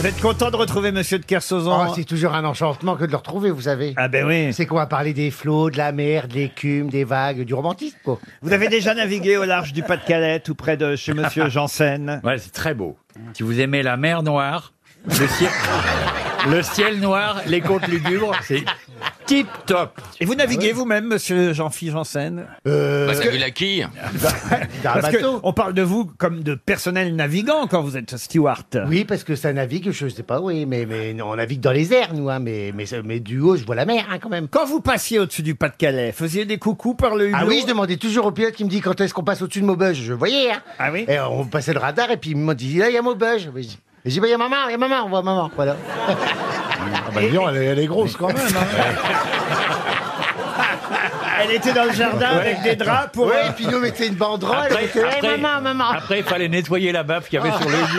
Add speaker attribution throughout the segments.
Speaker 1: Vous êtes content de retrouver Monsieur de Kersauzon hein
Speaker 2: Oh, c'est toujours un enchantement que de le retrouver, vous savez.
Speaker 1: Ah ben oui.
Speaker 2: C'est qu'on va parler des flots, de la mer, de l'écume, des vagues, du romantisme, quoi.
Speaker 1: Vous avez déjà navigué au large du Pas-de-Calais, tout près de chez Monsieur
Speaker 2: Ah
Speaker 1: Janssen.
Speaker 3: Ouais, c'est très beau. Si vous aimez la mer noire, le ciel, le ciel noir, les côtes lugubres, c'est tip top.
Speaker 1: Et vous naviguez vous-même, Monsieur Jean-Philippe Janssen
Speaker 2: Euh,
Speaker 4: Bah, t'as vu la quille
Speaker 2: dans un
Speaker 1: Parce que
Speaker 2: bateau.
Speaker 1: on parle de vous comme de personnel navigant quand vous êtes steward.
Speaker 2: Oui, parce que ça navigue, je sais pas, oui, mais, mais on navigue dans les airs, nous, hein, mais, mais, mais du haut, je vois la mer, hein, quand même.
Speaker 1: Quand vous passiez au-dessus du Pas-de-Calais, faisiez des coucous par le hublot
Speaker 2: Ah oui, je demandais toujours au pilote qui me dit quand est-ce qu'on passe au-dessus de Maubeuge. Je voyais, hein.
Speaker 1: Ah oui
Speaker 2: Et on passait le radar et puis il me dit là, il y a Maubeuge. Oui, je- et J'ai dit, bah, il y a maman, il y a maman, on voit maman, voilà.
Speaker 5: Ah, hein.
Speaker 1: Elle était dans le jardin avec des draps pour...
Speaker 2: Ouais,
Speaker 1: euh,
Speaker 2: et puis nous, on mettait une banderole, on mettait, hey, maman, maman.
Speaker 3: après, il fallait nettoyer la baffe qu'il y avait
Speaker 1: Ah.
Speaker 3: sur le hublot.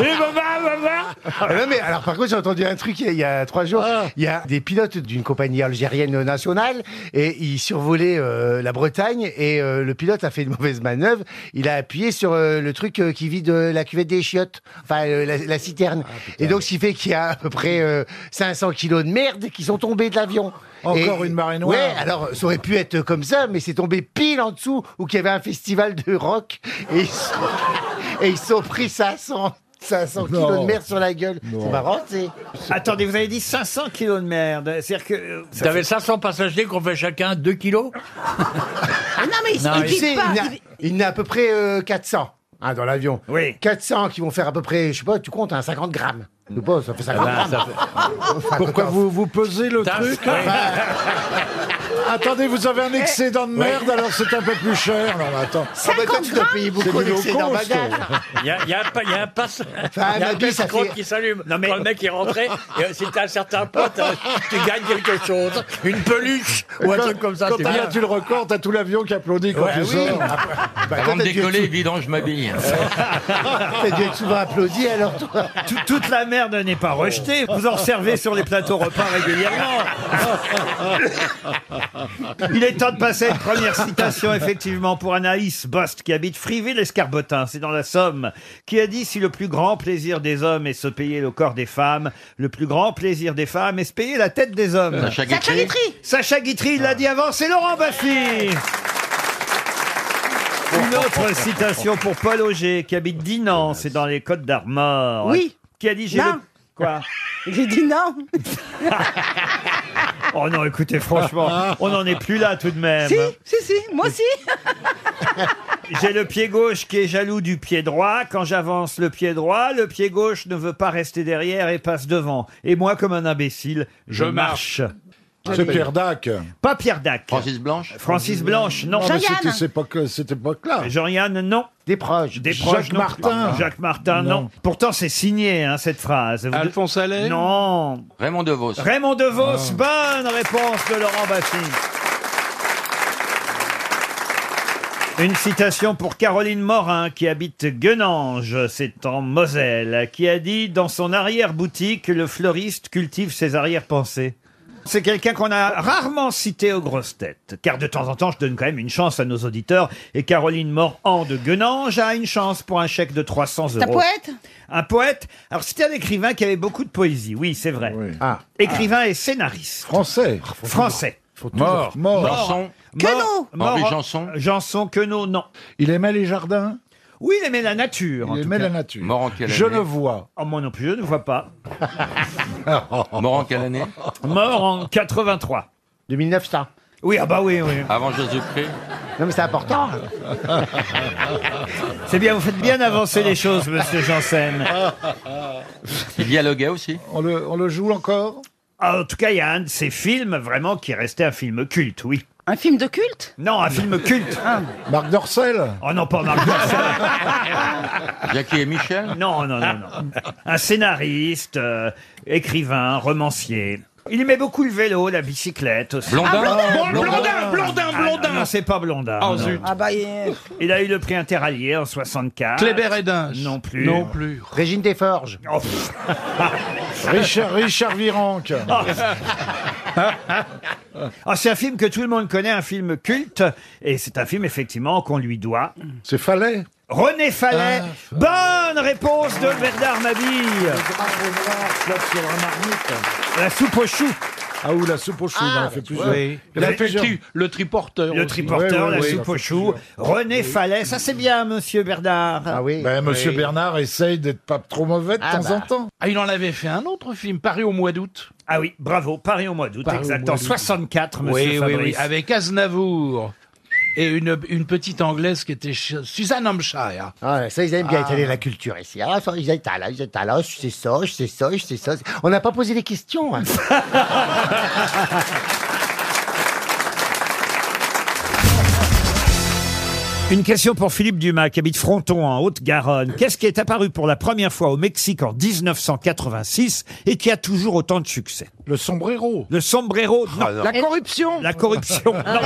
Speaker 3: Et
Speaker 5: bah,
Speaker 3: maman, maman
Speaker 2: Ah non, mais alors par contre, j'ai entendu un truc il y a, il y a trois jours.
Speaker 5: Ah.
Speaker 2: Il y a des pilotes d'une compagnie algérienne nationale et ils survolaient euh, la Bretagne et euh, le pilote a fait une mauvaise manœuvre. Il a appuyé sur euh, le truc euh, qui vide euh, la cuvette des chiottes, enfin euh, la, la citerne.
Speaker 5: Ah,
Speaker 2: et donc, ce qui fait qu'il y a à peu près euh, 500 kilos de merde qui sont tombés de l'avion.
Speaker 5: Encore
Speaker 2: Et-
Speaker 5: une marée noire.
Speaker 2: Ouais, alors ça aurait pu être comme ça, mais c'est tombé pile en dessous où qu'il y avait un festival de rock et ils sont, et ils sont pris 500, 500 kilos de merde sur la gueule. C'est marrant, c'est.
Speaker 1: Attendez, vous avez dit 500 kilos de merde. C'est-à-dire que... euh, ça
Speaker 3: T'avais 500 passagers qu'on fait chacun 2 kilos
Speaker 6: Ah non, mais il
Speaker 3: Non,
Speaker 6: il
Speaker 3: mais
Speaker 2: Tu
Speaker 6: vit
Speaker 2: sais,
Speaker 6: pas.
Speaker 2: il y en a-
Speaker 6: il vit-
Speaker 2: il y en a à peu près euh, 400 hein, dans l'avion.
Speaker 1: Oui.
Speaker 2: 400 qui vont faire à peu près, je sais pas, tu comptes, hein, 50 grammes. Je sais pas, Ah, ça fait 50
Speaker 3: Ah
Speaker 2: grammes.
Speaker 5: Pourquoi vous, vous pesez le
Speaker 3: ben, T'as-
Speaker 5: truc
Speaker 3: ouais.
Speaker 5: Attendez, vous avez un excédent de merde, alors c'est un peu plus cher. Non, mais attends.
Speaker 2: Ah bah, toi, tu dois payer beaucoup
Speaker 5: C'est du
Speaker 2: l'excès
Speaker 5: low
Speaker 2: dans
Speaker 5: cost.
Speaker 2: bagage.
Speaker 3: Il y a, il y a un pa- il y a un passe.
Speaker 2: Enfin,
Speaker 3: il y a
Speaker 2: ma
Speaker 3: un
Speaker 2: bille, ça
Speaker 3: passe-crotte
Speaker 2: fait-
Speaker 3: qui s'allume.
Speaker 1: mais-
Speaker 3: Quand le mec est rentré, et, euh, si t'as un certain pote, euh, tu gagnes quelque chose. Une peluche ou un
Speaker 5: Quand-
Speaker 3: truc comme ça,
Speaker 5: Quand
Speaker 3: c'est
Speaker 5: t'as
Speaker 3: bien.
Speaker 5: battu le record, t'as tout l'avion qui applaudit quand
Speaker 3: Ouais,
Speaker 5: tu
Speaker 3: oui.
Speaker 5: sors.
Speaker 4: Avant de
Speaker 2: Toi, t'as dû être-
Speaker 4: décoller, vidange ma bille.
Speaker 2: T'as dû être souvent applaudi alors toi.
Speaker 1: Tout- toute la merde n'est pas rejetée. Vous en servez sur les plateaux repas régulièrement. Il est temps de passer à une première citation, effectivement, pour Anaïs Bost, qui habite Friville-Escarbotin, c'est dans la Somme, qui a dit « Si le plus grand plaisir des hommes est se payer le corps des femmes, le plus grand plaisir des femmes est se payer la tête des hommes.
Speaker 4: Sacha
Speaker 6: Sacha
Speaker 4: Guitry
Speaker 6: Guitry. »
Speaker 1: Sacha Guitry l'a dit avant, c'est Laurent Baffy une autre citation pour Paul Auger, qui habite Dinan, c'est dans les Côtes d'Armor.
Speaker 6: Oui.
Speaker 1: Qui a dit j'ai
Speaker 6: Non.
Speaker 1: le- Quoi
Speaker 6: J'ai dit non.
Speaker 1: Oh non, écoutez, franchement, on n'en est plus là tout de même.
Speaker 6: Si, si, si. Moi aussi.
Speaker 1: J'ai le pied gauche qui est jaloux du pied droit. Quand j'avance le pied droit, le pied gauche ne veut pas rester derrière et passe devant. Et moi, comme un imbécile, je,
Speaker 3: Je marche.
Speaker 1: marche.
Speaker 5: C'est Pierre Dac.
Speaker 1: Pas Pierre Dac. Francis,
Speaker 4: Francis Blanche
Speaker 1: Blanche, non.
Speaker 5: Non, mais
Speaker 6: Jean-Yann.
Speaker 5: c'était cette époque- cette époque-là.
Speaker 1: Jean-Yann, non.
Speaker 2: Des proches.
Speaker 1: Des
Speaker 5: Jacques
Speaker 1: proches, non.
Speaker 5: Martin.
Speaker 1: Jacques Martin, non.
Speaker 5: Non.
Speaker 1: Pourtant, c'est signé, hein, cette phrase. Vous-
Speaker 7: Alphonse Allais
Speaker 1: Non.
Speaker 4: Raymond DeVos.
Speaker 1: Raymond
Speaker 2: Ah.
Speaker 5: Ah.
Speaker 1: DeVos, bonne réponse de Laurent Baffy. Une citation pour Caroline Morin, qui habite Guenange, c'est en Moselle, qui a dit « Dans son arrière-boutique, le fleuriste cultive ses arrière-pensées ». C'est quelqu'un qu'on a rarement cité aux grosses têtes, car de temps en temps, je donne quand même une chance à nos auditeurs, et Caroline Moran de Guenange a une chance pour un chèque de 300
Speaker 6: Ta
Speaker 1: euros.
Speaker 6: poète.
Speaker 1: Un poète Alors c'était un écrivain qui avait beaucoup de poésie, oui, c'est vrai.
Speaker 5: Oui.
Speaker 2: Ah,
Speaker 1: Écrivain et scénariste.
Speaker 5: Français.
Speaker 1: Français.
Speaker 5: Mort. Mort.
Speaker 4: Janson.
Speaker 6: Queneau.
Speaker 1: Mort-
Speaker 4: Henri
Speaker 1: mort-
Speaker 4: Janson.
Speaker 1: Janson, Queneau, non.
Speaker 5: Il aimait les jardins.
Speaker 1: Oui, il aimait la nature, en
Speaker 5: Il
Speaker 1: tout
Speaker 5: aimait
Speaker 1: cas.
Speaker 5: la nature.
Speaker 4: Mort en quelle
Speaker 5: Je
Speaker 4: année
Speaker 5: le vois.
Speaker 1: Oh, moi non plus, je ne vois pas.
Speaker 4: Mort en quelle année
Speaker 1: Mort en 83.
Speaker 2: de 1900.
Speaker 1: Oui, ah bah oui, oui.
Speaker 4: Avant Jésus-Christ
Speaker 2: Non mais c'est important.
Speaker 4: Ah,
Speaker 1: C'est bien, vous faites bien avancer les choses, monsieur Janssen.
Speaker 4: Ah. Il dialoguait aussi
Speaker 5: On le, on le joue encore
Speaker 1: Ah, en tout cas, il y a un de ces films, vraiment, qui restait un film culte, oui.
Speaker 6: Un film de culte. Ah.
Speaker 1: Non, un film culte.
Speaker 5: Marc Dorcel
Speaker 1: Oh non, pas Marc Dorcel.
Speaker 4: Jackie et Michel
Speaker 1: Non, non, non, non. Un scénariste, euh, écrivain, romancier. Il aimait beaucoup le vélo, la bicyclette aussi.
Speaker 4: Blondin
Speaker 7: Blondin, blondin,
Speaker 1: Ah, non, non, c'est pas Blondin.
Speaker 7: Oh
Speaker 1: non.
Speaker 7: zut
Speaker 6: Ah bah. il-
Speaker 1: Il a eu le prix Interallié en 64.
Speaker 7: Kléber et Dain.
Speaker 1: Non plus.
Speaker 7: Non plus.
Speaker 2: Régine Desforges.
Speaker 1: Oh, pff,
Speaker 5: Richard, Richard Virenque.
Speaker 1: Oh. ah, c'est un film que tout le monde connaît, un film culte, et c'est un film effectivement qu'on lui doit.
Speaker 5: C'est Fallet Ah,
Speaker 1: René Fallet. Bonne réponse de Bernard Mabille. La soupe aux choux.
Speaker 5: Ah ou la soupe aux choux, il en a fait plusieurs.
Speaker 3: Oui.
Speaker 5: Il en a
Speaker 1: Le
Speaker 5: fait plusieurs.
Speaker 4: le triporteur.
Speaker 1: Le triporteur,
Speaker 5: Ouais, ouais,
Speaker 1: la
Speaker 5: ouais,
Speaker 1: soupe
Speaker 5: ça
Speaker 1: aux
Speaker 5: fait
Speaker 1: choux. René Fallet, ça c'est bien, monsieur Bernard.
Speaker 2: Ah oui.
Speaker 5: Ben, Monsieur Bernard essaye d'être pas trop mauvais de
Speaker 2: Ah
Speaker 5: temps
Speaker 2: bah.
Speaker 5: en temps.
Speaker 7: Ah, il en avait fait un autre film, paru au mois d'août.
Speaker 1: Ah oui, bravo, Paris au mois d'août,
Speaker 7: Paris au
Speaker 1: exact.
Speaker 7: mois
Speaker 1: En
Speaker 7: d'août.
Speaker 1: 64, monsieur
Speaker 7: Oui, oui,
Speaker 1: Fabrice.
Speaker 7: oui, avec Aznavour et une, une petite anglaise qui était ch- Suzanne Hampshire.
Speaker 2: Ah, ça, ils aiment bien étaler la culture ici. Ah, ça, ils étalent, là, ils étalent, là, c'est ça, c'est ça, c'est ça. On n'a pas posé les questions. hein.
Speaker 1: Une question pour Philippe Dumas, qui habite Fronton, en Haute-Garonne. Qu'est-ce qui est apparu pour la première fois au Mexique en 1986 et qui a toujours autant de succès
Speaker 5: Le sombrero. Ah
Speaker 1: Le sombrero non.
Speaker 8: La corruption
Speaker 1: La corruption non.
Speaker 8: Ah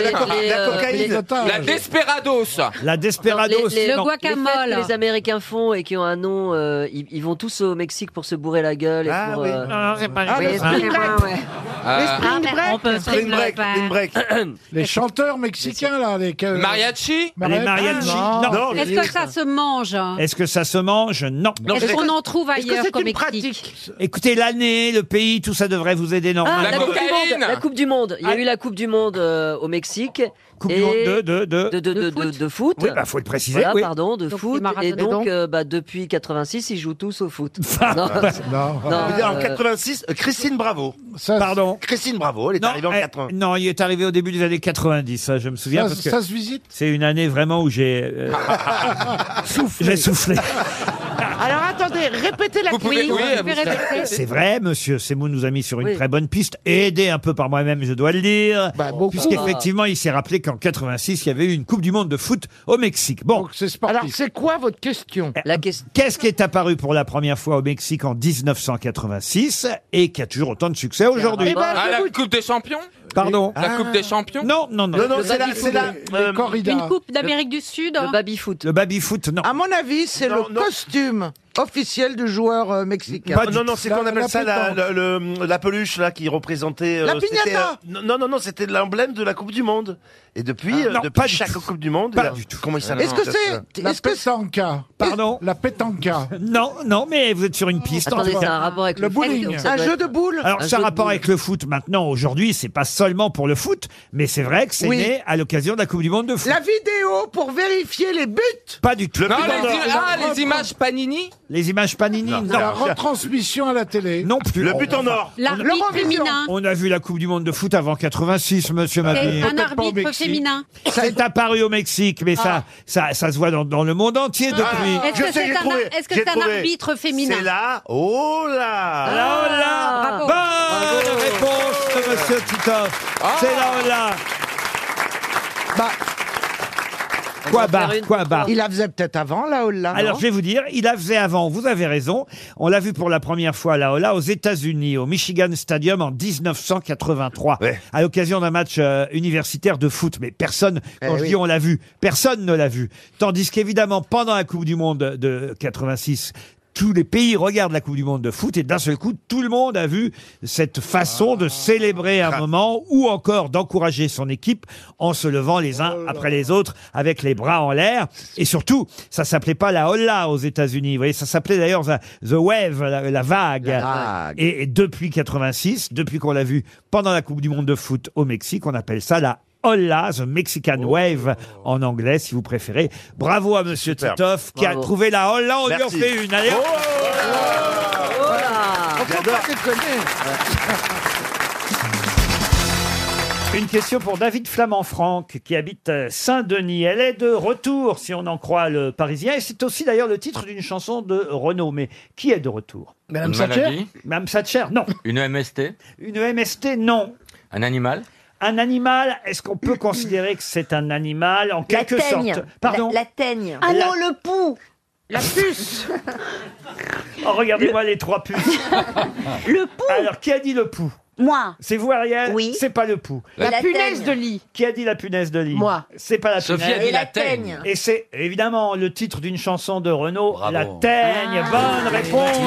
Speaker 8: la
Speaker 5: Les otages.
Speaker 4: La Desperados.
Speaker 1: La desperados
Speaker 9: le
Speaker 1: Ah, non.
Speaker 9: guacamole.
Speaker 8: Les Américains font et qui ont un nom, euh, ils, ils vont tous au Mexique pour se bourrer la gueule. Et
Speaker 1: Ah
Speaker 8: pour, euh, oui,
Speaker 10: Ah,
Speaker 8: excusez-moi, ouais.
Speaker 9: Ah, on peut
Speaker 8: Spring break,
Speaker 9: spring break.
Speaker 5: Les chanteurs mexicains, là. Les...
Speaker 4: Mariachi.
Speaker 1: Les mariachis
Speaker 5: Ah,
Speaker 1: euh, non.
Speaker 5: non.
Speaker 9: Est-ce que ça se mange
Speaker 1: Est-ce que ça se mange Non.
Speaker 9: Est-ce qu'on en trouve
Speaker 8: Est-ce que
Speaker 9: ailleurs
Speaker 8: c'est
Speaker 9: comme
Speaker 8: une
Speaker 9: Mexique
Speaker 8: pratique
Speaker 1: Écoutez, l'année, le pays, tout ça devrait vous aider normalement.
Speaker 8: Ah, la,
Speaker 4: La
Speaker 8: coupe du
Speaker 4: cocaïne.
Speaker 8: monde, la Coupe du Monde. Il y a eu la Coupe du Monde euh, au Mexique.
Speaker 1: Coupe
Speaker 8: et
Speaker 1: du monde de, de,
Speaker 8: de,
Speaker 1: de-
Speaker 8: de,
Speaker 9: De
Speaker 8: de, de-
Speaker 9: foot.
Speaker 8: de foot.
Speaker 1: Oui, bah faut le préciser.
Speaker 8: Voilà,
Speaker 1: oui.
Speaker 8: pardon, de
Speaker 9: Donc, les
Speaker 8: foot. Et
Speaker 9: marathonais,
Speaker 8: donc,
Speaker 9: donc.
Speaker 8: euh, bah, depuis 86, ils jouent tous au foot. non,
Speaker 5: Non.
Speaker 8: non, euh,
Speaker 7: 86, Christine Bravo.
Speaker 5: Ça,
Speaker 1: Pardon.
Speaker 7: Christine Bravo, elle est
Speaker 1: eh, non, il est arrivé au début des années 90, ça, je me souviens.
Speaker 5: ça,
Speaker 1: parce que...
Speaker 5: ça se visite.
Speaker 1: C'est une année vraiment où j'ai euh, soufflé. J'ai soufflé.
Speaker 8: Alors attendez, répétez la
Speaker 4: Vous pouvez
Speaker 9: Oui,
Speaker 4: oui,
Speaker 9: je
Speaker 4: vous-
Speaker 9: vais répéter.
Speaker 1: C'est vrai, monsieur Semou nous a mis sur une
Speaker 8: Oui.
Speaker 1: très bonne piste, aidé un peu par moi-même, je dois le dire.
Speaker 5: Bah,
Speaker 1: Puisqu'effectivement, il s'est rappelé qu'en 86, il y avait eu une Coupe du Monde de foot au Mexique. Bon,
Speaker 5: Donc c'est sportif.
Speaker 7: c'est quoi votre question
Speaker 8: la question.
Speaker 1: Euh, qu'est-ce qui est apparu pour la première fois au Mexique en 1986 et qui a toujours autant de succès
Speaker 11: Eh
Speaker 5: Eh
Speaker 1: aujourd'hui
Speaker 11: ben,
Speaker 5: ben,
Speaker 4: Ah, la Coupe des Champions.
Speaker 1: Pardon Ah.
Speaker 4: La Coupe des Champions.
Speaker 1: Non, non, non.
Speaker 8: Le baby foot,
Speaker 5: Les corridas.
Speaker 9: Une coupe d'Amérique du Sud hein.
Speaker 8: le baby foot.
Speaker 1: Le baby-foot, non.
Speaker 7: À mon avis, c'est le costume officiel du joueur euh, mexicain.
Speaker 1: Pas du-
Speaker 12: Non, non, c'est qu'on
Speaker 5: La-
Speaker 12: appelle
Speaker 5: la
Speaker 12: ça la,
Speaker 5: pétanque.
Speaker 12: le- le- la peluche là qui représentait.
Speaker 7: La
Speaker 12: c'était,
Speaker 7: piñata.
Speaker 12: euh, Non, non, non, c'était l'emblème de la Coupe du Monde. Et depuis, euh,
Speaker 1: Ah, non,
Speaker 12: depuis
Speaker 1: pas du
Speaker 12: chaque
Speaker 1: tout.
Speaker 12: Coupe du Monde,
Speaker 1: Pas
Speaker 12: il a-
Speaker 1: du tout.
Speaker 12: comment il s'appelle
Speaker 7: Est-ce que
Speaker 12: ça
Speaker 7: c'est
Speaker 5: La
Speaker 7: est-ce que
Speaker 5: pétanca.
Speaker 1: Pardon
Speaker 5: La pétanca.
Speaker 1: Non, non, mais vous êtes sur une piste. en
Speaker 8: Attendez,
Speaker 1: tout cas.
Speaker 2: Ah.
Speaker 8: ça a un rapport avec
Speaker 5: Le
Speaker 8: le, foot,
Speaker 5: bowling.
Speaker 8: donc ça
Speaker 7: un
Speaker 8: doit
Speaker 7: jeu
Speaker 8: être-
Speaker 7: de boules
Speaker 1: Alors,
Speaker 8: Un
Speaker 1: ça a
Speaker 8: jeu de
Speaker 1: rapport
Speaker 8: boules.
Speaker 1: avec le foot maintenant, aujourd'hui, c'est pas seulement pour le foot, mais c'est vrai que c'est
Speaker 7: Oui.
Speaker 1: né à l'occasion de la Coupe du Monde de foot.
Speaker 7: La vidéo pour vérifier les buts
Speaker 1: Pas du tout.
Speaker 4: Non,
Speaker 1: Non,
Speaker 4: les, ah, les images Panini.
Speaker 1: Les images Panini, non.
Speaker 5: La
Speaker 1: Non,
Speaker 5: retransmission à la télé.
Speaker 1: plus.
Speaker 12: Le but en or.
Speaker 9: L'arbitre
Speaker 7: L'Eurovision.
Speaker 9: féminin.
Speaker 1: On a vu la Coupe du Monde de foot avant 86, monsieur
Speaker 9: Et
Speaker 1: Mabille.
Speaker 9: un
Speaker 5: pas au
Speaker 9: arbitre
Speaker 5: Mexique.
Speaker 9: féminin. Ah.
Speaker 1: Ça est apparu au Mexique, mais ça, ça, ça se voit dans, dans le monde entier depuis.
Speaker 9: Est-ce
Speaker 12: Je
Speaker 9: que
Speaker 12: sais,
Speaker 9: c'est
Speaker 12: j'ai
Speaker 9: un,
Speaker 12: trouvé,
Speaker 9: ar- est-ce que
Speaker 12: j'ai
Speaker 9: c'est un
Speaker 12: trouvé.
Speaker 9: arbitre féminin
Speaker 12: C'est là. Oh là.
Speaker 1: La Ola
Speaker 9: Ah, Bravo.
Speaker 1: Bonne réponse de monsieur Titoff. C'est la Ola
Speaker 7: Bah,
Speaker 1: Quoi
Speaker 8: va
Speaker 1: barre
Speaker 8: faire une-
Speaker 1: Quoi barre
Speaker 7: il la faisait peut-être avant, là, ou là
Speaker 1: Alors, je vais vous dire, il la faisait avant, vous avez raison. On l'a vu pour la première fois à la Ola aux États-Unis, au Michigan Stadium en 1983,
Speaker 12: Ouais.
Speaker 1: à l'occasion d'un match euh, universitaire de foot. Mais personne,
Speaker 7: Eh
Speaker 1: quand je dis on l'a vu, personne ne l'a vu. Tandis qu'évidemment, pendant la Coupe du Monde de 86, tous les pays regardent la Coupe du Monde de foot et d'un seul coup, tout le monde a vu cette façon de célébrer un moment ou encore d'encourager son équipe en se levant les uns après les autres avec les bras en l'air. Et surtout, ça s'appelait pas la holla aux États-Unis. Vous voyez, ça s'appelait d'ailleurs la- the wave, la, la vague. Et, et depuis 86, depuis qu'on l'a vu pendant la Coupe du Monde de foot au Mexique, on appelle ça la Hola, the Mexican
Speaker 4: Oh.
Speaker 1: Wave en anglais, si vous préférez. Bravo à Monsieur
Speaker 12: Superbe.
Speaker 1: Titoff qui a
Speaker 8: Bravo.
Speaker 1: trouvé la Hola. On lui en
Speaker 12: Merci. Oh,
Speaker 1: fait une. Allez, hop.
Speaker 12: J'adore.
Speaker 1: Une question pour David Flamand-Franck qui habite euh, Saint-Denis. Elle est de retour, si on en croit le Parisien. Et c'est aussi d'ailleurs le titre d'une chanson de Renaud. Mais qui est de retour
Speaker 4: Une maladie.
Speaker 1: Mme Thatcher Non.
Speaker 4: Une MST.
Speaker 1: Une MST Non.
Speaker 4: Un animal.
Speaker 1: Un animal, est-ce qu'on peut considérer que c'est un animal en quelque sorte Pardon
Speaker 8: teigne.
Speaker 1: Ah non,
Speaker 6: le pou
Speaker 7: La puce
Speaker 1: Oh, Regardez-moi les trois puces.
Speaker 6: Le pou
Speaker 1: Alors, qui a dit le pou
Speaker 6: Moi
Speaker 1: C'est vous, Ariel
Speaker 6: Oui.
Speaker 1: C'est pas le pou.
Speaker 4: La
Speaker 6: punaise de lit
Speaker 1: Qui a dit la punaise de lit
Speaker 6: Moi.
Speaker 1: C'est pas la
Speaker 3: Sophie
Speaker 1: punaise.
Speaker 3: a dit
Speaker 6: la
Speaker 3: la teigne.
Speaker 1: Et c'est évidemment le titre d'une
Speaker 13: Ah,
Speaker 1: chanson de Renaud, La Teigne. Bonne réponse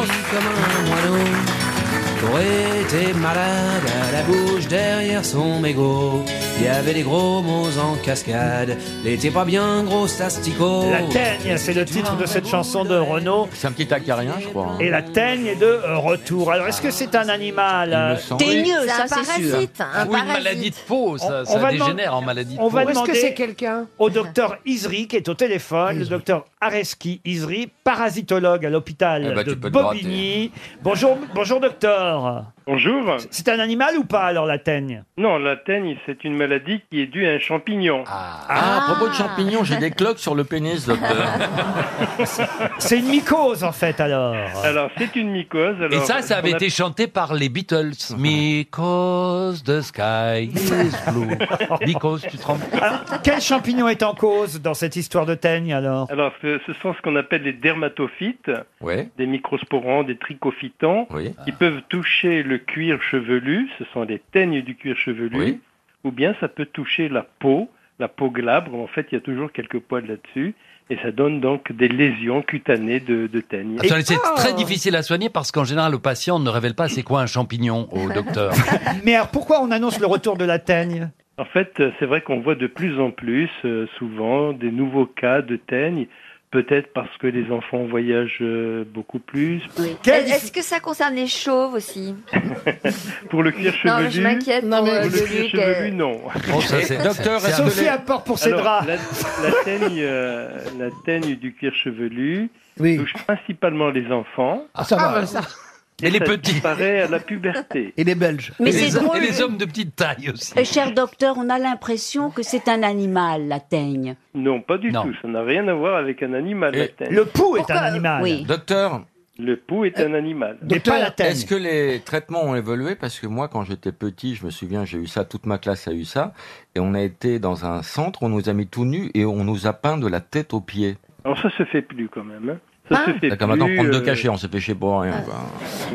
Speaker 10: Corée était malade à la bouche derrière son mégot. Il y avait des gros mots en cascade. L'été pas bien gros astico.
Speaker 1: La teigne, c'est le titre de cette chanson de Renaud. C'est un petit acarien, je crois. Et la teigne est de euh, retour. Alors, est-ce que c'est un animal euh,
Speaker 13: Teigneux, ça c'est sûr. Ou
Speaker 1: un
Speaker 13: une
Speaker 1: parasite.
Speaker 13: maladie de peau, ça,
Speaker 1: On-
Speaker 13: ça
Speaker 1: on va
Speaker 13: dégénère
Speaker 1: demander-
Speaker 13: en maladie de
Speaker 1: On
Speaker 13: peau.
Speaker 1: va demander
Speaker 13: quelqu'un
Speaker 1: au docteur Isri qui est au téléphone, le docteur Areski Isri, parasitologue à l'hôpital
Speaker 4: Eh ben,
Speaker 1: de
Speaker 4: tu peux te
Speaker 1: Bobigny. Bonjour, bonjour docteur. Bonjour. C'est un animal ou pas alors la teigne
Speaker 11: Non, la teigne, c'est une maladie qui est due à un champignon. Ah,
Speaker 4: Ah, à propos de champignons, j'ai des cloques sur le pénis, docteur.
Speaker 1: C'est une mycose en fait alors.
Speaker 11: Alors, c'est une mycose.
Speaker 13: Et
Speaker 11: alors,
Speaker 13: ça, ça avait
Speaker 11: on a-
Speaker 13: été chanté par les Beatles. Because the sky is blue. Because tu trembles.
Speaker 1: Quel champignon est en cause dans cette histoire de teigne alors
Speaker 11: Alors, ce, ce sont ce qu'on appelle les dermatophytes,
Speaker 1: Ouais.
Speaker 11: des microsporans, des trichophytans, qui
Speaker 13: Ah.
Speaker 11: peuvent toucher le cuir chevelu, ce sont les teignes du cuir chevelu, ou bien ça peut toucher la peau, la peau glabre, en fait, il y a toujours quelques poils là-dessus, et ça donne donc des lésions cutanées de, de teigne.
Speaker 13: Attendez, Ah, c'est très
Speaker 4: oh
Speaker 13: difficile à soigner parce qu'en général, le patient ne révèle pas c'est quoi un champignon au docteur.
Speaker 1: Mais alors pourquoi on annonce le retour de la teigne
Speaker 11: En fait, euh, c'est vrai qu'on voit de plus en plus, euh, souvent, des nouveaux cas de teigne, peut-être parce que les enfants voyagent euh, beaucoup plus.
Speaker 14: Euh, Est-ce que ça concerne les chauves aussi
Speaker 11: Pour le cuir
Speaker 14: Non, mais
Speaker 11: chevelu,
Speaker 14: je m'inquiète. Non,
Speaker 11: pour
Speaker 14: mais
Speaker 11: le cuir chevelu, non.
Speaker 1: Docteur, est-ce que Sophie les- apporte pour ses
Speaker 11: Alors,
Speaker 1: draps.
Speaker 11: La, la teigne, euh, la teigne du cuir chevelu touche principalement les enfants.
Speaker 3: Ah, ça va. Ah, bah, ça. Et les
Speaker 11: ça
Speaker 3: petits.
Speaker 11: disparaît à la puberté.
Speaker 3: Et les Belges.
Speaker 15: Mais c'est drôle.
Speaker 13: Et les hommes de petite taille aussi.
Speaker 15: Euh, Cher docteur, on a l'impression que c'est un animal, la teigne.
Speaker 11: Non, pas du tout. Ça n'a rien à voir avec un animal, la teigne.
Speaker 1: Le pou
Speaker 15: est Pourquoi- un animal. Oui.
Speaker 4: Docteur
Speaker 11: Le pou est un
Speaker 14: Euh,
Speaker 11: animal.
Speaker 4: Est-ce que les traitements ont évolué Parce que moi, quand j'étais petit, je me souviens, j'ai eu ça, toute ma classe a eu ça. Et on a été dans un centre, on nous a mis tout nus et on nous a peint de la tête aux pieds.
Speaker 11: Alors ça se fait plus quand même. hein. Ça se fait
Speaker 4: D'accord, maintenant,
Speaker 11: plus,
Speaker 4: prendre deux
Speaker 11: euh,
Speaker 4: cachets, on s'est fait chier pour rien. quoi.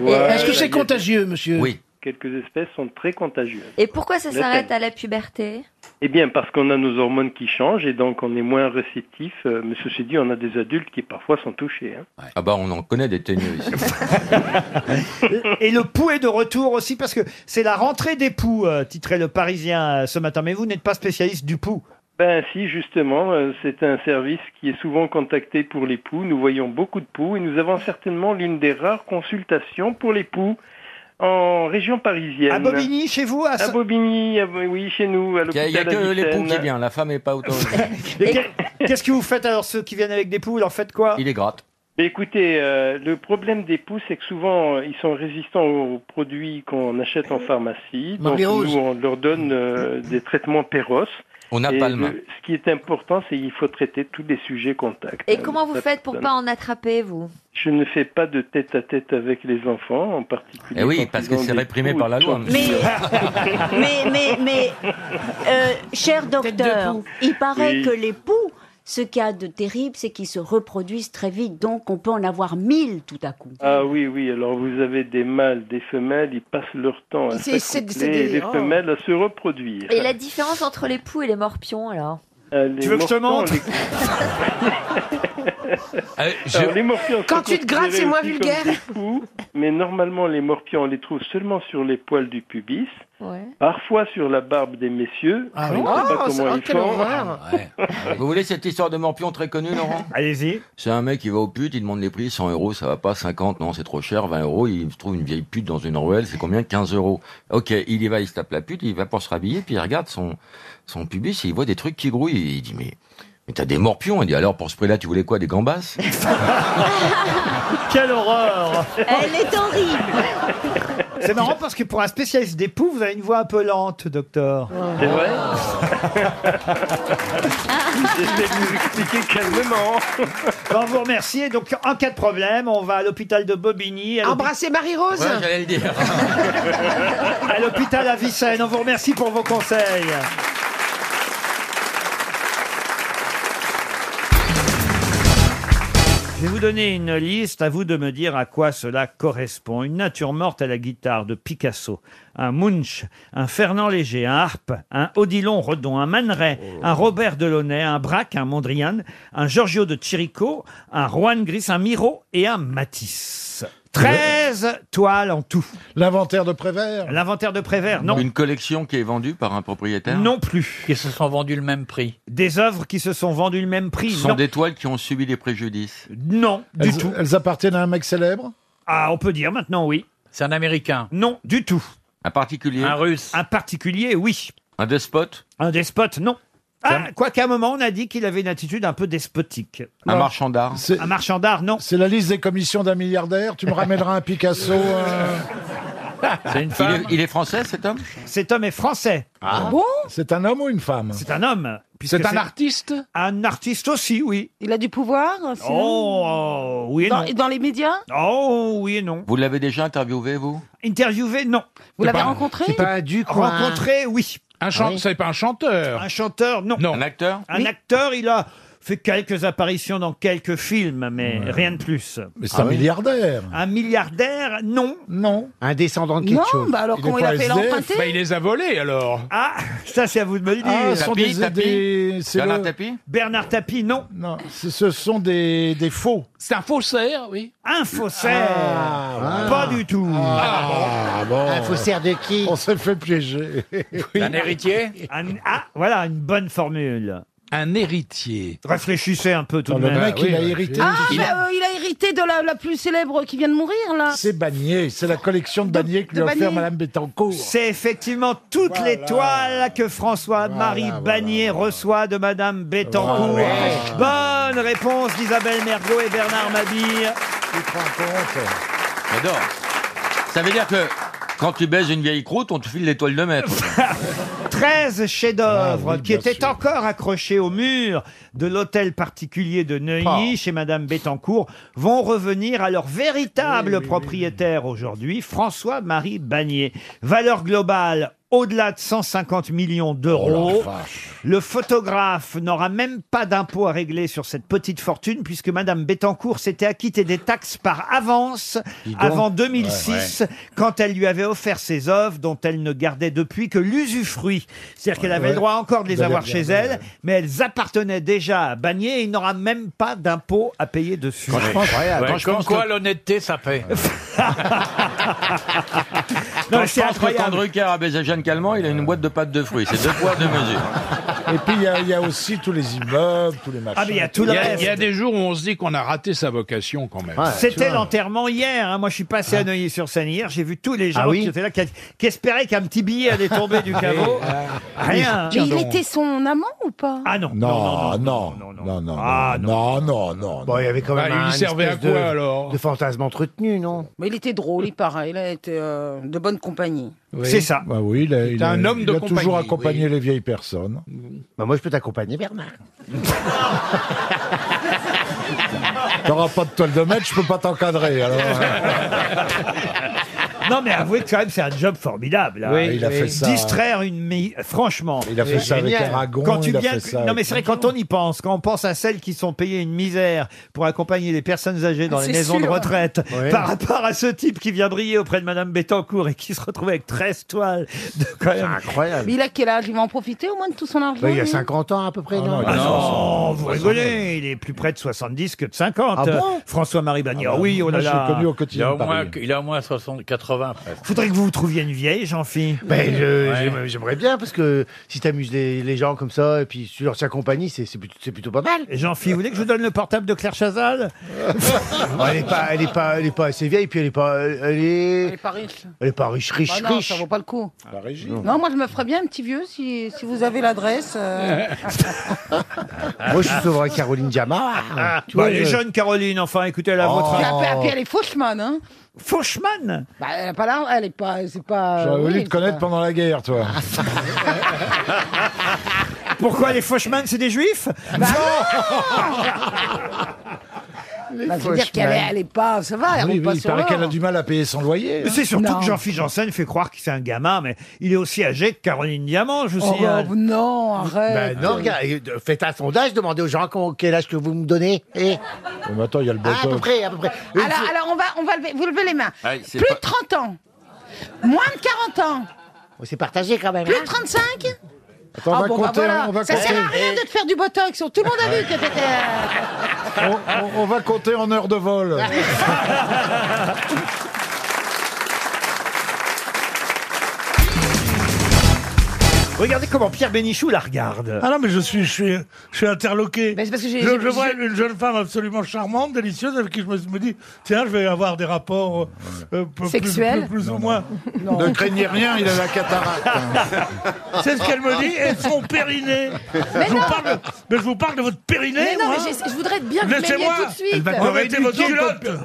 Speaker 11: voilà,
Speaker 7: Est-ce que
Speaker 11: il y
Speaker 7: c'est
Speaker 11: a-
Speaker 7: contagieux, monsieur
Speaker 4: Oui.
Speaker 11: Quelques espèces sont très contagieuses.
Speaker 14: Et pourquoi ça
Speaker 11: La
Speaker 14: s'arrête
Speaker 11: teigne.
Speaker 14: à la puberté
Speaker 11: Eh bien, parce qu'on a nos hormones qui changent et donc on est moins réceptif. euh, Mais ceci dit, on a des adultes qui parfois sont touchés. hein.
Speaker 4: Ah bah, on en connaît des teigneux ici.
Speaker 1: Et le pouls est de retour aussi parce que c'est la rentrée des poux, euh, titrait le Parisien euh, ce matin. Mais vous n'êtes pas spécialiste du pouls.
Speaker 11: Ben si, justement, euh, c'est un service qui est souvent contacté pour les poux. Nous voyons beaucoup de poux et nous avons certainement l'une des rares consultations pour les poux en région parisienne.
Speaker 1: À Bobigny, chez vous À,
Speaker 11: Bobigny, à- oui, chez nous. à
Speaker 4: Il n'y a,
Speaker 11: l'hôpital
Speaker 4: que les
Speaker 11: Avicenne.
Speaker 4: poux qui viennent, la femme est pas autant.
Speaker 1: Et qu'est- Qu'est-ce que vous faites alors ceux qui viennent avec des poules En faites quoi
Speaker 4: Il est gratte.
Speaker 11: Mais écoutez, euh, le problème des poux, c'est que souvent, euh, ils sont résistants aux produits qu'on achète en pharmacie. Donc,
Speaker 4: Marley-Rose.
Speaker 11: nous, on leur donne euh, des traitements péros.
Speaker 4: On n'a
Speaker 11: Et
Speaker 4: pas le main.
Speaker 11: le- Ce qui est important, c'est qu'il faut traiter tous les sujets contacts.
Speaker 14: Et
Speaker 11: Euh,
Speaker 14: comment vous
Speaker 11: ça-
Speaker 14: faites pour
Speaker 11: ça-
Speaker 14: pas en attraper, vous
Speaker 11: Je ne fais pas de tête à tête avec les enfants, en particulier.
Speaker 4: Eh oui,
Speaker 11: quand ils
Speaker 4: parce que
Speaker 11: ont
Speaker 4: c'est
Speaker 11: des
Speaker 4: réprimé
Speaker 11: poux
Speaker 4: par la loi,
Speaker 11: autour.
Speaker 4: monsieur.
Speaker 15: Mais, mais, mais, euh, cher docteur, il paraît
Speaker 11: Oui.
Speaker 15: que les poux, ce qu'il y a de terrible, c'est qu'ils se reproduisent très vite, donc on peut en avoir mille tout à coup.
Speaker 11: Ah oui, oui, alors vous avez des mâles, des femelles, ils passent leur temps à
Speaker 14: C'est- c'est-
Speaker 11: s'accoupler
Speaker 14: c'est des-
Speaker 11: et les
Speaker 14: oh.
Speaker 11: femelles à se reproduire.
Speaker 14: Et la différence entre les poux et les morpions, alors
Speaker 11: Euh, les
Speaker 14: Tu veux que je te
Speaker 11: morpions,
Speaker 14: montre
Speaker 11: les-
Speaker 13: Euh, je-
Speaker 11: Alors, les morpions
Speaker 13: Quand
Speaker 11: sont
Speaker 13: tu te grattes, c'est
Speaker 11: considérés
Speaker 13: moins
Speaker 11: aussi
Speaker 13: vulgaire.
Speaker 11: comme des poux, mais normalement, les morpions, on les trouve seulement sur les poils du pubis,
Speaker 14: Ouais.
Speaker 11: parfois sur la barbe des messieurs.
Speaker 4: Ah
Speaker 11: Je
Speaker 4: oui.
Speaker 11: ne sais
Speaker 4: Oh,
Speaker 11: pas
Speaker 4: ça-
Speaker 11: comment
Speaker 4: oh,
Speaker 11: ils
Speaker 4: quelle
Speaker 11: font.
Speaker 4: horreur. Vous voulez cette histoire de morpion très connue, Laurent
Speaker 1: Allez-y.
Speaker 4: C'est un mec qui va au pute, il demande les prix, 100 euros, ça va pas, 50, non, c'est trop cher, 20 euros, il trouve une vieille pute dans une ruelle, c'est combien 15 euros. Ok, il y va, il se tape la pute, il va pour se rhabiller, puis il regarde son, son pubis et il voit des trucs qui grouillent, et il dit, mais, mais t'as des morpions. Il dit, alors pour ce prix-là, tu voulais quoi, des gambas
Speaker 1: Quelle horreur
Speaker 15: Elle est horrible
Speaker 1: C'est marrant parce que pour un spécialiste des poux, vous avez une voix un peu lente, docteur.
Speaker 11: C'est vrai J'essaie de vous expliquer calmement.
Speaker 1: Bon, vous remerciez. Donc, en cas de problème, on va à l'hôpital de Bobigny. Embrassez Marie-Rose
Speaker 4: le dire.
Speaker 1: À l'hôpital à Avicenne. On vous remercie pour vos conseils. Je vais vous donner une liste, à vous de me dire à quoi cela correspond. Une nature morte à la guitare de Picasso, un Munch, un Fernand Léger, un Harpe, un Odilon Redon, un Man Ray, un Robert Delaunay, un Braque, un Mondrian, un Giorgio de Chirico, un Juan Gris, un Miro et un Matisse. 13 toiles en tout.
Speaker 5: L'inventaire de Prévert
Speaker 1: L'inventaire de Prévert, non.
Speaker 4: Une collection qui est vendue par un propriétaire
Speaker 1: Non plus.
Speaker 3: Qui se sont vendus le même prix.
Speaker 1: Des œuvres qui se sont vendues le même prix
Speaker 4: Ce sont
Speaker 1: non.
Speaker 4: des toiles qui ont subi des préjudices.
Speaker 1: Non, du
Speaker 5: elles,
Speaker 1: tout.
Speaker 5: Elles appartiennent à un mec célèbre
Speaker 1: Ah, on peut dire maintenant, oui.
Speaker 3: C'est un Américain
Speaker 1: Non, du tout.
Speaker 4: Un particulier
Speaker 3: Un Russe
Speaker 1: Un particulier, oui.
Speaker 4: Un despote
Speaker 1: Un despote, non. Ah, quoi qu'à un moment, on a dit qu'il avait une attitude un peu despotique.
Speaker 4: Un marchand d'art
Speaker 1: Un marchand d'art, non.
Speaker 5: C'est la liste des commissions d'un milliardaire. Tu me ramèneras un Picasso. euh,
Speaker 4: C'est une femme. Il est, français, cet homme
Speaker 1: Cet homme est français.
Speaker 5: Ah
Speaker 1: bon
Speaker 5: C'est un homme ou une femme
Speaker 1: C'est un homme. puisque
Speaker 5: C'est un artiste
Speaker 1: Un artiste aussi, oui.
Speaker 16: Il a du pouvoir
Speaker 1: Oh, oui et
Speaker 16: dans,
Speaker 1: non.
Speaker 16: dans les médias
Speaker 1: Oh, oui et non.
Speaker 4: Vous l'avez déjà interviewé, vous
Speaker 1: Interviewé, non.
Speaker 16: Vous l'avez rencontré
Speaker 5: C'est pas un duc ou un-
Speaker 1: Rencontré, oui.
Speaker 7: Un chan- Ah oui. c'est pas un chanteur
Speaker 1: Un chanteur, non.
Speaker 4: Un acteur
Speaker 1: Un acteur, il a fait quelques apparitions dans quelques films, mais rien de plus. Ah
Speaker 5: Mais
Speaker 2: Ah
Speaker 5: c'est un milliardaire.
Speaker 1: Un milliardaire, non.
Speaker 5: Non.
Speaker 2: Un descendant de
Speaker 1: quelque
Speaker 2: quelque
Speaker 1: Non,
Speaker 2: chose.
Speaker 1: chose. bah alors, Il comment est il a pas fait SDF? l'emprunter
Speaker 7: Bah, il les a volés alors.
Speaker 1: Ah, ça c'est à vous de me le dire.
Speaker 5: Ah, ce sont des- des- c'est le-
Speaker 1: Bernard Tapie, non.
Speaker 5: Non, ce ce sont des, des faux.
Speaker 7: C'est un faussaire, oui.
Speaker 1: Un faussaire
Speaker 5: Ah,
Speaker 1: Pas
Speaker 5: ah.
Speaker 1: du tout
Speaker 5: Ah, bon.
Speaker 2: Un faussaire de qui
Speaker 5: On s'est fait piéger.
Speaker 1: Un héritier Ah, voilà, une bonne formule.
Speaker 7: Un héritier.
Speaker 1: Réfléchissez un peu tout
Speaker 5: Non,
Speaker 1: de
Speaker 5: le
Speaker 1: même.
Speaker 5: mec, il a hérité.
Speaker 16: Ah, mais, euh, il a hérité de la, la plus célèbre qui vient de mourir, là.
Speaker 5: C'est Bagné, c'est la collection de Bagné que
Speaker 16: de
Speaker 5: lui a offert
Speaker 16: Bagné.
Speaker 5: Madame Bettencourt.
Speaker 1: C'est effectivement toutes
Speaker 5: Voilà.
Speaker 1: les toiles que François-Marie Bagnier reçoit de Madame Bettencourt. Bonne réponse d'Isabelle Mergot et Bernard Mabille.
Speaker 4: J'adore. Ça veut dire que quand tu baises une vieille croûte, on te file l'étoile de maître.
Speaker 1: 13
Speaker 10: Ah
Speaker 1: chefs-d'œuvre qui étaient encore accrochés au mur de l'hôtel particulier de Neuilly
Speaker 10: Oh.
Speaker 1: chez Madame Bettencourt vont revenir à leur véritable propriétaire aujourd'hui, François-Marie Bagnier. Valeur globale au-delà de 150 millions
Speaker 10: Oh
Speaker 1: d'euros. le photographe n'aura même pas d'impôt à régler sur cette petite fortune puisque Madame Bettencourt s'était acquittée des taxes par avance
Speaker 10: Dis donc.
Speaker 1: avant 2006
Speaker 10: Ouais, ouais.
Speaker 1: quand elle lui avait offert ses œuvres dont elle ne gardait depuis que l'usufruit. C'est-à-dire qu'elle avait
Speaker 10: ouais.
Speaker 1: le droit encore de les
Speaker 10: D'aller
Speaker 1: avoir chez
Speaker 10: regarder,
Speaker 1: elle, mais elles appartenaient déjà à Bagné et il n'aura même pas d'impôt à payer dessus.
Speaker 3: Ouais. Ouais, comme quoi l'honnêteté, ça paie.
Speaker 1: Non,
Speaker 4: Quand je
Speaker 1: c'est
Speaker 4: pense que quand
Speaker 1: incroyable.
Speaker 4: Drucker a baisé Jeanne Calment, il a une boîte de pâtes de fruits. C'est deux poids, deux mesures.
Speaker 5: Et puis il y, a- il y a aussi tous les immeubles, tous les
Speaker 1: Ah,
Speaker 5: machins.
Speaker 7: Il y a- Il y a des jours où on se dit qu'on a raté sa vocation quand même.
Speaker 1: C'était l'enterrement hier. hein. Moi, je suis passé à Neuilly-sur-Seine hier. J'ai vu tous les gens
Speaker 7: Ah oui
Speaker 1: qui étaient là, qui, qui espéraient qu'un petit billet allait tomber du caveau.
Speaker 5: Ah
Speaker 1: Rien.
Speaker 16: Mais il était son amant ou pas
Speaker 1: Ah non.
Speaker 5: Non, non, non, non, non,
Speaker 1: Ah,
Speaker 5: non, non, non.
Speaker 2: Bon, il y avait quand
Speaker 5: Bah,
Speaker 2: même
Speaker 5: il
Speaker 2: un une
Speaker 5: servait à
Speaker 2: espèce de,
Speaker 5: quoi, alors
Speaker 2: de fantasme entretenu, non
Speaker 16: Mais il était drôle, il paraît. Il a été euh, de bonne compagnie.
Speaker 1: C'est ça.
Speaker 5: Bah oui, il a, il
Speaker 7: C'est
Speaker 5: a-
Speaker 7: un homme
Speaker 5: il
Speaker 7: de
Speaker 5: a
Speaker 7: compagnie,
Speaker 5: toujours accompagné les vieilles personnes.
Speaker 2: Bah moi je peux t'accompagner Bernard.
Speaker 5: T'auras pas de toile de maître, je peux pas t'encadrer. Alors, hein.
Speaker 1: Non, mais avouez que quand même, c'est un job formidable. hein.
Speaker 5: Oui, il a fait ça.
Speaker 1: Distraire une mi- Franchement.
Speaker 5: Il a fait
Speaker 1: C'est
Speaker 5: ça avec
Speaker 1: génial.
Speaker 5: Aragon,
Speaker 1: Quand tu
Speaker 5: il a
Speaker 1: viens-
Speaker 5: fait ça
Speaker 1: Non, mais
Speaker 5: avec-
Speaker 1: c'est vrai, quand on y pense, quand on pense à celles qui sont payées une misère pour accompagner les personnes âgées
Speaker 2: Ah,
Speaker 1: dans les
Speaker 10: C'est
Speaker 1: maisons de
Speaker 10: sûr.
Speaker 1: retraite,
Speaker 10: Oui.
Speaker 1: par rapport à ce type qui vient briller auprès de Madame Bettencourt et qui se retrouve avec 13 toiles. de- quand même-
Speaker 16: Mais il a quel âge Il va en profiter au moins de tout son argent
Speaker 2: Bah, il y a
Speaker 16: lui
Speaker 2: 50 ans à peu près, non,
Speaker 1: Ah non, vous rigolez, il est plus près de 70 que de 50.
Speaker 2: Ah bon
Speaker 1: euh, François-Marie Bagnard, oui, on
Speaker 5: Ah bah moi,
Speaker 1: a
Speaker 5: je l'ai
Speaker 1: là.
Speaker 5: connu au
Speaker 3: Il a
Speaker 5: quotidien.
Speaker 3: au moins, il a au moins 60, 80 presque.
Speaker 1: Faudrait que vous vous trouviez une vieille, Jean-Philippe.
Speaker 2: Ben, je-
Speaker 3: Ouais.
Speaker 2: j'aime- j'aimerais bien parce que si t'amuses les, les gens comme ça et puis tu leur tiens compagnie, c'est c'est plutôt, c'est plutôt pas mal.
Speaker 1: Jean-Philippe, vous voulez que je vous donne le portable de Claire Chazal
Speaker 2: Oh, elle est pas, elle est pas, elle est pas assez vieille, puis elle est pas, elle est,
Speaker 16: Il est pas riche.
Speaker 2: elle est pas riche, riche,
Speaker 16: Ah non,
Speaker 2: riche.
Speaker 16: ça vaut pas le coup.
Speaker 5: La régie.
Speaker 16: Non, moi je me ferais bien un petit vieux si, si vous avez l'adresse. euh.
Speaker 2: Moi, je suis souvent avec Caroline Diamant. Tu
Speaker 1: Bah,
Speaker 2: vois,
Speaker 1: Elle est
Speaker 2: je- Oh.
Speaker 1: jeune, Caroline, enfin, écoutez, elle a votre
Speaker 16: Puis
Speaker 1: âge.
Speaker 16: après- puis elle est Fauchman, hein
Speaker 1: Fauchman
Speaker 16: Bah, elle a pas là, elle est pas, c'est
Speaker 7: Ah
Speaker 16: pas.
Speaker 5: J'aurais
Speaker 16: oui,
Speaker 5: voulu
Speaker 16: c'est
Speaker 5: te connaître
Speaker 16: pas-
Speaker 5: pendant la guerre, toi.
Speaker 1: Pourquoi les Fauchman, c'est des juifs Bah,
Speaker 16: Bah, je veux dire qu'elle est, elle est pas, ça
Speaker 1: Ah,
Speaker 16: va, elle
Speaker 5: Oui,
Speaker 16: roule
Speaker 5: oui,
Speaker 16: pas
Speaker 5: il
Speaker 16: sur
Speaker 5: paraît qu'elle a
Speaker 16: l'or.
Speaker 5: du mal à payer son loyer.
Speaker 1: Mais c'est surtout
Speaker 16: Non.
Speaker 1: que Jean-Philippe Janssen fait croire qu'il c'est un gamin, mais il est aussi âgé que Caroline Diamant, je vous
Speaker 16: Oh,
Speaker 1: signale.
Speaker 16: bah, non, arrête.
Speaker 2: Ben non, regarde, euh, faites un sondage, demandez aux gens comment- quel âge que vous me donnez. Et...
Speaker 5: hein. Mais attends, il y a le
Speaker 2: Ah, à peu
Speaker 5: botox.
Speaker 2: près, à peu près. Une
Speaker 16: Alors,
Speaker 2: fois-
Speaker 16: alors on va, on va lever, vous levez les mains.
Speaker 1: Ah,
Speaker 4: Allez, c'est
Speaker 16: Plus
Speaker 4: pas-
Speaker 16: de 30 ans. Moins de 40 ans.
Speaker 2: Oh, C'est partagé quand même.
Speaker 16: Plus Ah,
Speaker 2: hein.
Speaker 16: de 35
Speaker 5: Attends, on
Speaker 1: ah,
Speaker 5: va
Speaker 1: bah
Speaker 5: compter, hein, on va
Speaker 16: bah, ça sert à
Speaker 5: compter.
Speaker 16: rien de te faire du botox. Tout le monde a vu que t'étais. euh,
Speaker 5: On, on- on va compter en heures de vol.
Speaker 1: Regardez comment Pierre Bénichou la regarde.
Speaker 17: Ah non, mais je suis, je suis, je suis interloqué.
Speaker 16: Ben,
Speaker 1: parce que j'ai-
Speaker 17: je,
Speaker 1: j'ai-
Speaker 17: je vois
Speaker 1: j'ai-
Speaker 17: une jeune femme absolument charmante, délicieuse, avec qui je me, me dis, tiens, je vais avoir des rapports euh, peu- plus-
Speaker 16: Sexuels
Speaker 17: plus, plus ou moins.
Speaker 5: Ne craignez rien, il a la cataracte. hein.
Speaker 17: C'est ce qu'elle me dit, et son périnée.
Speaker 16: Mais
Speaker 17: je vous
Speaker 16: non.
Speaker 17: parle, de- mais je vous parle de votre périnée.
Speaker 16: Mais non,
Speaker 17: moi. hein.
Speaker 16: mais j'ai- je voudrais bien que vous m'aimiez
Speaker 17: Laissez-moi.
Speaker 16: tout de suite. Elle va te
Speaker 17: Remettez
Speaker 16: réduire
Speaker 17: votre
Speaker 16: ton
Speaker 17: culotte.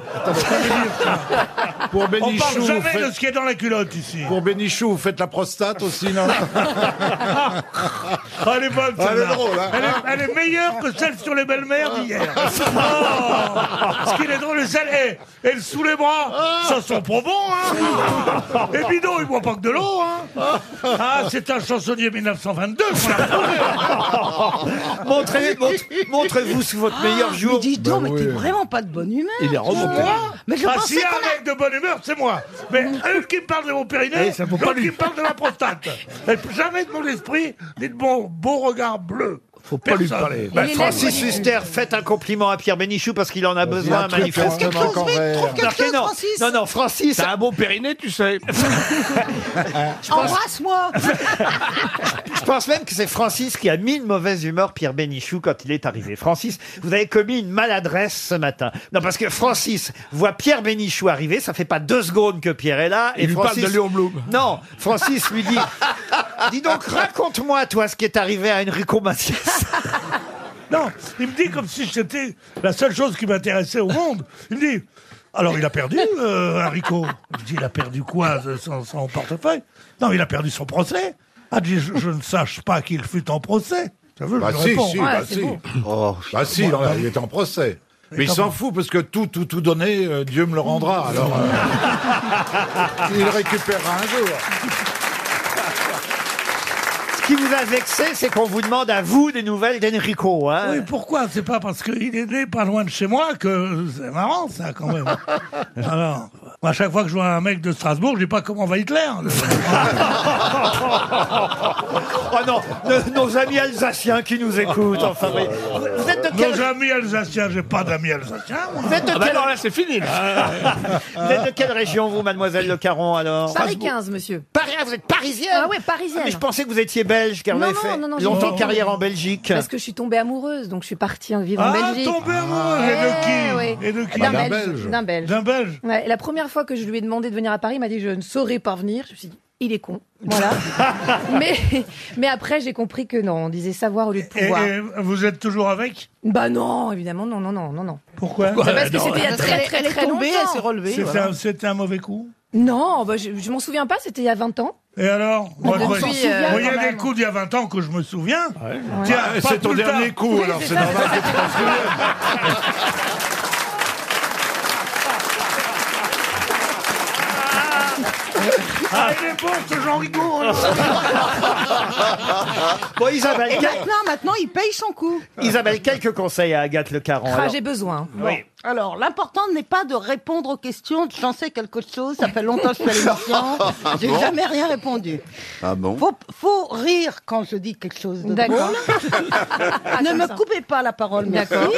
Speaker 5: Pour
Speaker 17: On
Speaker 5: Bénichou,
Speaker 17: parle jamais
Speaker 5: vous faites-
Speaker 17: de ce qui est dans la culotte ici.
Speaker 5: Pour Bénichou, vous faites la prostate aussi, non
Speaker 17: Ah, elle est bonne,
Speaker 5: Ah, elle est
Speaker 17: celle-là.
Speaker 5: drôle, hein. Ah.
Speaker 17: Elle est- elle est meilleure que celle sur les belles-mères d'hier. Oh Ce qu'il est drôle, c'est celle. Et, elle sous les
Speaker 5: Ah.
Speaker 17: bras, ça sent pas bon, hein Et bidon, il boit pas que de l'eau, hein Ah, c'est un chansonnier 1922 qu'on a trouvé
Speaker 1: Montrez- montre- Montrez-vous sous votre meilleur jour.
Speaker 16: Mais dis donc,
Speaker 1: Bah
Speaker 16: mais t'es
Speaker 1: oui.
Speaker 16: vraiment pas de bonne humeur.
Speaker 1: Il est remonté.
Speaker 16: Moi Mais je
Speaker 17: ah,
Speaker 16: pensais
Speaker 17: si un
Speaker 16: qu'on a- Mm.
Speaker 17: mec de bonne humeur, c'est moi. Mais eux qui me parlent de mon périnée,
Speaker 16: Eh, ça vaut pas
Speaker 17: l'autre
Speaker 16: lui.
Speaker 17: qui me parle de ma prostate. Et plus jamais de mon esprit, ni de mon beau regard bleu. Faut
Speaker 1: pas lui parler. Bah, Francis Huster, faites un compliment à Pierre Bénichou parce qu'il en a besoin
Speaker 5: un truc
Speaker 1: manifestement.
Speaker 5: qui manque en Trouve- vert. trouve quelque
Speaker 1: Remarquez,
Speaker 5: chose,
Speaker 1: euh, non.
Speaker 5: Francis.
Speaker 1: Non, non, Francis. T'as un bon périnée, tu sais.
Speaker 16: Embrasse-moi
Speaker 1: Je pense même que c'est Francis qui a mis une mauvaise humeur Pierre Bénichou quand il est arrivé. Francis, vous avez commis une maladresse ce matin. Non, parce que Francis voit Pierre Bénichou arriver, ça fait pas deux secondes que Pierre est là.
Speaker 18: Il lui parle
Speaker 1: Francis...
Speaker 18: de Léon Blum.
Speaker 1: Non, Francis lui dit Dis donc, raconte-moi, toi, ce qui est arrivé à Enrico Macias.
Speaker 17: Non, il me dit comme si c'était la seule chose qui m'intéressait au monde. Il me dit, alors il a perdu, euh, Haricot. Je dis, il a perdu quoi, euh, son, son portefeuille Non, il a perdu son procès. Ah, je, je- je ne sache pas qu'il fut en procès. Ça veut,
Speaker 5: Bah
Speaker 17: je lui
Speaker 5: si,
Speaker 17: réponds.
Speaker 5: si, bah si. Oh, bah si,
Speaker 17: Bon,
Speaker 5: non, là,
Speaker 17: bah,
Speaker 5: il est en procès.
Speaker 17: Mais
Speaker 5: Mais il s'en
Speaker 17: comment
Speaker 5: fout parce que tout, tout, tout donné, euh, Dieu me le rendra. Alors, euh, il récupérera un jour.
Speaker 1: Ce qui vous a vexé, c'est qu'on vous demande à vous des nouvelles d'Enrico. Hein.
Speaker 17: Oui, pourquoi C'est pas parce qu'il est né pas loin de chez moi que c'est marrant, ça, quand même. Alors, à chaque fois que je vois un mec de Strasbourg, je dis pas comment va Hitler.
Speaker 1: oh non, nos, nos amis alsaciens qui nous écoutent, enfin. oui. Vous êtes de quel...
Speaker 17: Nos amis alsaciens, j'ai pas d'amis alsaciens. moi. ben,
Speaker 1: Vous êtes de Ah bah quel- non, là,
Speaker 17: c'est fini.
Speaker 1: Vous êtes de quelle région, vous, mademoiselle Le Caron, alors
Speaker 19: Paris 15, monsieur.
Speaker 1: Paris, vous êtes parisienne
Speaker 19: Ah ouais, parisienne.
Speaker 1: Mais je pensais que vous étiez belge, car vous
Speaker 19: Non,
Speaker 1: avez
Speaker 19: non,
Speaker 1: fait
Speaker 19: non, non, j'ai
Speaker 1: longtemps
Speaker 19: fait-
Speaker 1: carrière en Belgique.
Speaker 19: Parce que je suis tombée amoureuse, donc je suis partie vivre en
Speaker 17: Ah,
Speaker 19: Belgique.
Speaker 17: tombée amoureuse, et de
Speaker 19: Eh
Speaker 17: qui Et de qui
Speaker 19: D'un
Speaker 17: D'un
Speaker 19: Belge.
Speaker 17: Belge.
Speaker 19: D'un Belge.
Speaker 17: D'un Belge.
Speaker 19: Ouais, et la première fois que je lui ai demandé de venir à Paris, il m'a dit je ne saurais pas venir. Je me suis dit il est con. Voilà. mais, mais après, j'ai compris que non, on disait savoir au lieu de
Speaker 17: Et,
Speaker 19: pouvoir.
Speaker 17: et vous êtes toujours avec
Speaker 19: Bah non, évidemment, non, non, non, non, non.
Speaker 17: Pourquoi
Speaker 19: C'est parce que c'était il y a très, très,
Speaker 16: Bah, Elle est
Speaker 19: très
Speaker 16: tombée,
Speaker 19: longtemps.
Speaker 16: elle s'est relevée,
Speaker 17: C'était
Speaker 16: voilà.
Speaker 17: un- C'était un mauvais coup
Speaker 19: Non, bah, je, je m'en souviens pas, c'était il y a 20 ans.
Speaker 17: Et alors Moi,
Speaker 19: on
Speaker 17: moi,
Speaker 19: s'en
Speaker 17: moi,
Speaker 19: souvient
Speaker 17: moi, Il y
Speaker 19: quand
Speaker 17: a
Speaker 19: même.
Speaker 17: des coups d'il y a 20 ans que je me souviens. Tiens,
Speaker 5: Ah,
Speaker 17: pas
Speaker 5: c'est ton
Speaker 17: plus tard.
Speaker 5: dernier coup, alors c'est normal que tu t'en souviennes.
Speaker 17: Ah, il est bon ce Jean Rigaud
Speaker 1: Bon, Isabelle,
Speaker 16: Et
Speaker 19: Eh ben,
Speaker 1: quel-
Speaker 16: maintenant, maintenant, il paye son coup.
Speaker 1: Isabelle, quelques conseils à Agathe Le Caron.
Speaker 19: Ah,
Speaker 1: alors.
Speaker 19: besoin.
Speaker 1: Oui.
Speaker 16: Alors, l'important n'est pas de répondre aux questions. J'en sais quelque chose. Ça fait longtemps que je fais l'émission.
Speaker 20: Ah
Speaker 16: J'ai
Speaker 20: bon
Speaker 16: jamais rien répondu.
Speaker 20: Ah bon
Speaker 16: Faut, faut rire quand je dis quelque chose de
Speaker 19: D'accord. Ah,
Speaker 16: drôle. ne me coupez pas la parole, merci.
Speaker 19: D'accord.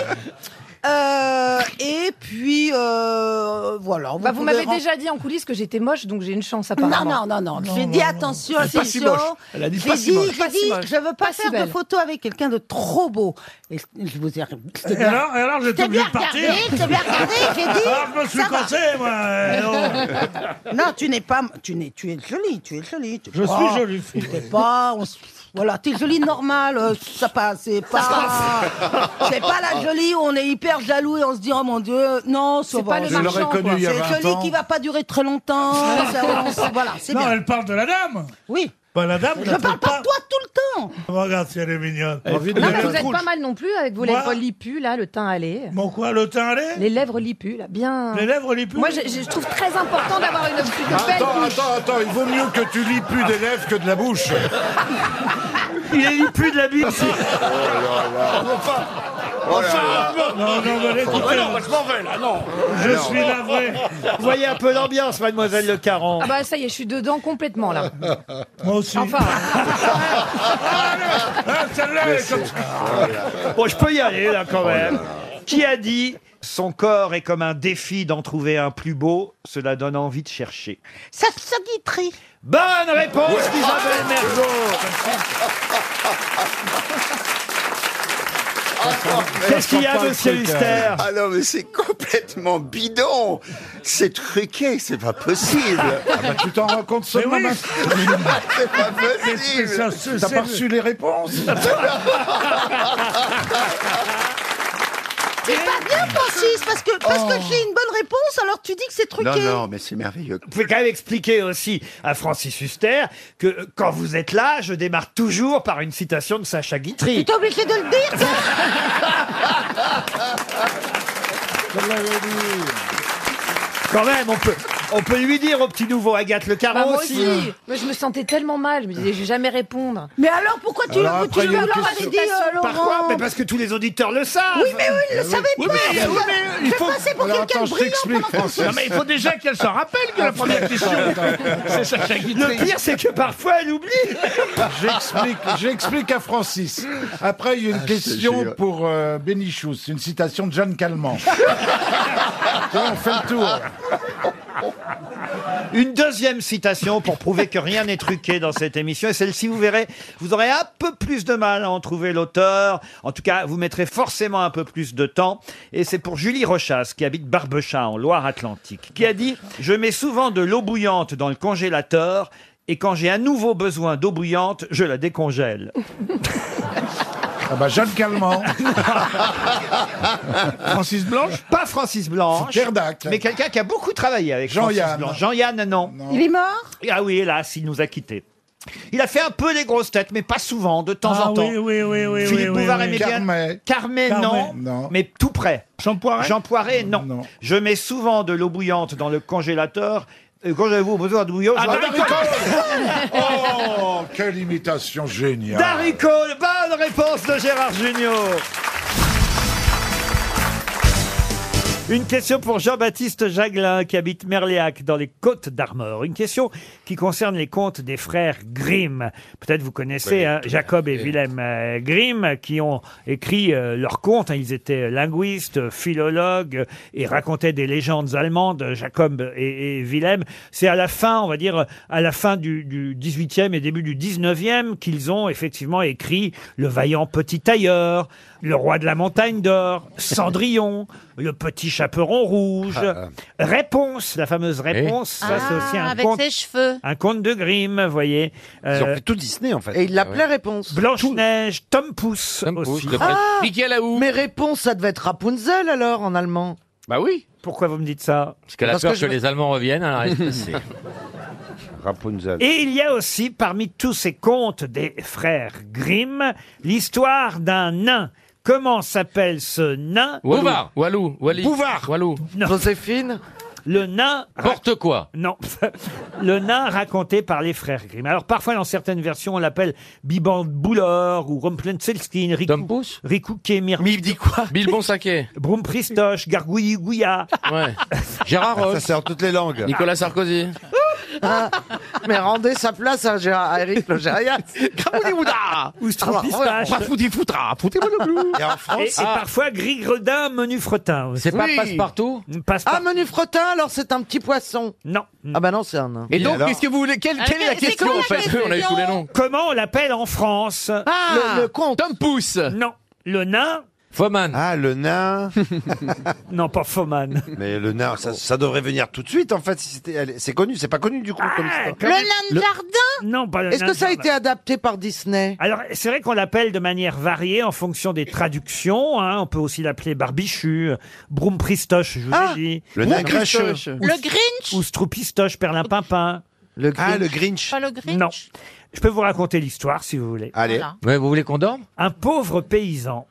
Speaker 16: Euh, et puis, euh, voilà.
Speaker 19: Bah, vous
Speaker 16: pouvez
Speaker 19: m'avez
Speaker 16: ren-
Speaker 19: déjà dit en coulisses que j'étais moche, donc j'ai une chance
Speaker 16: Non,
Speaker 19: apparemment.
Speaker 16: non, non, non. J'ai dit attention,
Speaker 19: Elle est pas si
Speaker 16: attention.
Speaker 19: moche. Elle a dit
Speaker 16: J'ai
Speaker 19: pas si
Speaker 16: dit,
Speaker 19: moche.
Speaker 16: j'ai
Speaker 19: Pas si
Speaker 16: dit,
Speaker 19: moche.
Speaker 16: je veux
Speaker 19: Pas
Speaker 16: pas
Speaker 19: si
Speaker 16: faire
Speaker 19: belle.
Speaker 16: de photo avec quelqu'un de trop beau. Et je vous ai.
Speaker 17: Et alors, et alors,
Speaker 16: Je
Speaker 17: j'étais
Speaker 16: t'ai
Speaker 17: obligé
Speaker 16: bien
Speaker 17: de Euh, partir.
Speaker 16: regardé, je t'ai bien regardé, j'ai dit.
Speaker 17: Ah, je me suis
Speaker 16: ça va.
Speaker 17: cassé, moi. eh, non.
Speaker 16: Non, tu n'es pas. Tu, n'es, tu es jolie, tu es jolie. tu-
Speaker 17: Je suis
Speaker 16: Oh,
Speaker 17: jolie.
Speaker 16: Tu n'es pas. on s- voilà, t'es jolie normale, euh, ça passe. C'est pas. C'est pas la jolie où on est hyper jaloux et on se dit, oh mon Dieu, non, ça
Speaker 5: C'est
Speaker 16: va.
Speaker 5: pas le Je l'aurais marchand, connue quoi. il y a
Speaker 16: C'est
Speaker 5: 20
Speaker 16: jolie
Speaker 5: ans.
Speaker 16: qui va pas durer très longtemps. ça, on s- voilà, c'est
Speaker 17: Non,
Speaker 16: bien.
Speaker 17: elle parle de la dame.
Speaker 16: Oui.
Speaker 17: Bah, la dame,
Speaker 16: Je
Speaker 17: la
Speaker 16: parle
Speaker 17: trouve
Speaker 16: pas de toi tout le temps.
Speaker 17: Oh, Regarde si elle est mignonne.
Speaker 19: Non, mais vous êtes pas mal non plus avec vos
Speaker 17: Moi
Speaker 19: lèvres lipues, là, le teint allé.
Speaker 17: Bon, quoi, le teint allé
Speaker 19: Les lèvres lipues, là, bien.
Speaker 17: Les lèvres lipues
Speaker 19: Moi, je, je trouve très important d'avoir une, une belle
Speaker 5: Attends,
Speaker 19: bouche.
Speaker 5: attends, attends, il vaut mieux que tu lis plus des lèvres que de la bouche.
Speaker 1: Il lit plus de la bouche.
Speaker 5: Oh là là.
Speaker 17: Oh là là. Non, non, mais
Speaker 1: Oh, bah non, moi,
Speaker 17: je m'en vais là, non
Speaker 1: Je suis navré. Vous voyez un peu l'ambiance, mademoiselle Le Caron.
Speaker 19: Ah bah ça y est, je suis dedans complètement là.
Speaker 1: Moi aussi.
Speaker 19: Enfin,
Speaker 17: Hein, Celle-là, elle est comme
Speaker 1: Bon, je peux y aller Oh là quand même. Qui a dit son corps est comme un défi d'en trouver un plus beau, cela donne envie de chercher.
Speaker 18: Ça se guitry.
Speaker 1: Bonne réponse
Speaker 18: Ouais.
Speaker 1: d'Isabelle Mergo.
Speaker 20: Qu'est-ce qu'il y a,
Speaker 1: Entends
Speaker 20: monsieur
Speaker 1: le truc, euh.
Speaker 5: hein.
Speaker 20: Huster Ah non, mais c'est complètement bidon C'est truqué, c'est pas possible
Speaker 5: Ah bah, tu t'en rends compte
Speaker 20: seulement
Speaker 5: seulement
Speaker 20: C'est pas possible
Speaker 5: T'as pas reçu les réponses
Speaker 18: C'est pas bien, Francis, parce que, parce que j'ai une bonne réponse, alors tu dis que c'est truqué.
Speaker 1: mais c'est merveilleux. Vous pouvez quand même expliquer aussi à Francis Huster que euh, quand vous êtes là, je démarre toujours par une citation de Sacha
Speaker 18: Tu
Speaker 1: Guitry.
Speaker 18: t'es obligé de le dire,
Speaker 1: Quand même, on peut, on peut lui dire au petit nouveau Agathe Le Caron
Speaker 19: bah, moi
Speaker 1: aussi. hein.
Speaker 19: aussi. Moi, je me sentais tellement mal, je me disais, je vais jamais répondre.
Speaker 18: Mais alors pourquoi
Speaker 1: tu- Alors tu- après, tu- il y a une tu- question.
Speaker 19: dit euh,
Speaker 1: Par
Speaker 19: Laurent
Speaker 1: quoi Mais parce que tous les auditeurs le savent. Euh,
Speaker 18: Oui, mais eux, ils le
Speaker 1: Oui.
Speaker 18: savaient
Speaker 1: Oui,
Speaker 18: pas.
Speaker 1: mais- oui, mais il
Speaker 18: Je
Speaker 1: faut-
Speaker 18: passais pour
Speaker 1: Alors,
Speaker 18: quelqu'un
Speaker 1: attends,
Speaker 18: de
Speaker 1: je
Speaker 18: brillant
Speaker 1: t'explique,
Speaker 18: pendant
Speaker 1: Francis.
Speaker 18: Non, mais il faut déjà
Speaker 17: qu'elle se rappelle que la première question, c'est Sacha Guitry.
Speaker 1: Le pire, c'est que parfois, elle oublie.
Speaker 5: J'explique, j'explique à Francis. Après, il y a une question pour euh, Bénichou. C'est une citation de Jeanne Calment. on fait le tour.
Speaker 1: Une deuxième citation pour prouver que rien n'est truqué dans cette émission. Et celle-ci, vous verrez, vous aurez un peu plus de mal à en trouver l'auteur. En tout cas, vous mettrez forcément un peu plus de temps. Et c'est pour Julie Rochas, qui habite Barbechat, en Loire-Atlantique, qui a dit « Je mets souvent de l'eau bouillante dans le congélateur. Et quand j'ai à nouveau besoin d'eau bouillante, je la décongèle. »
Speaker 5: Ah bah Jeanne Calment.
Speaker 1: Francis Blanche Pas Francis Blanche. Mais quelqu'un qui a beaucoup travaillé avec Jean-Yann.
Speaker 5: Jean-Yann.
Speaker 1: Francis Blanche. Jean-Yann, non.
Speaker 18: Il est mort
Speaker 1: Ah oui, hélas, il nous a quittés. Il a fait un peu les grosses têtes, mais pas souvent, de temps
Speaker 17: Ah
Speaker 1: en temps.
Speaker 17: oui, oui, oui, oui,
Speaker 1: Philippe
Speaker 17: oui, oui,
Speaker 1: Bouvard
Speaker 17: oui.
Speaker 1: aimait bien.
Speaker 5: Carmet.
Speaker 1: Carmet, non,
Speaker 5: Carmet, non.
Speaker 1: Mais tout près.
Speaker 17: Jean Poiret
Speaker 1: Jean Poiret, non. Je mets souvent de l'eau bouillante dans le congélateur. Euh, Et quand j'avais besoin de
Speaker 17: Ah,
Speaker 1: bouillon, je la
Speaker 5: Oh, quelle imitation géniale.
Speaker 1: Darry Cole, bonne réponse de Gérard Junior. Une question pour Jean-Baptiste Jaglin qui habite Merléac dans les Côtes d'Armor. Une question qui concerne les contes des frères Grimm. Peut-être vous connaissez
Speaker 17: Oui,
Speaker 1: hein,
Speaker 17: tout à
Speaker 1: Jacob et
Speaker 17: fait.
Speaker 1: Willem euh, Grimm qui ont écrit euh, leurs contes. hein. Ils étaient linguistes, euh, philologues euh, et racontaient des légendes allemandes, euh, Jacob et, et Willem. C'est à la fin, on va dire, euh, à la fin du, du 18e et début du 19e qu'ils ont effectivement écrit Le vaillant petit tailleur, Le roi de la montagne d'or, Cendrillon, Le petit chaperon rouge.
Speaker 17: Ah,
Speaker 1: Réponse, la fameuse réponse, ça c'est aussi
Speaker 9: Ah,
Speaker 1: un
Speaker 18: Ah, avec
Speaker 1: conte,
Speaker 18: ses cheveux.
Speaker 1: un conte de Grimm, vous voyez.
Speaker 18: Ils ont fait
Speaker 1: tout Disney en fait.
Speaker 18: Et il l'appelait réponse.
Speaker 1: Blanche-Neige, Tom Pouce aussi. Ah.
Speaker 18: Mais réponse, ça devait être Rapunzel alors en allemand.
Speaker 4: Bah oui.
Speaker 1: Pourquoi vous me dites ça
Speaker 4: Parce qu'elle a
Speaker 18: Parce
Speaker 4: peur
Speaker 18: que
Speaker 4: que,
Speaker 18: je-
Speaker 4: les Allemands reviennent,
Speaker 13: hein,
Speaker 4: elle reste passée.
Speaker 20: Rapunzel.
Speaker 1: Et il y a aussi, parmi tous ces contes des frères Grimm, l'histoire d'un nain. Comment s'appelle ce nain
Speaker 13: Bouvard, Walou, Wally.
Speaker 1: Bouvard.
Speaker 13: Walou.
Speaker 1: Joséphine Le nain...
Speaker 13: Porte quoi
Speaker 1: Non. Le nain raconté par les frères Grimm. Alors parfois, dans certaines versions, on l'appelle Biban Boulor ou Rumpelstiltskin, Ricou, Ricouquet, Mir... Mais il dit quoi
Speaker 13: Bilbon Saquet.
Speaker 1: Brumpristoche, Gargouille Gouya.
Speaker 13: Ouais. Gérard Ross.
Speaker 1: sert toutes les langues.
Speaker 13: Nicolas Sarkozy.
Speaker 18: Ah, mais rendez sa place à, Gérard, à Eric Ah, Logérias. Kamoudibouda
Speaker 1: Ou Stroupistache.
Speaker 18: foutra,
Speaker 1: Et et parfois Gris-Gredin, menu fretin.
Speaker 18: ah. C'est pas Oui. Passepartout Ah, menu fretin, alors c'est un petit poisson.
Speaker 1: Mm, Non.
Speaker 18: Ah bah non, c'est un nain.
Speaker 1: Et donc, qu'est-ce que vous voulez
Speaker 18: quelle- quelle est la question, en fait On a eu tous les noms.
Speaker 1: Comment on l'appelle en France
Speaker 18: Ah Le- le
Speaker 1: comte. Tom Pouce. Non. Le nain.
Speaker 13: Foman.
Speaker 20: Ah, le nain.
Speaker 1: non, pas Foman.
Speaker 20: Mais le nain, ça, ça devrait venir tout de suite, en fait. si c'était- elle- c'est connu, c'est pas connu du coup. comme ça.
Speaker 18: Ah, Le nain de jardin
Speaker 1: Non, pas le
Speaker 18: Est-ce
Speaker 1: Euh, nain
Speaker 18: que
Speaker 1: de
Speaker 18: ça a
Speaker 1: jardin. Ah,
Speaker 18: été adapté par Disney
Speaker 1: Alors, c'est vrai qu'on l'appelle de manière variée en fonction des traductions. hein. On peut aussi l'appeler barbichu, broumpristoche, je vous ai dit.
Speaker 20: Le nain Ah Grinch.
Speaker 1: Le Grinch. Ou stroupistoche, perlimpinpin.
Speaker 18: Le
Speaker 20: Ah, Grinch. le Grinch.
Speaker 1: Pas le Grinch. Non. Je peux vous raconter l'histoire si vous voulez.
Speaker 20: Allez.
Speaker 1: vous voulez qu'on dorme Un pauvre paysan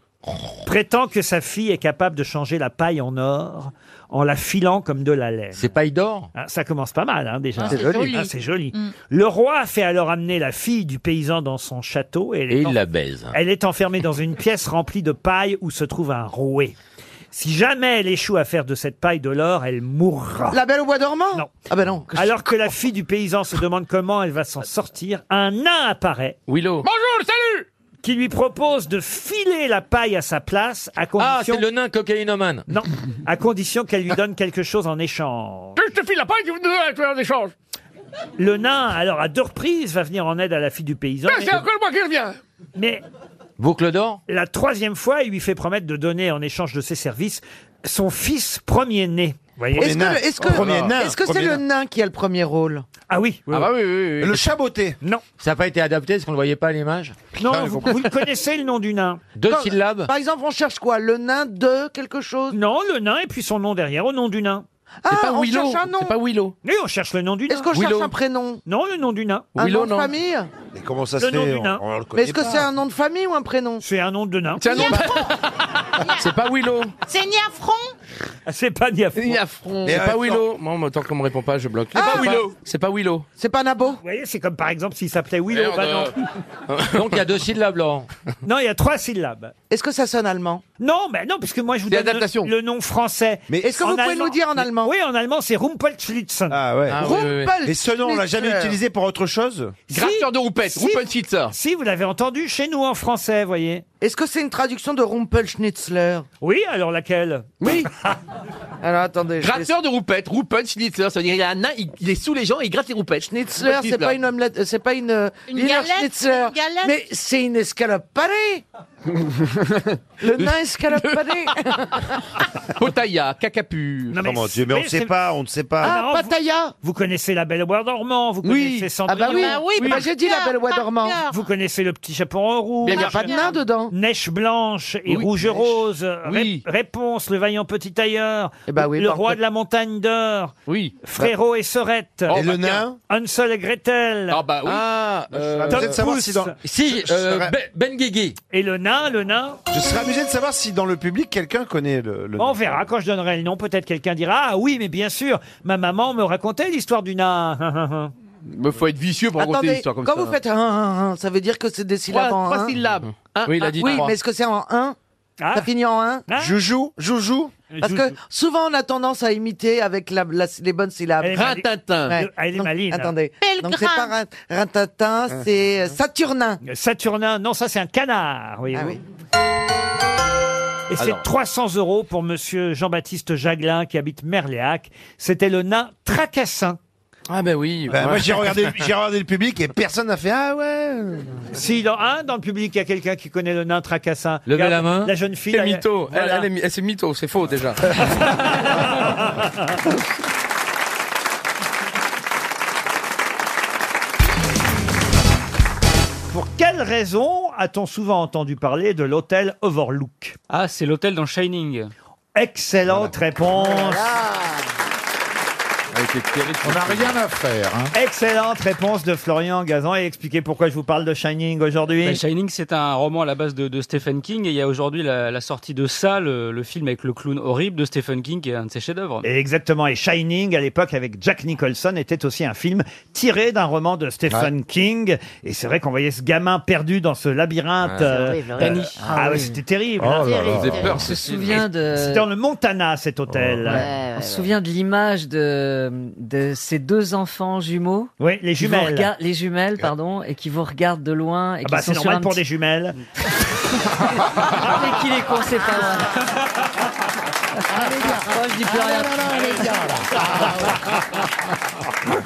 Speaker 1: prétend que sa fille est capable de changer la paille en or en la filant comme de la laine. C'est paille d'or Ça commence pas mal, hein, déjà.
Speaker 13: Ah, c'est C'est joli. joli.
Speaker 1: Ah, c'est joli.
Speaker 13: Mm.
Speaker 1: Le roi fait alors amener la fille du paysan dans son château. Et, elle est
Speaker 13: Et il
Speaker 1: en-
Speaker 13: la baise.
Speaker 1: Elle est enfermée dans une pièce remplie de paille où se trouve un rouet. Si jamais elle échoue à faire de cette paille de l'or, elle mourra.
Speaker 18: La belle au bois dormant
Speaker 1: Non.
Speaker 18: Ah ben non.
Speaker 1: Alors que la fille du paysan se demande comment elle va s'en sortir, un nain apparaît. Willow.
Speaker 13: Bonjour, salut
Speaker 1: Qui lui propose de filer la paille à sa place à condition.
Speaker 13: Ah, c'est le nain cocaïnomane.
Speaker 1: Non, à condition qu'elle lui donne quelque chose en échange.
Speaker 13: Je te file la paille, tu me donnes en échange.
Speaker 1: Le nain, alors à deux reprises, va venir en aide à la fille du paysan.
Speaker 13: C'est encore moi qui reviens.
Speaker 1: Mais
Speaker 13: Boucle d'or
Speaker 1: la troisième fois, il lui fait promettre de donner en échange de ses services son fils premier-né. Vous voyez
Speaker 18: Est-ce que, le- est-ce que- est-ce que c'est le nain qui a le premier rôle
Speaker 1: Ah oui.
Speaker 13: Ah bah oui, oui, oui.
Speaker 18: Le
Speaker 13: chaboté.
Speaker 1: Non.
Speaker 13: Ça n'a pas été adapté parce qu'on ne voyait pas à l'image
Speaker 18: Ah,
Speaker 1: Non, vous, vous le connaissez le nom du nain
Speaker 13: Deux
Speaker 18: Quand-
Speaker 13: syllabes.
Speaker 18: Par exemple, on cherche quoi Le nain de quelque chose
Speaker 1: Non, le nain et puis son nom derrière, au nom du nain.
Speaker 18: Ah, pas on Willow, cherche un nom. c'est pas
Speaker 13: Willow.
Speaker 1: Oui, on cherche le nom du nain.
Speaker 18: Est-ce qu'on cherche un prénom
Speaker 1: Non, le nom du nain.
Speaker 18: Un nom de famille
Speaker 12: Mais comment ça
Speaker 1: Le
Speaker 12: se
Speaker 1: nom
Speaker 12: fait
Speaker 1: du nain.
Speaker 12: on, on le
Speaker 18: Mais
Speaker 12: connaît
Speaker 18: est-ce que
Speaker 12: pas.
Speaker 18: c'est un nom de famille ou un prénom
Speaker 1: C'est un nom de nain.
Speaker 18: C'est un nom
Speaker 13: C'est pas Willow.
Speaker 9: C'est Niafron
Speaker 1: Ah, C'est pas Niafron.
Speaker 13: Niafron. C'est pas Willow. Moi, moi, tant qu'on me répond pas, je bloque. C'est pas Willow. C'est pas Willow.
Speaker 18: Ah, bah, C'est pas Nabo Vous
Speaker 1: voyez, c'est comme par exemple s'il s'appelait Willow.
Speaker 13: Merde.
Speaker 1: bah non.
Speaker 13: Donc il y a deux syllabes, Laurent.
Speaker 1: Non, il y a trois syllabes.
Speaker 18: Est-ce que ça sonne allemand
Speaker 1: Non, mais non, parce que moi je vous donne le, le nom français.
Speaker 18: Mais est-ce que
Speaker 1: En
Speaker 18: vous pouvez
Speaker 1: allemand-
Speaker 18: nous dire en allemand
Speaker 1: Oui, en allemand, c'est Rumpelschlitzen.
Speaker 12: Ah ouais.
Speaker 13: Ah oui, oui, oui.
Speaker 12: Et ce nom, on l'a jamais utilisé pour autre chose
Speaker 13: Gratteur de roupette, Rumpelschlitzer.
Speaker 1: Si, vous l'avez entendu chez nous en français, voyez.
Speaker 18: Est-ce que c'est une traduction de Rumpelschnitzler
Speaker 1: Oui, alors laquelle
Speaker 18: Oui Alors attendez. je vais-
Speaker 13: Gratteur de roupette, Rumpel Schnitzler. Ça veut dire il y a un nain, il, il est sous les gens et il gratte les roupettes.
Speaker 18: Schnitzler, c'est pas une omelette, euh, c'est pas une. euh,
Speaker 13: Une
Speaker 18: Wiener
Speaker 13: galette,
Speaker 18: Schnitzer.
Speaker 13: une galette.
Speaker 18: Mais c'est une escalope pareille Le nain escalope pareille
Speaker 13: Potaya, cacapu.
Speaker 1: Non, mais
Speaker 12: Comment Oh, Dieu, mais on ne sait
Speaker 1: c'est-
Speaker 12: pas, on ne sait
Speaker 18: Ah,
Speaker 12: pas.
Speaker 18: Pataya
Speaker 1: Vous connaissez la Belle au Bois dormant, vous
Speaker 18: Oui.
Speaker 1: connaissez
Speaker 18: Ah
Speaker 1: Cendrillon.
Speaker 18: bah oui, Bah, j'ai dit la belle oie dormante.
Speaker 1: Vous connaissez le petit chaperon rouge.
Speaker 18: Mais il y a pas de nain dedans.
Speaker 1: Neige blanche et
Speaker 18: Oui.
Speaker 1: rouge et
Speaker 18: Neige.
Speaker 1: rose. Ré-
Speaker 18: Oui.
Speaker 1: réponse, le vaillant petit tailleur.
Speaker 18: Eh ben oui,
Speaker 1: le
Speaker 18: par
Speaker 1: roi
Speaker 18: contre.
Speaker 1: de la montagne d'or.
Speaker 13: Oui.
Speaker 1: Frérot et Sorette.
Speaker 13: Oh, Et bah le tiens.
Speaker 1: Hansel et Gretel.
Speaker 13: Ah bah oui. Ah, euh,
Speaker 1: Tom
Speaker 12: peut-être savoir
Speaker 1: Pouce.
Speaker 12: si dans-
Speaker 13: Si,
Speaker 12: Je- je
Speaker 13: euh,
Speaker 12: serais-
Speaker 13: Ben- Ben Guigui.
Speaker 1: Et le nain, le nain.
Speaker 12: Je serais amusé de savoir si dans le public quelqu'un connaît le, le
Speaker 1: On verra quand je donnerai le nom. Peut-être quelqu'un dira Ah oui, mais bien sûr, ma maman me racontait l'histoire du nain.
Speaker 13: Mais faut être vicieux pour raconter une
Speaker 18: Attendez,
Speaker 13: histoire comme
Speaker 18: quand
Speaker 13: ça. hein.
Speaker 18: vous faites un, un, un, ça veut dire que c'est des syllabes en un
Speaker 13: syllabes. oui, il a dit
Speaker 18: Oui,
Speaker 13: trois.
Speaker 18: mais est-ce que c'est en un
Speaker 1: Ah.
Speaker 18: Ça finit en un
Speaker 12: Joujou, joujou.
Speaker 18: Parce que souvent on a tendance à imiter avec la- la- les bonnes syllabes.
Speaker 1: Elle est mali- Ah,
Speaker 13: Rintintin.
Speaker 18: Ouais.
Speaker 1: Elle est
Speaker 18: Donc,
Speaker 1: maline.
Speaker 18: Attendez.
Speaker 1: Pellegrin.
Speaker 18: Donc c'est pas rin-
Speaker 13: Ah.
Speaker 18: rintintin, c'est euh, Saturnin.
Speaker 1: Saturnin, non, ça c'est un canard, voyez-vous.
Speaker 12: Ah
Speaker 1: Et c'est
Speaker 13: Alors.
Speaker 1: 300 euros pour monsieur Jean-Baptiste Jaglin qui habite Merléac. C'était le nain Tracassin.
Speaker 13: Ah ben oui.
Speaker 12: Bah, moi j'ai regardé, j'ai regardé le public et personne n'a fait ah ouais.
Speaker 1: Si dans, un, dans le public, il y a quelqu'un qui connaît le nain Tracassin.
Speaker 13: Levez
Speaker 1: Regarde,
Speaker 13: la main.
Speaker 1: La jeune fille.
Speaker 13: C'est
Speaker 1: là,
Speaker 13: mytho. Elle-
Speaker 1: voilà.
Speaker 13: Elle, est, mi- elle, c'est mytho, c'est faux déjà.
Speaker 1: Pour quelle raison a-t-on souvent entendu parler de l'hôtel Overlook
Speaker 21: Ah, c'est l'hôtel dans Shining.
Speaker 1: Excellente réponse.
Speaker 5: Ah, On n'a rien à faire. hein.
Speaker 1: Excellente réponse de Florian Gazan et expliquez pourquoi je vous parle de Shining aujourd'hui.
Speaker 21: Ben, Shining, c'est un roman à la base de, de Stephen King et il y a aujourd'hui la, la sortie de ça, le, le film avec le clown horrible de Stephen King qui est un de ses chefs-d'œuvre.
Speaker 1: Et exactement, et Shining, à l'époque, avec Jack Nicholson, était aussi un film tiré d'un roman de Stephen King. Et c'est vrai qu'on voyait ce gamin perdu dans ce labyrinthe.
Speaker 8: Ouais.
Speaker 1: euh,
Speaker 8: C'est horrible,
Speaker 1: euh,
Speaker 8: horrible.
Speaker 1: ah, ouais, c'était terrible.
Speaker 8: Oh
Speaker 1: hein.
Speaker 8: là là. Faisait peur, On ce se film. souvient de-
Speaker 1: C'était dans le Montana, cet hôtel.
Speaker 8: on se souvient de l'image de, de ces deux enfants jumeaux.
Speaker 1: Oui, les
Speaker 8: qui vous
Speaker 1: jumelles.
Speaker 8: regardent- les jumelles, pardon, et qui vous regardent de loin. Et
Speaker 1: Ah
Speaker 8: qui
Speaker 1: bah,
Speaker 8: sont
Speaker 1: c'est
Speaker 8: sur
Speaker 1: normal
Speaker 8: un
Speaker 1: pour
Speaker 8: petit-
Speaker 1: des jumelles. Ah,
Speaker 8: Mais qu'il est con, c'est pas vrai.
Speaker 1: Ah,
Speaker 8: Oh, je dis plus rien.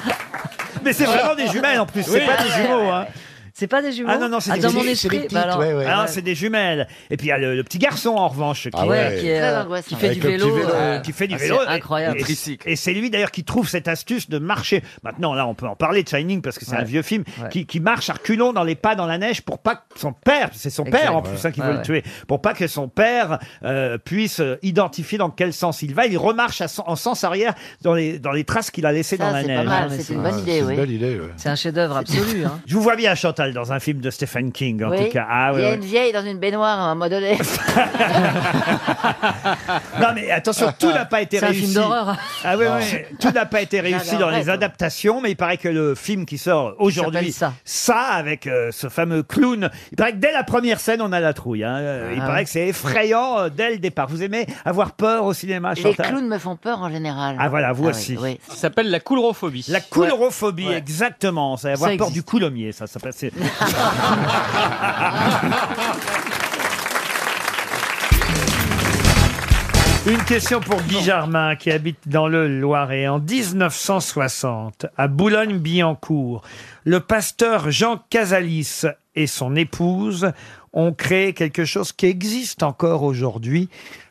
Speaker 1: Mais c'est vraiment des jumelles en plus, c'est
Speaker 8: Oui.
Speaker 1: pas
Speaker 8: Ah
Speaker 1: des
Speaker 8: ouais,
Speaker 1: jumeaux.
Speaker 8: ouais,
Speaker 1: hein.
Speaker 8: C'est pas des jumeaux.
Speaker 1: Ah non, non, c'est
Speaker 8: Ah,
Speaker 1: des
Speaker 8: dans mon
Speaker 1: jumelles.
Speaker 8: esprit, bah alors.
Speaker 1: Ah non, c'est des jumelles. Et puis il y a le, le petit garçon en revanche qui,
Speaker 8: Ah ouais, qui est, Très euh, angoissant. qui fait Avec du le vélo, petit vélo, euh,
Speaker 1: qui fait du
Speaker 8: ah, c'est
Speaker 1: vélo. Et-
Speaker 8: incroyable.
Speaker 1: et-
Speaker 8: Tricycle.
Speaker 1: Et, c'est lui d'ailleurs qui trouve cette astuce de marcher. Maintenant, là, on peut en parler de Shining parce que c'est un vieux film qui, qui marche à reculons dans les pas dans la neige pour pas que son père, c'est son père en
Speaker 8: Exact.
Speaker 1: plus hein, qui
Speaker 8: Ouais,
Speaker 1: veut le
Speaker 8: ouais.
Speaker 1: tuer, pour pas que son père euh, puisse euh, identifier dans quel sens il va. Il remarche à son- en sens arrière dans les dans les traces qu'il a laissées
Speaker 8: Ça,
Speaker 1: dans la
Speaker 8: Ah, c'est
Speaker 1: neige.
Speaker 8: pas mal, c'est une bonne idée, oui. C'est un chef-d'œuvre absolu. hein.
Speaker 1: Je vous vois bien, Chantal mal dans un film de Stephen King, en
Speaker 14: Oui.
Speaker 1: tout cas. Ah, oui,
Speaker 14: il y a
Speaker 1: oui.
Speaker 14: une vieille dans une baignoire à un moment donné.
Speaker 16: Oh,
Speaker 1: Non, mais attention, tout n'a pas été
Speaker 14: C'est un
Speaker 1: réussi.
Speaker 14: film d'horreur. hein.
Speaker 1: Ah oui, oui, tout n'a pas été réussi
Speaker 14: J'avais
Speaker 1: dans
Speaker 14: un
Speaker 1: les
Speaker 14: rêve.
Speaker 1: adaptations, mais il paraît que le film qui sort aujourd'hui,
Speaker 14: s'appelle
Speaker 1: ça.
Speaker 14: ça.
Speaker 1: avec euh, ce fameux clown, il paraît que dès la première scène, on a la trouille. hein. Euh, Il
Speaker 14: Ah
Speaker 1: paraît
Speaker 14: oui.
Speaker 1: que c'est effrayant euh, dès le départ. Vous aimez avoir peur au cinéma,
Speaker 14: Les
Speaker 1: ah, Chantal
Speaker 14: clowns me font peur en général.
Speaker 1: Ah voilà, vous
Speaker 14: Ah oui,
Speaker 1: aussi.
Speaker 14: oui.
Speaker 1: Ça s'appelle la coulrophobie. La coulrophobie,
Speaker 14: Ouais.
Speaker 1: exactement. C'est avoir
Speaker 14: Ça
Speaker 1: peur
Speaker 14: existe.
Speaker 1: du coulommier, ça. ça s'appelle- c'est- Une question pour Guy Germain qui habite dans le Loiret. En 1960, à Boulogne-Billancourt, le pasteur Jean Casalis et son épouse ont créé quelque chose qui existe encore aujourd'hui,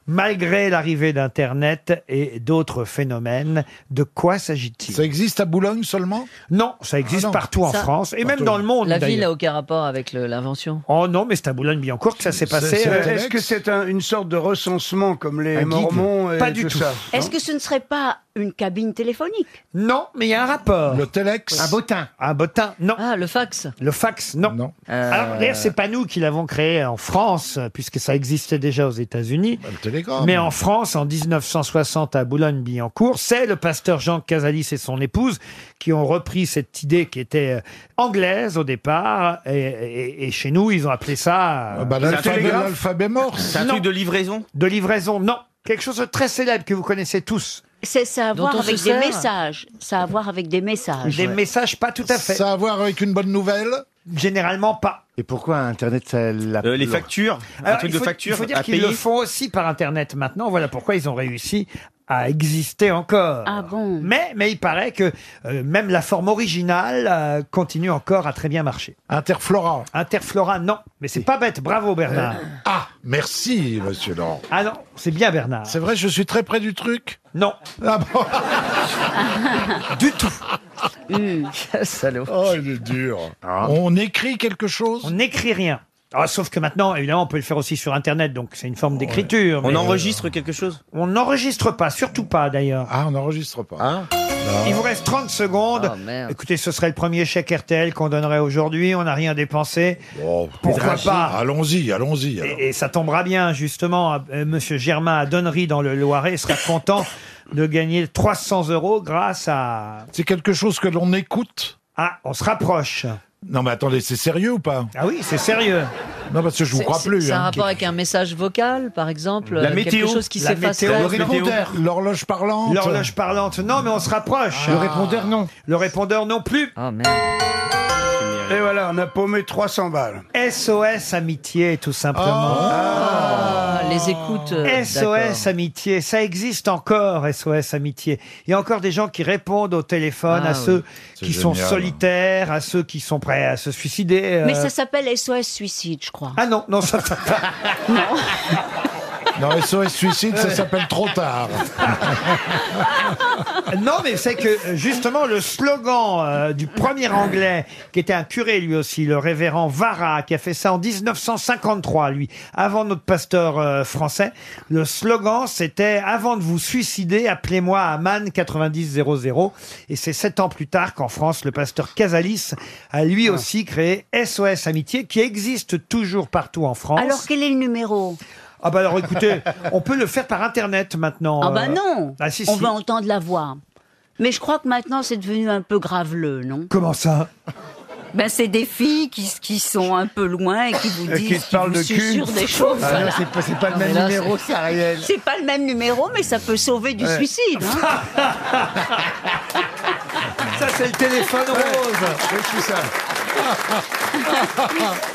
Speaker 1: malgré l'arrivée d'Internet et d'autres phénomènes. De quoi s'agit-il Ça
Speaker 5: existe à Boulogne seulement
Speaker 1: Non, ça existe
Speaker 8: Ah non.
Speaker 1: partout en
Speaker 8: Ça-
Speaker 1: France et même dans le monde.
Speaker 8: La ville
Speaker 1: d'ailleurs.
Speaker 8: n'a aucun rapport avec le- l'invention.
Speaker 1: Oh non, mais c'est à Boulogne-Billancourt que ça s'est passé. euh,
Speaker 6: Est-ce que c'est un- une sorte de recensement comme les
Speaker 1: Un guide
Speaker 6: Mormons et
Speaker 1: Pas du tout.
Speaker 6: ça
Speaker 15: Est-ce que ce ne serait pas une cabine téléphonique
Speaker 1: Non, mais il y a un rapport. Le
Speaker 5: telex.
Speaker 1: Un bottin. Un bottin, non. Ah, le fax. Le fax, non. Euh, Alors,
Speaker 5: Euh.
Speaker 1: d'ailleurs, c'est pas nous qui l'avons créé en France, puisque ça existait déjà aux États-Unis. Mais en France, en 1960, à Boulogne-Billancourt, c'est le pasteur Jean Casalis et son épouse qui ont repris cette idée qui était euh, anglaise au départ. Et, et- et chez nous, ils ont appelé ça. euh,
Speaker 5: bah,
Speaker 1: le
Speaker 5: l'alphabet-
Speaker 1: télégraphe.
Speaker 5: l'alphabet morse. C'est un truc de
Speaker 1: livraison De livraison, non. Quelque chose de très célèbre que vous connaissez tous.
Speaker 15: C'est ça à
Speaker 1: Dont
Speaker 15: voir
Speaker 1: on
Speaker 15: avec
Speaker 1: se
Speaker 15: des
Speaker 1: sert
Speaker 15: messages. Ça à voir avec des messages.
Speaker 1: Des messages pas tout à fait.
Speaker 5: Ça a à voir avec une bonne nouvelle
Speaker 1: Généralement pas.
Speaker 2: Et pourquoi Internet, ça l'a
Speaker 1: Euh, les
Speaker 2: plouré
Speaker 1: factures,
Speaker 2: Un
Speaker 1: Alors,
Speaker 2: truc
Speaker 1: il
Speaker 2: de
Speaker 1: faut,
Speaker 2: facture
Speaker 1: Il faut
Speaker 2: à
Speaker 1: dire qu'ils
Speaker 2: payer
Speaker 1: le font aussi par Internet maintenant. Voilà pourquoi ils ont réussi à exister encore.
Speaker 15: Ah bon
Speaker 1: mais, mais il paraît que euh, même la forme originale euh, continue encore à très bien marcher.
Speaker 5: Interflora.
Speaker 1: Interflora, non. Mais c'est pas bête. Bravo, Bernard.
Speaker 5: Ah, merci, monsieur Laurent.
Speaker 1: Ah non, c'est bien, Bernard.
Speaker 5: C'est vrai, je suis très près du truc
Speaker 1: Non.
Speaker 5: Ah bon
Speaker 1: Du tout
Speaker 15: Euh.
Speaker 5: Salaud. Oh, il est dur.
Speaker 2: Ah.
Speaker 5: On écrit quelque chose
Speaker 1: On n'écrit rien. Ah, sauf que maintenant, évidemment, on peut le faire aussi sur Internet, donc c'est une forme d'écriture. mais,
Speaker 22: On
Speaker 1: euh,
Speaker 22: enregistre quelque chose
Speaker 1: On n'enregistre pas, surtout pas d'ailleurs.
Speaker 5: Ah, on n'enregistre pas.
Speaker 1: Il vous reste 30 secondes. Écoutez, ce serait le premier chèque RTL qu'on donnerait aujourd'hui. On n'a rien dépensé. Pourquoi
Speaker 5: Allons-y,
Speaker 1: pas
Speaker 5: Allons-y, allons-y. alors.
Speaker 1: et, et ça tombera bien, justement. Euh, Monsieur Germain à Donnery, dans le Loiret, sera content de gagner 300 euros grâce à...
Speaker 5: C'est quelque chose que l'on écoute
Speaker 1: Ah, on se rapproche.
Speaker 5: Non, mais attendez, c'est sérieux ou pas
Speaker 1: Ah oui, c'est sérieux.
Speaker 5: Non, parce que je vous
Speaker 8: C'est-
Speaker 5: crois
Speaker 8: c'est-
Speaker 5: plus.
Speaker 8: C'est un
Speaker 5: hein.
Speaker 8: rapport avec un message vocal, par exemple. euh, Quelque chose qui s'efface.
Speaker 5: Le répondeur, l'horloge parlante.
Speaker 1: L'horloge parlante, non, mais on se rapproche.
Speaker 6: Le répondeur,
Speaker 1: non. Le répondeur, non plus.
Speaker 15: Oh,
Speaker 6: Et voilà, on a paumé 300 balles.
Speaker 1: SOS Amitié, tout simplement.
Speaker 15: Ah.
Speaker 8: Ah, les écoutes.
Speaker 15: Euh,
Speaker 8: euh,
Speaker 1: SOS Amitié, ça existe encore, SOS Amitié. Il y a encore des gens qui répondent au téléphone
Speaker 15: Ah
Speaker 1: à
Speaker 15: oui.
Speaker 1: ceux
Speaker 15: C'est
Speaker 1: qui sont
Speaker 15: génial.
Speaker 1: solitaires, à ceux qui sont prêts à se suicider.
Speaker 15: Mais
Speaker 1: euh.
Speaker 15: ça s'appelle SOS Suicide, je crois.
Speaker 1: Ah non, non, ça... ça-
Speaker 5: Non, SOS Suicide, ça s'appelle trop tard.
Speaker 1: Non, mais c'est que euh, justement le slogan euh, du premier anglais, qui était un curé lui aussi, le révérend Vara, qui a fait ça en 1953, lui, avant notre pasteur euh, français, le slogan c'était Avant de vous suicider, appelez-moi à Man 9000. Et c'est sept ans plus tard qu'en France, le pasteur Casalis a lui aussi créé SOS Amitié, qui existe toujours partout en France.
Speaker 15: Alors quel est le numéro
Speaker 1: Ah bah alors écoutez, on peut le faire par internet maintenant.
Speaker 15: Ah bah
Speaker 1: euh.
Speaker 15: non
Speaker 1: Ah si,
Speaker 15: On
Speaker 1: si.
Speaker 15: va entendre la voix. Mais je crois que maintenant c'est devenu un peu graveleux, non
Speaker 1: Comment ça
Speaker 15: Ben c'est des filles qui, qui sont un peu loin et qui vous
Speaker 6: Euh,
Speaker 15: disent
Speaker 6: qui te parlent
Speaker 15: vous
Speaker 6: de cul.
Speaker 15: susurrent des choses.
Speaker 6: Ah non,
Speaker 15: voilà.
Speaker 6: c'est pas- c'est pas le
Speaker 15: Non,
Speaker 6: même
Speaker 15: mais là,
Speaker 6: numéro,
Speaker 15: c'est-
Speaker 6: c'est Ariel.
Speaker 15: C'est pas le même numéro, mais ça peut sauver du
Speaker 6: Ouais. Ah,
Speaker 15: suicide. hein.
Speaker 1: Ça, c'est le téléphone rose.
Speaker 6: Oui, c'est ça.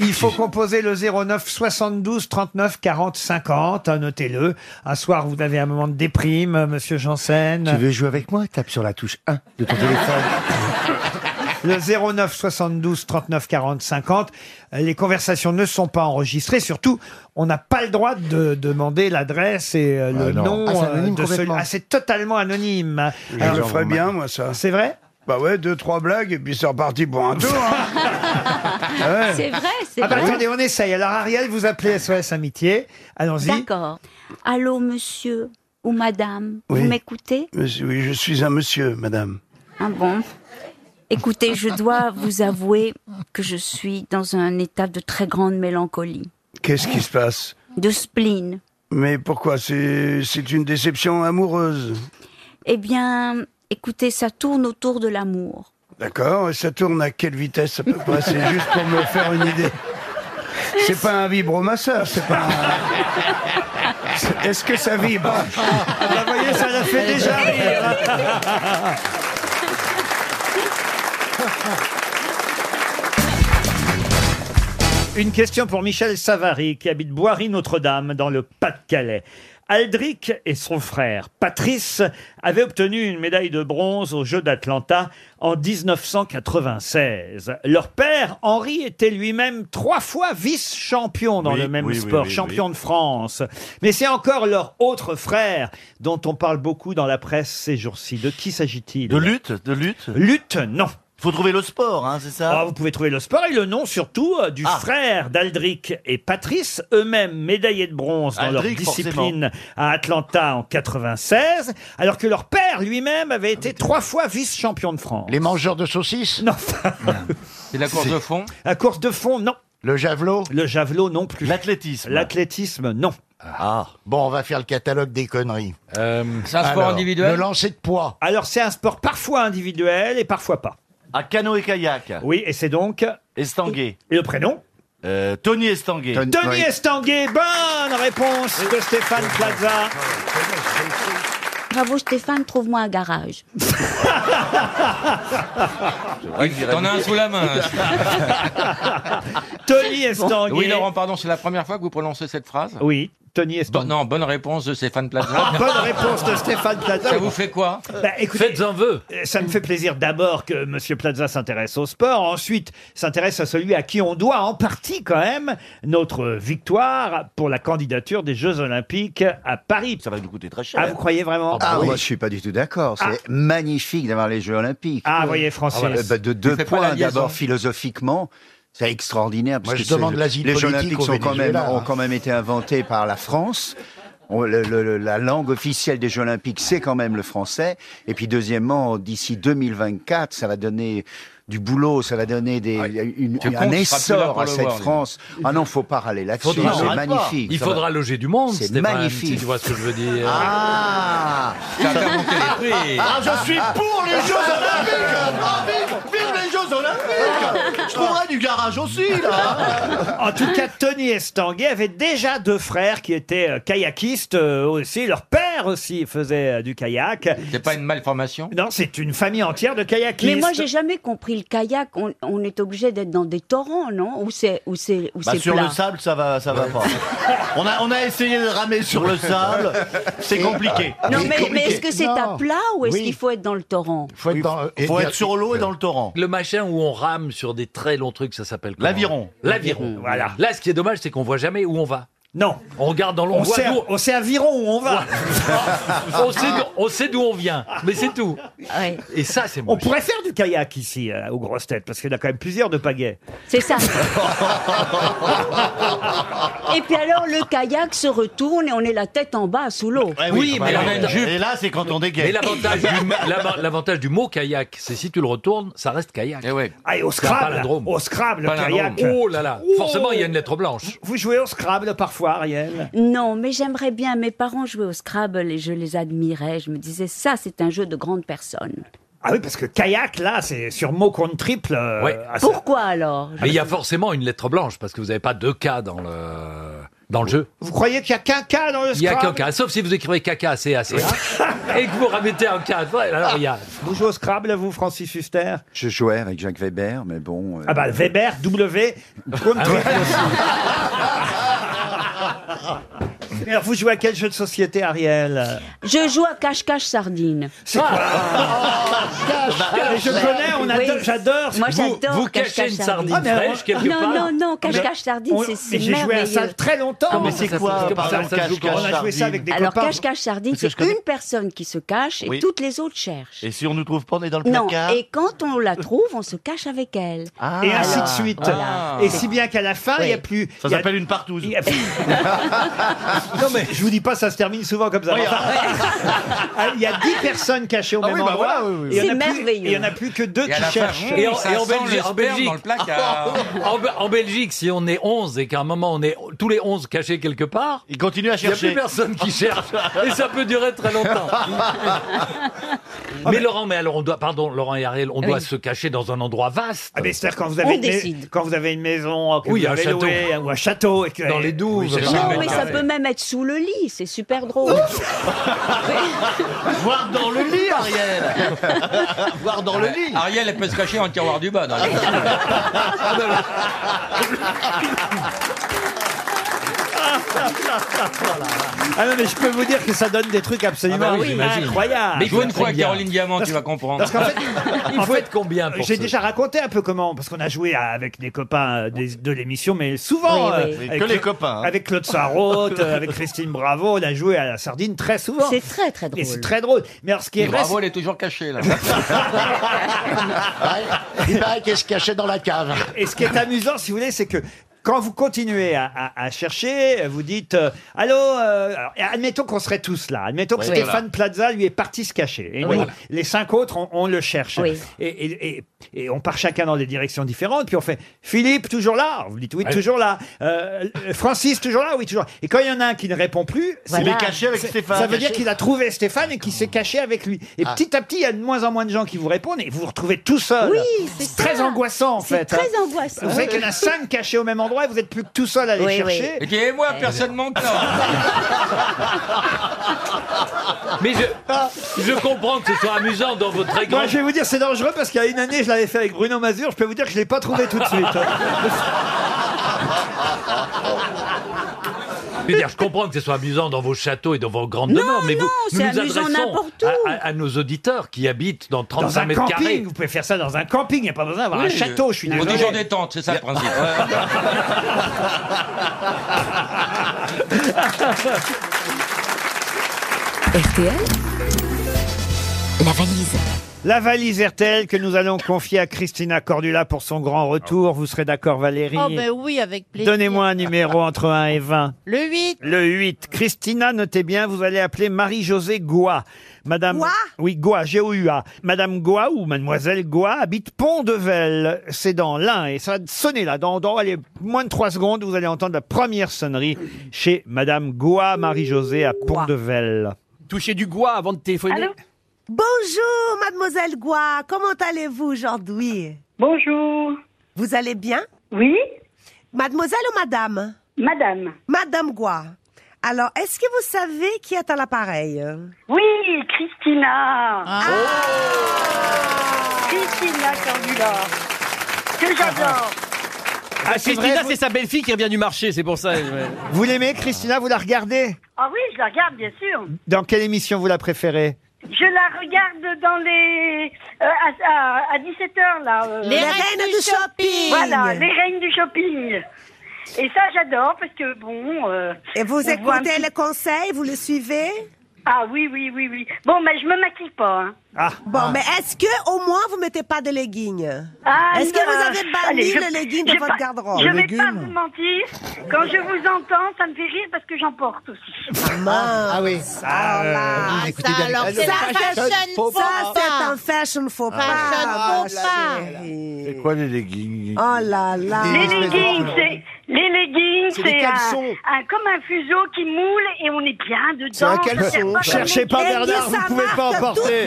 Speaker 1: Il faut composer le 09 72 39 40 50. hein, Notez-le. Un soir, vous avez un moment de déprime, euh, monsieur Janssen.
Speaker 2: Tu veux jouer avec moi Tape sur la touche 1 de ton téléphone.
Speaker 1: Le 09 72 39 40 50. Euh, Les conversations ne sont pas enregistrées. Surtout, on n'a pas le droit de demander l'adresse et euh, le
Speaker 6: Ah, non.
Speaker 1: nom
Speaker 6: Ah, c'est
Speaker 1: euh,
Speaker 6: anonyme
Speaker 1: de celui.
Speaker 6: complètement.
Speaker 1: Ah, c'est totalement anonyme.
Speaker 6: Je
Speaker 1: Alors-
Speaker 6: le ferais bien, moi, ça.
Speaker 1: C'est vrai
Speaker 6: Bah ouais, deux, trois blagues, et puis c'est reparti pour un tour. hein. Ouais.
Speaker 15: C'est vrai, c'est
Speaker 1: Ah bah,
Speaker 15: vrai.
Speaker 1: attendez, on essaye. Alors Ariel, vous appelez SOS Amitié. Allons-y.
Speaker 15: D'accord. Allô, monsieur ou madame,
Speaker 6: Oui.
Speaker 15: vous m'écoutez
Speaker 6: Monsieur- oui, je suis un monsieur, madame.
Speaker 15: Ah bon Écoutez, je dois vous avouer que je suis dans un état de très grande mélancolie,
Speaker 6: Qu'est-ce qui se passe
Speaker 15: de spleen.
Speaker 6: Mais pourquoi C'est c'est une déception amoureuse.
Speaker 15: Eh bien, écoutez, ça tourne autour de l'amour.
Speaker 6: D'accord, et ça tourne à quelle vitesse à peu près C'est juste pour me faire une idée. C'est pas un vibromasseur, c'est pas un... Est-ce que ça vibre
Speaker 1: Vous voyez, ça l'a fait déjà rire. Une question pour Michel Savary, qui habite Boiry-Notre-Dame, dans le Pas-de-Calais. Aldric et son frère, Patrice, avaient obtenu une médaille de bronze aux Jeux d'Atlanta en 1996. Leur père, Henri, était lui-même trois fois vice-champion dans
Speaker 13: Oui,
Speaker 1: le même
Speaker 13: oui, oui,
Speaker 1: sport,
Speaker 13: oui, oui.
Speaker 1: champion de France. Mais c'est encore leur autre frère dont on parle beaucoup dans la presse ces jours-ci. De qui s'agit-il De
Speaker 13: lutte, de lutte.
Speaker 1: Lutte, non.
Speaker 13: Faut trouver le sport, hein, c'est ça Ah.
Speaker 1: ah, Vous pouvez trouver le sport et le nom surtout euh, du frère d'Aldric et Patrice, eux-mêmes médaillés de bronze dans
Speaker 13: Aldric,
Speaker 1: leur discipline à Atlanta en 96, alors que leur père lui-même avait
Speaker 13: Ah,
Speaker 1: été trois fois vice-champion de France. Les mangeurs de saucisses Non.
Speaker 4: C'est la course de fond
Speaker 1: La course de fond, non. Le javelot Le javelot, non plus. L'athlétisme L'athlétisme, non.
Speaker 13: Ah, bon, on va faire le catalogue des conneries.
Speaker 4: Euh,
Speaker 1: c'est un sport individuel
Speaker 13: Le lancer de poids.
Speaker 1: Alors, c'est un sport parfois individuel et parfois pas.
Speaker 13: À canoë kayak.
Speaker 1: Oui, et c'est donc.
Speaker 13: Estanguet.
Speaker 1: Et le prénom
Speaker 2: Euh,
Speaker 13: Tony Estanguet.
Speaker 1: Tony Estanguet, bonne réponse de Stéphane Plaza.
Speaker 15: Bravo Stéphane, trouve-moi un garage.
Speaker 4: T'en as un sous la main. hein,
Speaker 1: Tony Estanguet.
Speaker 4: Oui, Laurent, pardon, c'est la première fois que vous prononcez cette phrase
Speaker 1: Oui, Tony Estanguet.
Speaker 4: non, bonne réponse de Stéphane Plaza.
Speaker 1: Bonne réponse de Stéphane Plaza.
Speaker 4: Ça vous fait quoi
Speaker 1: Faites en vœu. Ça me fait plaisir d'abord que Monsieur Plaza s'intéresse au sport, ensuite s'intéresse à celui à qui on doit en partie quand même notre victoire pour la candidature des Jeux Olympiques à Paris. Ça
Speaker 13: va nous coûter très cher. bah
Speaker 1: Ah, vous croyez vraiment
Speaker 22: Ah, moi, je suis pas du tout d'accord. C'est magnifique d'avoir les Jeux Olympiques.
Speaker 1: Ah, vous voyez, Francis.
Speaker 22: ouais, bah, de
Speaker 1: Tu
Speaker 22: deux
Speaker 1: fais pas la
Speaker 22: points.
Speaker 1: liaison.
Speaker 22: D'abord, philosophiquement, c'est extraordinaire. parce
Speaker 13: Moi, je
Speaker 22: que c'est-
Speaker 13: demande l'asile
Speaker 22: Les Jeux
Speaker 13: politique
Speaker 22: Olympiques
Speaker 13: au
Speaker 22: sont quand même,
Speaker 13: Venezuela,
Speaker 22: ont
Speaker 13: hein.
Speaker 22: quand même été inventés par la France. On- le- le- la langue officielle des Jeux Olympiques, c'est quand même le français. Et puis, deuxièmement, d'ici 2024, ça va donner du boulot, ça va donner des, une-
Speaker 13: Ah, Tu
Speaker 22: un
Speaker 13: comptes, tu seras plus là
Speaker 22: essor
Speaker 13: pour
Speaker 22: à
Speaker 13: le
Speaker 22: cette
Speaker 13: voir, dis
Speaker 22: France. Ah non, faut pas râler là-dessus.
Speaker 13: Faudra- on
Speaker 22: C'est
Speaker 13: râle pas.
Speaker 22: magnifique.
Speaker 13: Il
Speaker 22: ça va.
Speaker 13: faudra loger du monde,
Speaker 22: C'est
Speaker 13: Stéphane,
Speaker 22: magnifique.
Speaker 13: si tu vois ce que je veux dire.
Speaker 22: Ah,
Speaker 13: Ah, je suis pour les Jeux Olympiques
Speaker 2: Ah, vive, vive les Jeux Olympiques Je trouverai du garage aussi, là
Speaker 1: En tout cas, Tony Estanguet avait déjà deux frères qui étaient euh, kayakistes euh, aussi. Leur père aussi faisait euh, du kayak.
Speaker 4: C'est pas une malformation
Speaker 1: Non, c'est une famille entière de kayakistes.
Speaker 15: Mais moi, j'ai jamais compris le kayak. On, on est obligé d'être dans des torrents, non Ou c'est ou c'est ou
Speaker 2: Bah,
Speaker 15: c'est
Speaker 2: sur
Speaker 15: plat.
Speaker 2: le sable, ça va, ça va pas. On a, on a essayé de ramer sur le sable, c'est
Speaker 15: Et-
Speaker 2: compliqué.
Speaker 15: Non, mais,
Speaker 2: C'est
Speaker 15: mais
Speaker 2: compliqué.
Speaker 15: est-ce que c'est à plat ou est-ce
Speaker 2: Oui.
Speaker 15: qu'il faut être dans le torrent
Speaker 2: Faut être,
Speaker 15: et-
Speaker 2: sur l'eau et dans le torrent.
Speaker 13: Le machin où on rame sur des très longs trucs, ça s'appelle comment
Speaker 2: L'aviron.
Speaker 13: L'aviron, voilà. Là, ce qui est dommage, c'est qu'on voit jamais où on va.
Speaker 1: Non.
Speaker 13: On regarde dans l'on
Speaker 1: On
Speaker 13: voit
Speaker 1: sait,
Speaker 13: d'où-
Speaker 1: on sait à Viron où on va.
Speaker 13: on sait d'où- on sait d'où on vient, mais c'est tout. Et ça, c'est
Speaker 1: On
Speaker 13: moche.
Speaker 1: pourrait faire du kayak ici, euh, aux grosses têtes, parce qu'il y en a quand même plusieurs de pagaies.
Speaker 15: C'est ça. et puis alors, le kayak se retourne et on est la tête en bas sous l'eau.
Speaker 13: Oui, mais la même jupe.
Speaker 2: bah Et là, c'est quand on dégaine.
Speaker 13: Mais l'avantage du, l'avan- l'avantage du mot kayak, c'est si tu le retournes, ça reste kayak.
Speaker 1: Ah, et au
Speaker 13: C'est un
Speaker 1: Scrabble,
Speaker 13: palindrome.
Speaker 1: au Scrabble,
Speaker 13: Palindrome.
Speaker 1: kayak.
Speaker 13: Oh là là,
Speaker 1: Oh.
Speaker 13: forcément, il y a une lettre blanche.
Speaker 1: Vous jouez au Scrabble parfois, Ariel
Speaker 15: Non, mais j'aimerais bien. Mes parents jouaient au Scrabble et je les admirais. Je me disais, ça, c'est un jeu de grandes personnes.
Speaker 1: Ah oui, parce que kayak, là, c'est sur mot contre triple. euh,
Speaker 13: Ouais.
Speaker 1: ah, ça-
Speaker 15: Pourquoi alors
Speaker 13: Mais il y a forcément une lettre blanche, parce que vous n'avez pas deux K dans le, dans le jeu.
Speaker 1: Vous croyez qu'il n'y a qu'un cas dans le
Speaker 13: Il y a
Speaker 1: Scrabble
Speaker 13: qu'un K, sauf si vous écrivez KK, CA, CA, hein. et que vous ramettez un K. Ouais, Alors, il y a...
Speaker 1: Vous jouez au Scrabble, vous, Francis Huster
Speaker 22: Je jouais avec Jacques Weber, mais bon. euh,
Speaker 1: Ah bah, Weber, W, contre
Speaker 22: Ah ouais.
Speaker 1: triple aussi. Mais alors, vous jouez à quel jeu de société, Ariel
Speaker 15: Je joue à cache-cache sardine. Ah.
Speaker 1: C'est quoi
Speaker 13: Bah,
Speaker 1: Je connais, on adore- j'adore.
Speaker 15: Moi,
Speaker 1: Vous-
Speaker 15: j'adore
Speaker 13: vous
Speaker 15: cache-cache
Speaker 13: cachez une sardine
Speaker 15: Ah, mais alors-
Speaker 13: fraîche quelque
Speaker 15: non,
Speaker 13: part
Speaker 15: Non, non,
Speaker 13: Mais-
Speaker 15: cache-cache sardine,
Speaker 13: on-
Speaker 15: c'est
Speaker 13: mais
Speaker 15: si
Speaker 13: j'ai joué à
Speaker 15: merveilleux.
Speaker 13: ça très longtemps. Comment
Speaker 15: Mais
Speaker 13: ça, ça se joue comme ça, on cache, cache,
Speaker 15: On a joué ça avec des Alors,
Speaker 13: copains.
Speaker 15: cache-cache sardine,
Speaker 13: Parce que
Speaker 15: c'est
Speaker 13: je connais-
Speaker 15: une personne qui se cache et
Speaker 2: Oui.
Speaker 15: toutes les autres cherchent.
Speaker 2: Et si on nous trouve pas, on est dans le
Speaker 15: Non,
Speaker 2: placard
Speaker 15: et quand on la trouve, on se cache avec elle.
Speaker 13: Ah.
Speaker 1: Et
Speaker 4: Ah.
Speaker 1: ainsi de suite.
Speaker 15: Voilà.
Speaker 1: Et si bien qu'à la fin, il y a plus.
Speaker 2: Ça
Speaker 1: il y a-
Speaker 2: s'appelle une partouze.
Speaker 1: il y a- Non mais je vous dis pas, ça se termine souvent comme ça.
Speaker 23: Oui,
Speaker 1: Enfin, Ah, Il y a 10 personnes cachées au
Speaker 23: Ah
Speaker 1: même
Speaker 23: oui, bah
Speaker 1: endroit.
Speaker 23: voilà, oui, oui.
Speaker 1: et il y en
Speaker 23: C'est
Speaker 1: a plus-
Speaker 23: merveilleux.
Speaker 1: et Il n'y en a plus que deux
Speaker 23: Et à
Speaker 1: qui
Speaker 23: la fin,
Speaker 1: cherchent.
Speaker 23: Et en- et en Belgique-
Speaker 13: en Belgique, en, Be- en Belgique, si on est 11 et qu'à un moment on est tous les 11 cachés quelque part,
Speaker 1: ils continuent
Speaker 13: à Il
Speaker 23: chercher.
Speaker 13: n'y a plus personne qui cherche. Et ça peut durer très longtemps. mais, Laurent, mais alors on doit, pardon, Laurent et Ariel, on
Speaker 1: Oui.
Speaker 13: doit se cacher dans un endroit vaste.
Speaker 1: Ah, mais c'est-à-dire quand vous avez, une, mais- quand vous avez une maison, que
Speaker 13: Oui,
Speaker 1: vous
Speaker 13: un
Speaker 1: avez
Speaker 13: château.
Speaker 1: louée, ou un château, et que-
Speaker 13: Dans les douves.
Speaker 1: Oui, c'est ça.
Speaker 15: Non, mais
Speaker 23: Ah,
Speaker 15: ça peut même être sous le lit, c'est super drôle.
Speaker 5: Voir dans le lit, Ariel. Voir dans le
Speaker 4: Ouais.
Speaker 5: lit.
Speaker 4: Ariel, elle peut se cacher dans le tiroir du bas. dans les-
Speaker 13: bah
Speaker 1: Ah non, mais je peux vous dire que ça donne des trucs absolument
Speaker 4: Ah bah oui, j'imagine.
Speaker 1: incroyables.
Speaker 4: Mais joue une fois avec
Speaker 1: Bien.
Speaker 4: Caroline Diamant, tu vas comprendre.
Speaker 1: Parce qu'en fait,
Speaker 4: Il faut être
Speaker 13: combien
Speaker 4: pour
Speaker 1: J'ai
Speaker 4: ce-
Speaker 1: déjà raconté un peu comment, parce qu'on a joué à- avec des copains euh, des- de l'émission, mais souvent.
Speaker 5: Oui,
Speaker 1: euh,
Speaker 5: oui. Oui,
Speaker 1: avec
Speaker 5: que les
Speaker 1: Cla-
Speaker 5: copains, hein.
Speaker 1: Avec Claude Sarraute, euh, avec Christine Bravo, on a joué à la sardine très souvent.
Speaker 5: C'est
Speaker 15: très, très
Speaker 1: Et c'est très drôle. Mais alors, ce qui est
Speaker 4: Bravo,
Speaker 1: rest-
Speaker 4: elle est toujours cachée là.
Speaker 5: Il paraît qu'elle se cachait dans la cave.
Speaker 1: Et ce qui est amusant, si vous voulez, c'est que quand vous continuez à, à- à chercher, vous dites euh, Allô euh, alors, Admettons qu'on serait tous là. Admettons que
Speaker 5: Oui,
Speaker 1: Stéphane Plaza, lui, est parti se cacher. Et
Speaker 5: Oui.
Speaker 1: nous, les cinq autres, on, on le cherche.
Speaker 5: Oui.
Speaker 1: Et, et- et- et on part chacun dans des directions différentes. Puis on fait Philippe, toujours là Vous dites Oui, toujours là. Euh, euh, Francis, toujours là Oui, toujours là. Et quand il y en a un qui ne répond plus,
Speaker 5: Il est caché avec
Speaker 1: c'est-
Speaker 5: Stéphane.
Speaker 1: Ça veut dire
Speaker 5: Caché.
Speaker 1: qu'il a trouvé Stéphane et qu'il s'est caché avec lui. Et
Speaker 5: Ah.
Speaker 1: petit à petit, il y a de moins en moins de gens qui vous répondent et vous vous retrouvez tout seul.
Speaker 15: Oui, c'est
Speaker 1: c'est très
Speaker 15: ça.
Speaker 1: angoissant en
Speaker 15: C'est
Speaker 1: fait.
Speaker 15: très
Speaker 1: hein.
Speaker 15: angoissant.
Speaker 1: Vous savez qu'il y en a cinq cachés au même endroit et vous êtes plus que tout seul à les
Speaker 15: Oui, oui.
Speaker 1: chercher.
Speaker 4: Et qui est moi, personne manque
Speaker 13: Mais je, je comprends que ce soit amusant dans votre très
Speaker 1: Moi,
Speaker 13: grande
Speaker 1: je vais vous dire, c'est dangereux parce qu'il y a une année, je l'avais fait avec Bruno Mazur. Je peux vous dire que je l'ai pas trouvé tout de suite.
Speaker 13: Je veux dire, je comprends que ce soit amusant dans vos châteaux et dans vos grandes
Speaker 15: Non,
Speaker 13: demeures, mais
Speaker 15: non,
Speaker 13: vous,
Speaker 15: c'est
Speaker 13: nous nous
Speaker 15: amusant
Speaker 13: adressons
Speaker 15: n'importe où.
Speaker 13: à, à- à nos auditeurs qui habitent dans 35
Speaker 1: Dans un
Speaker 13: mètres
Speaker 1: camping,
Speaker 13: carrés.
Speaker 1: vous pouvez faire ça dans un camping, il n'y a pas besoin d'avoir un
Speaker 13: Oui.
Speaker 1: château, je suis
Speaker 4: On dit
Speaker 1: désolé.
Speaker 4: jour des tentes, c'est ça le principe.
Speaker 2: Ah,
Speaker 1: RTL La valise. La valise RTL que nous allons confier à Christina Cordula pour son grand retour. Vous serez d'accord, Valérie
Speaker 12: Oh, ben oui, avec plaisir.
Speaker 1: Donnez-moi un numéro entre 1 et 20.
Speaker 12: Le 8.
Speaker 1: Le 8. Christina, notez bien, vous allez appeler Marie-Josée Goua. Madame.
Speaker 12: Goua
Speaker 1: Oui, Goua, G-O-U-A. Madame Goua ou Mademoiselle Goua habite Pont-de-Velle. C'est dans l'Ain et ça va sonner là. Dans, dans allez, moins de 3 secondes, vous allez entendre la première sonnerie chez Madame Goua, Marie-Josée à Pont-de-Velle.
Speaker 2: Toucher du goût avant de téléphoner.
Speaker 12: Bonjour, mademoiselle Gua. Comment allez-vous aujourd'hui Bonjour. Vous allez bien Oui. Mademoiselle ou madame Madame. Madame Gua. Alors, est-ce que vous savez qui est à l'appareil Oui, Christina.
Speaker 10: Ah. Christina Cordula, que j'adore.
Speaker 2: Ah,
Speaker 1: c'est
Speaker 2: Christina,
Speaker 1: vrai,
Speaker 2: c'est sa belle-fille qui revient du marché, c'est pour ça.
Speaker 1: Vous l'aimez, Christina Vous la regardez
Speaker 10: Ah oui, je la regarde, bien sûr.
Speaker 1: Dans quelle émission vous la préférez
Speaker 10: Je la regarde dans les... euh, à, 17h, là. euh,
Speaker 12: Les reines du shopping.
Speaker 10: Voilà, les reines du shopping. Et ça, j'adore, parce que, bon... euh,
Speaker 12: Et vous
Speaker 10: on voit un
Speaker 12: écoutez
Speaker 10: petit-
Speaker 12: les conseils, vous le suivez
Speaker 10: Ah oui, oui, oui, oui. Bon, mais je me maquille pas, hein.
Speaker 12: Bon, mais est-ce que au moins vous mettez pas de leggings
Speaker 10: Ah,
Speaker 12: Est-ce que
Speaker 10: non.
Speaker 12: vous avez banni
Speaker 10: Allez, je-
Speaker 12: le legging
Speaker 10: je
Speaker 12: de
Speaker 10: vais
Speaker 12: votre
Speaker 10: pas-
Speaker 12: garde-robe
Speaker 10: Je vais pas vous mentir, quand je vous entends, ça me fait rire parce que j'en porte aussi.
Speaker 12: Ah oui. Ah, Ça,
Speaker 5: vous écoutez bien les-
Speaker 12: alors, c'est
Speaker 5: Ça,
Speaker 12: un fashion
Speaker 5: fashion
Speaker 12: faux
Speaker 5: faux
Speaker 12: pas.
Speaker 5: pas.
Speaker 12: c'est un fashion faux pas.
Speaker 5: Fashion faux
Speaker 12: Ah,
Speaker 5: pas.
Speaker 12: chérie.
Speaker 5: C'est quoi les leggings
Speaker 12: Oh là là.
Speaker 10: Les leggings, c'est les leggings,
Speaker 5: C'est des
Speaker 10: c'est euh, un,
Speaker 5: caleçons.
Speaker 10: un- comme un fuseau qui moule et on est bien dedans.
Speaker 1: Cherchez pas Bernard, vous pouvez pas emporter.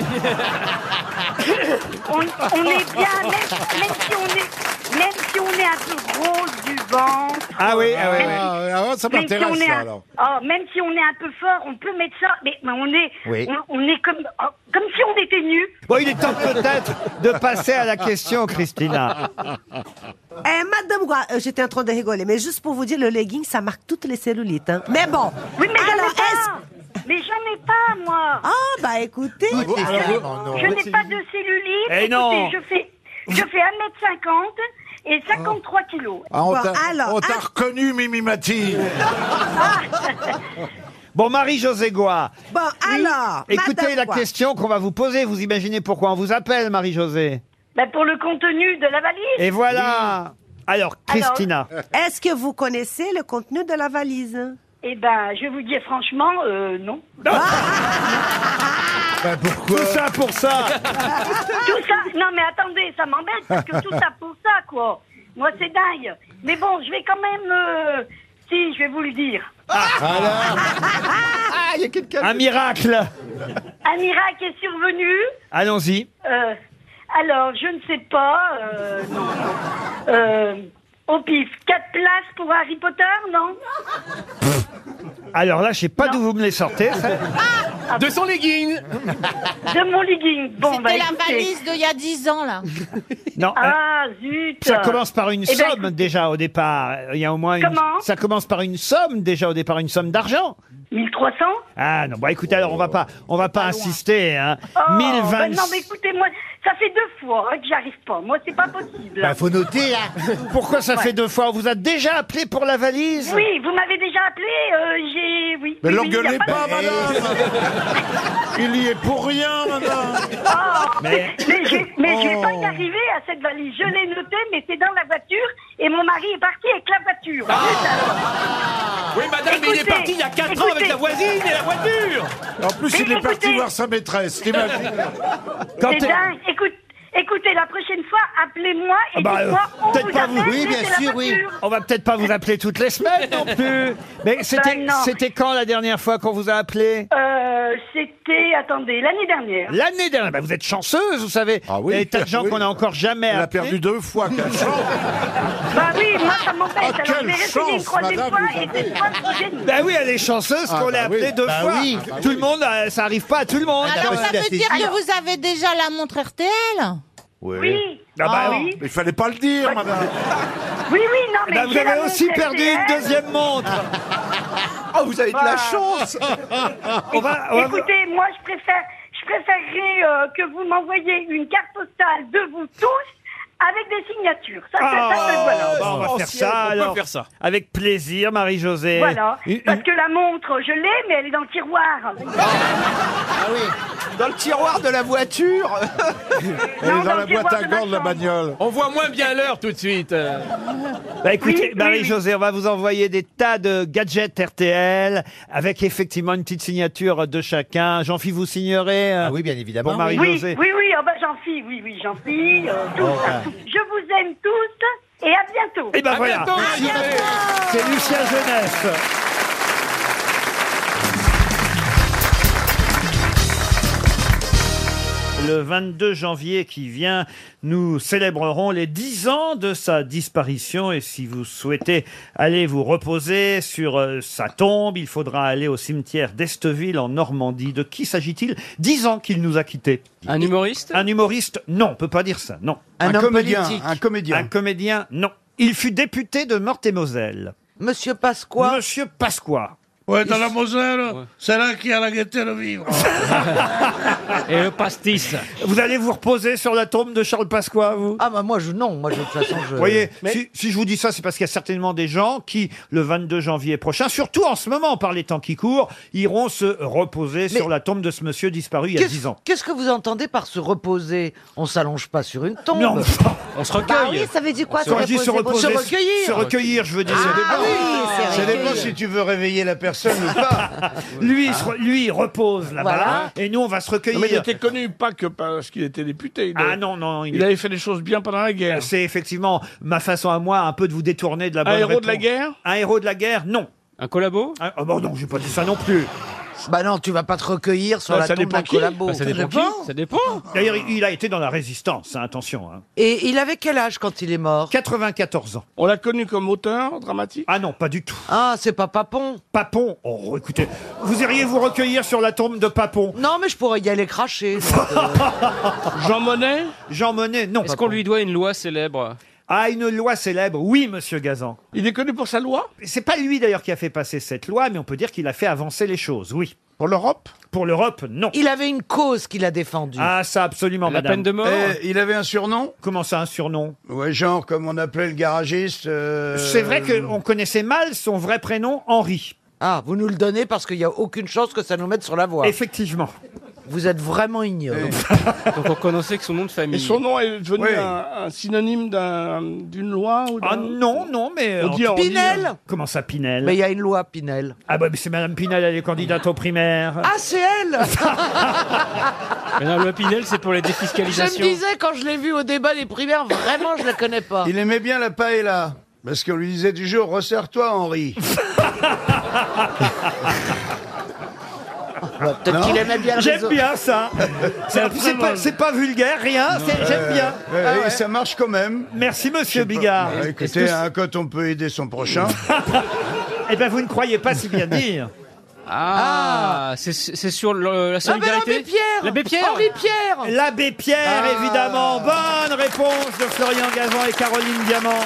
Speaker 10: On, on est bien, même, même si on est, même si on est un peu rose du ventre.
Speaker 1: Ah oui, ah
Speaker 10: même
Speaker 1: oui, oui.
Speaker 10: si-
Speaker 1: Ah, ah ouais, ça
Speaker 10: même si
Speaker 1: m'intéresse,
Speaker 10: on est
Speaker 1: ça,
Speaker 10: un-
Speaker 1: alors.
Speaker 10: oh, même si on est un peu fort, on peut mettre ça, mais, mais on est,
Speaker 1: Oui.
Speaker 10: on, on est comme, oh, comme si on était nus.
Speaker 1: Bon, il est temps peut-être de passer à la question, Christina.
Speaker 12: Eh, madame, quoi, euh, j'étais en train de rigoler, mais juste pour vous dire, le legging, ça marque toutes les cellulites. hein. Mais bon.
Speaker 10: Oui, mais
Speaker 12: alors,
Speaker 10: j'en ai pas.
Speaker 12: est-ce
Speaker 10: Mais j'en ai pas, moi.
Speaker 12: Ah, bah écoutez.
Speaker 10: Je n'ai- je n'ai pas de cellulite.
Speaker 12: Eh
Speaker 10: Écoutez,
Speaker 12: non.
Speaker 10: Je fais, je fais 1m50 et
Speaker 1: Oh.
Speaker 10: 53 kilos.
Speaker 24: Ah, on
Speaker 10: Bon,
Speaker 24: t'a
Speaker 10: alors,
Speaker 24: on t'a
Speaker 10: ah,
Speaker 24: reconnu, Mimi Mati.
Speaker 1: Bon, Marie-Josée
Speaker 12: ah,
Speaker 1: Goua.
Speaker 12: Bon, alors.
Speaker 1: Écoutez
Speaker 10: Madame
Speaker 1: la
Speaker 10: Goua.
Speaker 1: question qu'on va vous poser. Vous imaginez pourquoi on vous appelle, Marie-Josée
Speaker 10: bah, pour le contenu de la valise.
Speaker 1: Et voilà. Alors, Christina.
Speaker 12: Est-ce que vous connaissez le contenu de la valise
Speaker 10: Eh ben, je vais vous dire franchement, euh, non.
Speaker 5: Ben,
Speaker 1: Tout ça pour ça
Speaker 5: Ah,
Speaker 10: tout ça, non mais attendez, ça m'embête parce que tout ça pour ça, quoi. Moi, c'est dingue. Mais bon, je vais quand même. euh, si, je vais vous le dire. Ah, il y a quelqu'un.
Speaker 1: Un miracle
Speaker 10: Un miracle est survenu.
Speaker 1: Allons-y.
Speaker 10: Euh, alors, je ne sais pas. euh, non, non. Euh, au pif, quatre places pour Harry Potter, non
Speaker 1: Alors là, je sais pas d'où vous me les sortez. ça.
Speaker 10: De son legging De mon legging. Bon,
Speaker 16: C'était
Speaker 10: bah,
Speaker 16: la
Speaker 10: écoutez.
Speaker 16: valise d'il y a 10 ans, là.
Speaker 1: Non, euh,
Speaker 10: Ah, zut
Speaker 1: Ça commence par une
Speaker 10: Eh ben,
Speaker 1: somme déjà au départ. Il y a au moins une...
Speaker 10: Comment
Speaker 1: Ça commence par une somme déjà au départ, une somme d'argent.
Speaker 10: 1300
Speaker 1: Ah non, bah écoutez, alors on va pas, on va pas insister. Hein.
Speaker 10: Oh, bah
Speaker 1: 1020.
Speaker 10: non, mais écoutez, moi, ça fait deux fois hein, que j'arrive pas. Moi, c'est pas possible.
Speaker 1: Bah, faut noter. hein. Pourquoi ça
Speaker 10: Ouais.
Speaker 1: fait deux fois On vous a déjà appelé pour la valise
Speaker 10: Oui, vous m'avez déjà appelé, euh, j'ai... Oui.
Speaker 1: Mais
Speaker 10: oui,
Speaker 1: l'engueulez
Speaker 10: oui, y a
Speaker 1: pas,
Speaker 10: de-
Speaker 5: Il y est pour rien, madame.
Speaker 10: Oh,
Speaker 5: Mais-
Speaker 10: mais j'ai- mais je vais
Speaker 5: Oh.
Speaker 10: pas y arriver à cette valise. Je l'ai notée, mais c'est dans la voiture, et mon mari est parti avec la voiture.
Speaker 11: Ah. Oui, madame, mais il est
Speaker 10: Écoutez,
Speaker 11: parti il y a 4 ans avec
Speaker 10: écoutez.
Speaker 11: la voisine et la voiture
Speaker 5: En plus,
Speaker 10: Mais
Speaker 5: il est parti
Speaker 10: écoutez-
Speaker 5: voir sa maîtresse, t'imagines
Speaker 10: C'est dingue. Écoute, écoutez, la prochaine fois, appelez-moi et
Speaker 1: Ah bah,
Speaker 10: dites-moi,
Speaker 1: euh,
Speaker 10: on
Speaker 1: peut-être
Speaker 10: vous
Speaker 1: pas
Speaker 10: appelle,
Speaker 1: vous.
Speaker 10: c'est la voiture.
Speaker 1: On va peut-être pas vous appeler toutes les semaines non plus. Mais c'était,
Speaker 10: Ben non.
Speaker 1: c'était quand la dernière fois qu'on vous a appelé
Speaker 10: Euh, c'était, attendez, l'année dernière.
Speaker 1: L'année dernière. Bah, vous êtes chanceuse, vous savez.
Speaker 5: Ah oui.
Speaker 1: Il y a des tas de gens
Speaker 5: Oui.
Speaker 1: qu'on a encore jamais
Speaker 5: Elle a
Speaker 1: appelés.
Speaker 5: perdu deux fois, quelle chance
Speaker 10: Bah oui, moi ça m'embête.
Speaker 5: Ah,
Speaker 10: Alors
Speaker 5: quelle
Speaker 10: je vais répéter
Speaker 5: chance,
Speaker 10: une troisième
Speaker 5: madame,
Speaker 10: fois
Speaker 5: vous
Speaker 10: et cette fois, je gagne.
Speaker 1: Ben oui, elle est chanceuse
Speaker 5: Ah,
Speaker 1: qu'on l'ait
Speaker 5: bah oui.
Speaker 1: appelée deux
Speaker 5: Bah
Speaker 1: fois.
Speaker 5: oui.
Speaker 1: Tout le monde, euh, ça arrive pas à tout le monde. Bah,
Speaker 16: Alors, Ah ça veut dire que vous avez déjà la montre RTL
Speaker 10: Oui.
Speaker 1: Ah bah,
Speaker 16: Ah.
Speaker 5: Il fallait pas le dire, madame.
Speaker 10: Oui, oui, non, mais.
Speaker 1: Ben, vous
Speaker 10: j'ai la
Speaker 1: avez
Speaker 10: montre
Speaker 1: aussi perdu
Speaker 10: RTL.
Speaker 1: une deuxième montre. Ah, vous avez
Speaker 10: de
Speaker 6: Bah.
Speaker 10: la
Speaker 1: chance. on va, on va-
Speaker 10: Écoutez, moi je préfère, je préférerais euh, que vous m'envoyiez une carte postale de vous tous avec des signatures. Ça, ça, ça, ça, voilà.
Speaker 1: bah, on va faire ça.
Speaker 7: on peut
Speaker 1: alors.
Speaker 7: faire ça.
Speaker 1: Avec plaisir, Marie-Josée. Bah,
Speaker 10: Voilà.
Speaker 1: Une-
Speaker 10: Parce que la montre, je l'ai, mais elle est dans le
Speaker 1: Ah.
Speaker 10: tiroir.
Speaker 18: Dans le tiroir de la voiture
Speaker 5: Elle est dans la
Speaker 10: je vais
Speaker 5: boîte à
Speaker 10: voir
Speaker 5: gants de la bagnole.
Speaker 1: Oh,
Speaker 7: On voit moins bien l'heure tout de suite. euh.
Speaker 1: Bah écoutez,
Speaker 7: Oui,
Speaker 1: Marie-Josée, on va vous envoyer des tas de gadgets RTL avec effectivement une petite signature de chacun. Jean-Philippe, vous signerez Ah oui, bien évidemment. Pour
Speaker 10: oui,
Speaker 1: Marie-Josée.
Speaker 10: oui, oui, ah bah, j'en suis, oui, oui, j'en suis. euh, tous.
Speaker 1: Oh, ouais.
Speaker 10: Je vous aime tous et à bientôt.
Speaker 1: Et ben voilà. C'est Lucien Jeunesse. Le 22 janvier qui vient, nous célébrerons les 10 ans de sa disparition et si vous souhaitez aller vous reposer sur euh, sa tombe, il faudra aller au cimetière d'Esteville en Normandie. De qui s'agit-il 10 ans qu'il nous a quittés. Un humoriste Un humoriste Non, on peut pas dire ça. Non.
Speaker 22: Un Un homme comédien, politique. un comédien.
Speaker 1: Un comédien Non. Il fut député de Meurthe-et-Moselle. Monsieur Pasqua Monsieur Pasqua.
Speaker 17: Ouais, dans la Moselle, c'est là qu'il y a la gaieté de vivre.
Speaker 1: Et le pastis. Vous allez vous reposer sur la tombe de Charles Pasqua, vous
Speaker 18: Ah bah moi je non, moi je, de toute façon je...
Speaker 1: Vous voyez, si, si je vous dis ça, c'est parce qu'il y a certainement des gens qui, le 22 janvier prochain, surtout en ce moment, par les temps qui courent, iront se reposer sur la tombe de ce monsieur disparu il y a
Speaker 18: Qu'est-ce-
Speaker 1: 10 ans.
Speaker 18: Qu'est-ce que vous entendez par se reposer On s'allonge pas sur une tombe.
Speaker 1: Non,
Speaker 18: on se
Speaker 16: Bah oui, ça veut dire quoi
Speaker 1: Quand je dis se
Speaker 18: Se
Speaker 1: reposer,
Speaker 18: recueillir.
Speaker 1: se recueillir, je veux dire.
Speaker 18: Ah,
Speaker 1: Ça dépend.
Speaker 18: oui, c'est
Speaker 22: Ça
Speaker 18: vrai.
Speaker 22: dépend si tu veux réveiller la personne ou pas.
Speaker 1: Lui, il se re- lui, il repose là-bas,
Speaker 22: Voilà.
Speaker 1: et nous, on va se recueillir.
Speaker 19: mais il était connu pas que parce qu'il était député. il
Speaker 1: Ah
Speaker 19: est-
Speaker 1: non, non, il
Speaker 19: Euh, Il,
Speaker 1: est-
Speaker 19: avait fait des choses bien pendant la guerre.
Speaker 1: C'est effectivement ma façon à moi un peu de vous détourner de la
Speaker 19: Un
Speaker 1: bonne
Speaker 19: héros de la
Speaker 1: réponse.
Speaker 19: guerre
Speaker 1: Un héros de la guerre, non. Un collabo Ah ah bah non, j'ai pas dit ça non plus.
Speaker 18: Bah non, tu vas pas te recueillir sur
Speaker 1: Bah,
Speaker 18: la
Speaker 1: ça
Speaker 18: tombe
Speaker 1: dépend
Speaker 18: d'un
Speaker 1: qui.
Speaker 18: collabo.
Speaker 1: Bah, ça dépend qui. Ça dépend. D'ailleurs, il a été dans la résistance, hein, attention. hein.
Speaker 18: Et il avait quel âge quand il est mort
Speaker 1: 94 ans.
Speaker 19: On l'a connu comme auteur dramatique
Speaker 1: Ah non, pas du tout.
Speaker 18: Ah, c'est pas Papon
Speaker 1: Papon Oh, écoutez, vous iriez vous recueillir sur la tombe de Papon
Speaker 18: Non, mais je pourrais y aller cracher. euh.
Speaker 1: Jean Monnet Jean Monnet, non.
Speaker 21: Est-ce qu'on lui doit une loi célèbre
Speaker 1: Ah, une loi célèbre, oui, monsieur Gazan. Il est connu pour sa loi C'est pas lui d'ailleurs qui a fait passer cette loi, mais on peut dire qu'il a fait avancer les choses, oui. Pour l'Europe Pour l'Europe, non.
Speaker 18: Il avait une cause qu'il a défendue.
Speaker 1: Ah, ça, absolument, madame.
Speaker 22: Eh, il avait un surnom
Speaker 1: Comment ça, un surnom
Speaker 22: Ouais, genre comme on appelait le garagiste. euh,
Speaker 1: C'est vrai qu'on connaissait mal son vrai prénom, Henri.
Speaker 18: Ah, vous nous le donnez parce qu'il n'y a aucune chance que ça nous mette sur la voie.
Speaker 1: Effectivement.
Speaker 18: Vous êtes vraiment ignoble.
Speaker 11: Donc on connaissait que son nom de famille.
Speaker 2: Et son nom est devenu
Speaker 11: Oui.
Speaker 2: un, un synonyme d'un- d'une loi ou
Speaker 1: Ah non, non, mais...
Speaker 2: On dit- hein. on dit-
Speaker 18: Pinel
Speaker 1: Comment ça, Pinel
Speaker 18: Mais il y a une loi, Pinel.
Speaker 1: Ah bah mais c'est Madame Pinel, elle est candidate aux primaires.
Speaker 18: Ah, c'est elle
Speaker 11: Mais non, le Pinel, c'est pour la
Speaker 18: Je me
Speaker 11: défiscalisation.
Speaker 18: disais, quand je l'ai vue au débat des primaires, vraiment, je la connais pas.
Speaker 6: Il aimait bien la paella. Parce qu'on lui disait du jour, resserre-toi, Henri.
Speaker 18: Peut-être qu'il aimait bien
Speaker 1: J'aime bien ça. C'est c'est pas, c'est pas vulgaire, rien. Ah, c'est- J'aime bien. Ah,
Speaker 6: et ça marche quand même.
Speaker 1: Merci, monsieur Bigard.
Speaker 6: Bah,
Speaker 1: Est-ce
Speaker 6: écoutez,
Speaker 1: que-
Speaker 6: hein, quand on peut aider son prochain.
Speaker 1: Eh ben, vous ne croyez pas si bien dire.
Speaker 11: Ah, c'est c'est sur le- la
Speaker 18: Ah ben
Speaker 11: solidarité.
Speaker 18: l'abbé Pierre
Speaker 11: L'abbé Pierre.
Speaker 18: Henri Pierre
Speaker 1: L'abbé Pierre,
Speaker 16: Ah.
Speaker 1: évidemment. Bonne réponse de Florian Gazan et Caroline Diamant.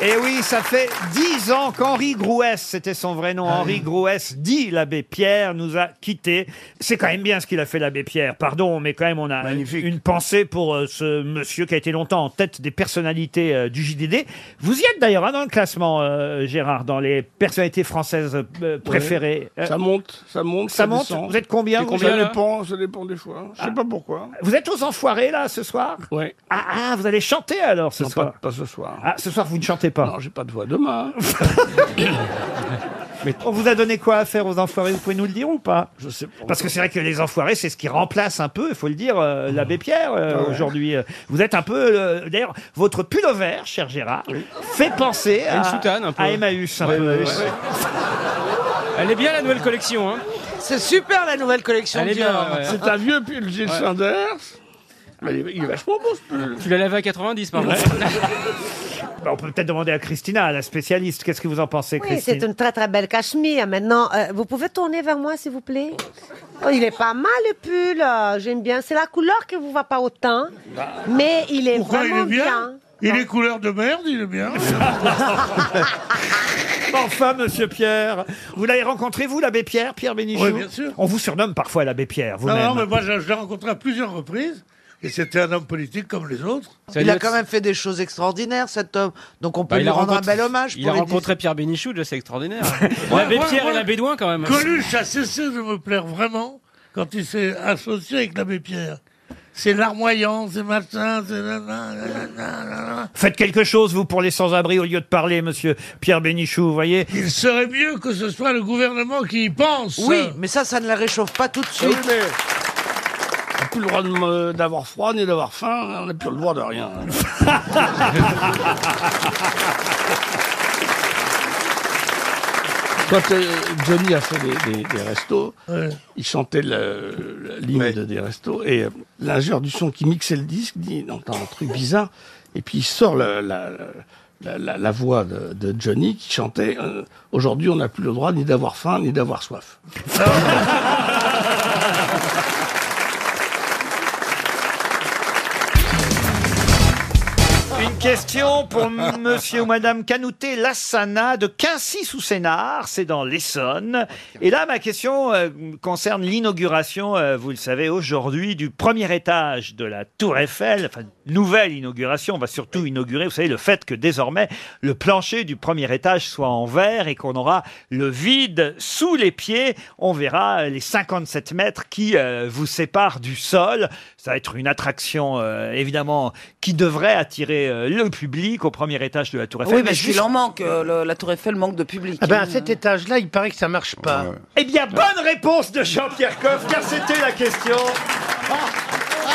Speaker 1: Et oui, ça fait dix ans qu'Henri Grouès, c'était son vrai nom,
Speaker 2: Ah
Speaker 1: Henri Grouès, dit l'abbé Pierre, nous a quittés. C'est quand même bien ce qu'il a fait l'abbé Pierre, pardon, mais quand même on a une pensée pour euh, ce monsieur qui a été longtemps en tête des personnalités euh, du JDD. Vous y êtes d'ailleurs hein, dans le classement, euh, Gérard, dans les personnalités françaises euh, préférées.
Speaker 2: Ouais.
Speaker 1: Euh,
Speaker 2: Ça monte, ça monte.
Speaker 1: Ça monte
Speaker 2: descend.
Speaker 1: Vous êtes combien,
Speaker 2: C'est
Speaker 1: vous,
Speaker 2: Ça
Speaker 1: là
Speaker 2: dépend, ça dépend des fois.
Speaker 17: Ah.
Speaker 2: Je sais pas pourquoi.
Speaker 1: Vous êtes aux enfoirés là ce soir
Speaker 2: Ouais.
Speaker 1: Ah, ah, vous allez chanter alors ce
Speaker 2: Non,
Speaker 1: soir
Speaker 2: pas, pas ce soir.
Speaker 1: Ah, ce soir vous ne chantez pas
Speaker 2: Non, j'ai pas de voix demain.
Speaker 1: On vous a donné quoi à faire aux enfoirés Vous pouvez nous le dire ou pas
Speaker 2: Je sais pas.
Speaker 1: Parce que c'est vrai que les enfoirés, c'est ce qui remplace un peu, il faut le dire, euh, l'abbé Pierre euh,
Speaker 2: Ah ouais.
Speaker 1: aujourd'hui. euh. Vous êtes un peu. euh, D'ailleurs, votre pullover, cher Gérard, fait penser
Speaker 11: À
Speaker 1: à,
Speaker 11: une soutane, un peu.
Speaker 1: à Emmaüs. un
Speaker 11: Ouais,
Speaker 1: peu,
Speaker 11: Emmaüs.
Speaker 1: ouais.
Speaker 11: Elle est bien la nouvelle collection. Hein.
Speaker 18: C'est super la nouvelle collection
Speaker 11: Elle est
Speaker 18: Dior.
Speaker 11: bien, ouais.
Speaker 2: C'est un vieux pull Gilles
Speaker 11: Ouais.
Speaker 2: Sanders. Mais il est- il est vachement beau ce pull.
Speaker 11: Tu l'as lavé à 90 par contre.
Speaker 1: Bah, on peut peut-être demander à Christina, la spécialiste. Qu'est-ce que vous en pensez,
Speaker 12: Oui,
Speaker 1: Christine
Speaker 12: c'est une très très belle cachemire. Maintenant, euh, vous pouvez tourner vers moi, s'il vous plaît. Oh, il est pas mal le pull. euh, J'aime bien. C'est la couleur qui vous va pas autant,
Speaker 17: Bah.
Speaker 12: mais il est
Speaker 17: Pourquoi il
Speaker 12: vraiment
Speaker 17: est bien, Il est couleur de merde, il est bien.
Speaker 1: Enfin, monsieur Pierre, vous l'avez rencontré, vous, l'abbé Pierre, Pierre Bénichou
Speaker 17: Oui, bien sûr.
Speaker 1: On vous surnomme parfois l'abbé Pierre,
Speaker 17: Non,
Speaker 1: vous-même.
Speaker 17: non, mais moi, je, je l'ai rencontré à plusieurs reprises. Et c'était un homme politique comme les autres.
Speaker 18: Il a quand même fait des choses extraordinaires, cet homme. Donc on peut
Speaker 11: Bah,
Speaker 18: lui
Speaker 11: a
Speaker 18: rendre
Speaker 11: rencontré-
Speaker 18: un bel hommage.
Speaker 11: Il
Speaker 18: pour
Speaker 11: a
Speaker 18: lui
Speaker 11: rencontré Pierre Bénichou, déjà, c'est extraordinaire. l'abbé
Speaker 17: ouais,
Speaker 11: Pierre
Speaker 17: ouais.
Speaker 11: et l'abbé Douin, quand même.
Speaker 17: Coluche a cessé de me plaire vraiment quand il s'est associé avec l'abbé Pierre. C'est larmoyant, c'est machin, c'est nanana, nanana, nanana.
Speaker 1: Faites quelque chose, vous, pour les sans-abri, au lieu de parler, monsieur Pierre Bénichou, vous voyez
Speaker 17: Il serait mieux que ce soit le gouvernement qui y pense.
Speaker 18: dire- Oui, mais ça, ça ne la réchauffe pas tout de
Speaker 2: Ah
Speaker 18: suite.
Speaker 2: oui, mais on n'a plus le droit de me- d'avoir froid ni d'avoir faim. hein. On n'a plus le droit de rien. Quand euh, Johnny a fait des, des- des restos,
Speaker 17: Ouais.
Speaker 2: il chantait le- l'hymne des restos et euh, l'ingénieur du son qui mixait le disque dit non, t'as un truc bizarre. Et puis il sort le- la, la- la- la voix de, de Johnny qui chantait euh, Aujourd'hui, on n'a plus le droit ni d'avoir faim ni d'avoir soif.
Speaker 1: Une question pour monsieur ou madame Canouté Lassana de Quincy sous Sénard, c'est dans l'Essonne. Et là, ma question euh, concerne l'inauguration, euh, vous le savez, aujourd'hui, du premier étage de la Tour Eiffel. Enfin, nouvelle inauguration, on va surtout inaugurer, vous savez, le fait que désormais, le plancher du premier étage soit en verre et qu'on aura le vide sous les pieds. On verra euh, les 57 mètres qui euh, vous séparent du sol. Ça va être une attraction, euh, évidemment, qui devrait attirer euh, le public au premier étage de la Tour Eiffel.
Speaker 16: Oui, mais
Speaker 1: juste-
Speaker 16: il en manque. euh, le- la Tour Eiffel manque de public.
Speaker 18: Ah ben à cet étage-là, il paraît que ça marche pas.
Speaker 1: Eh bien, bonne réponse de Jean-Pierre Coff, car c'était la question.
Speaker 18: Ah,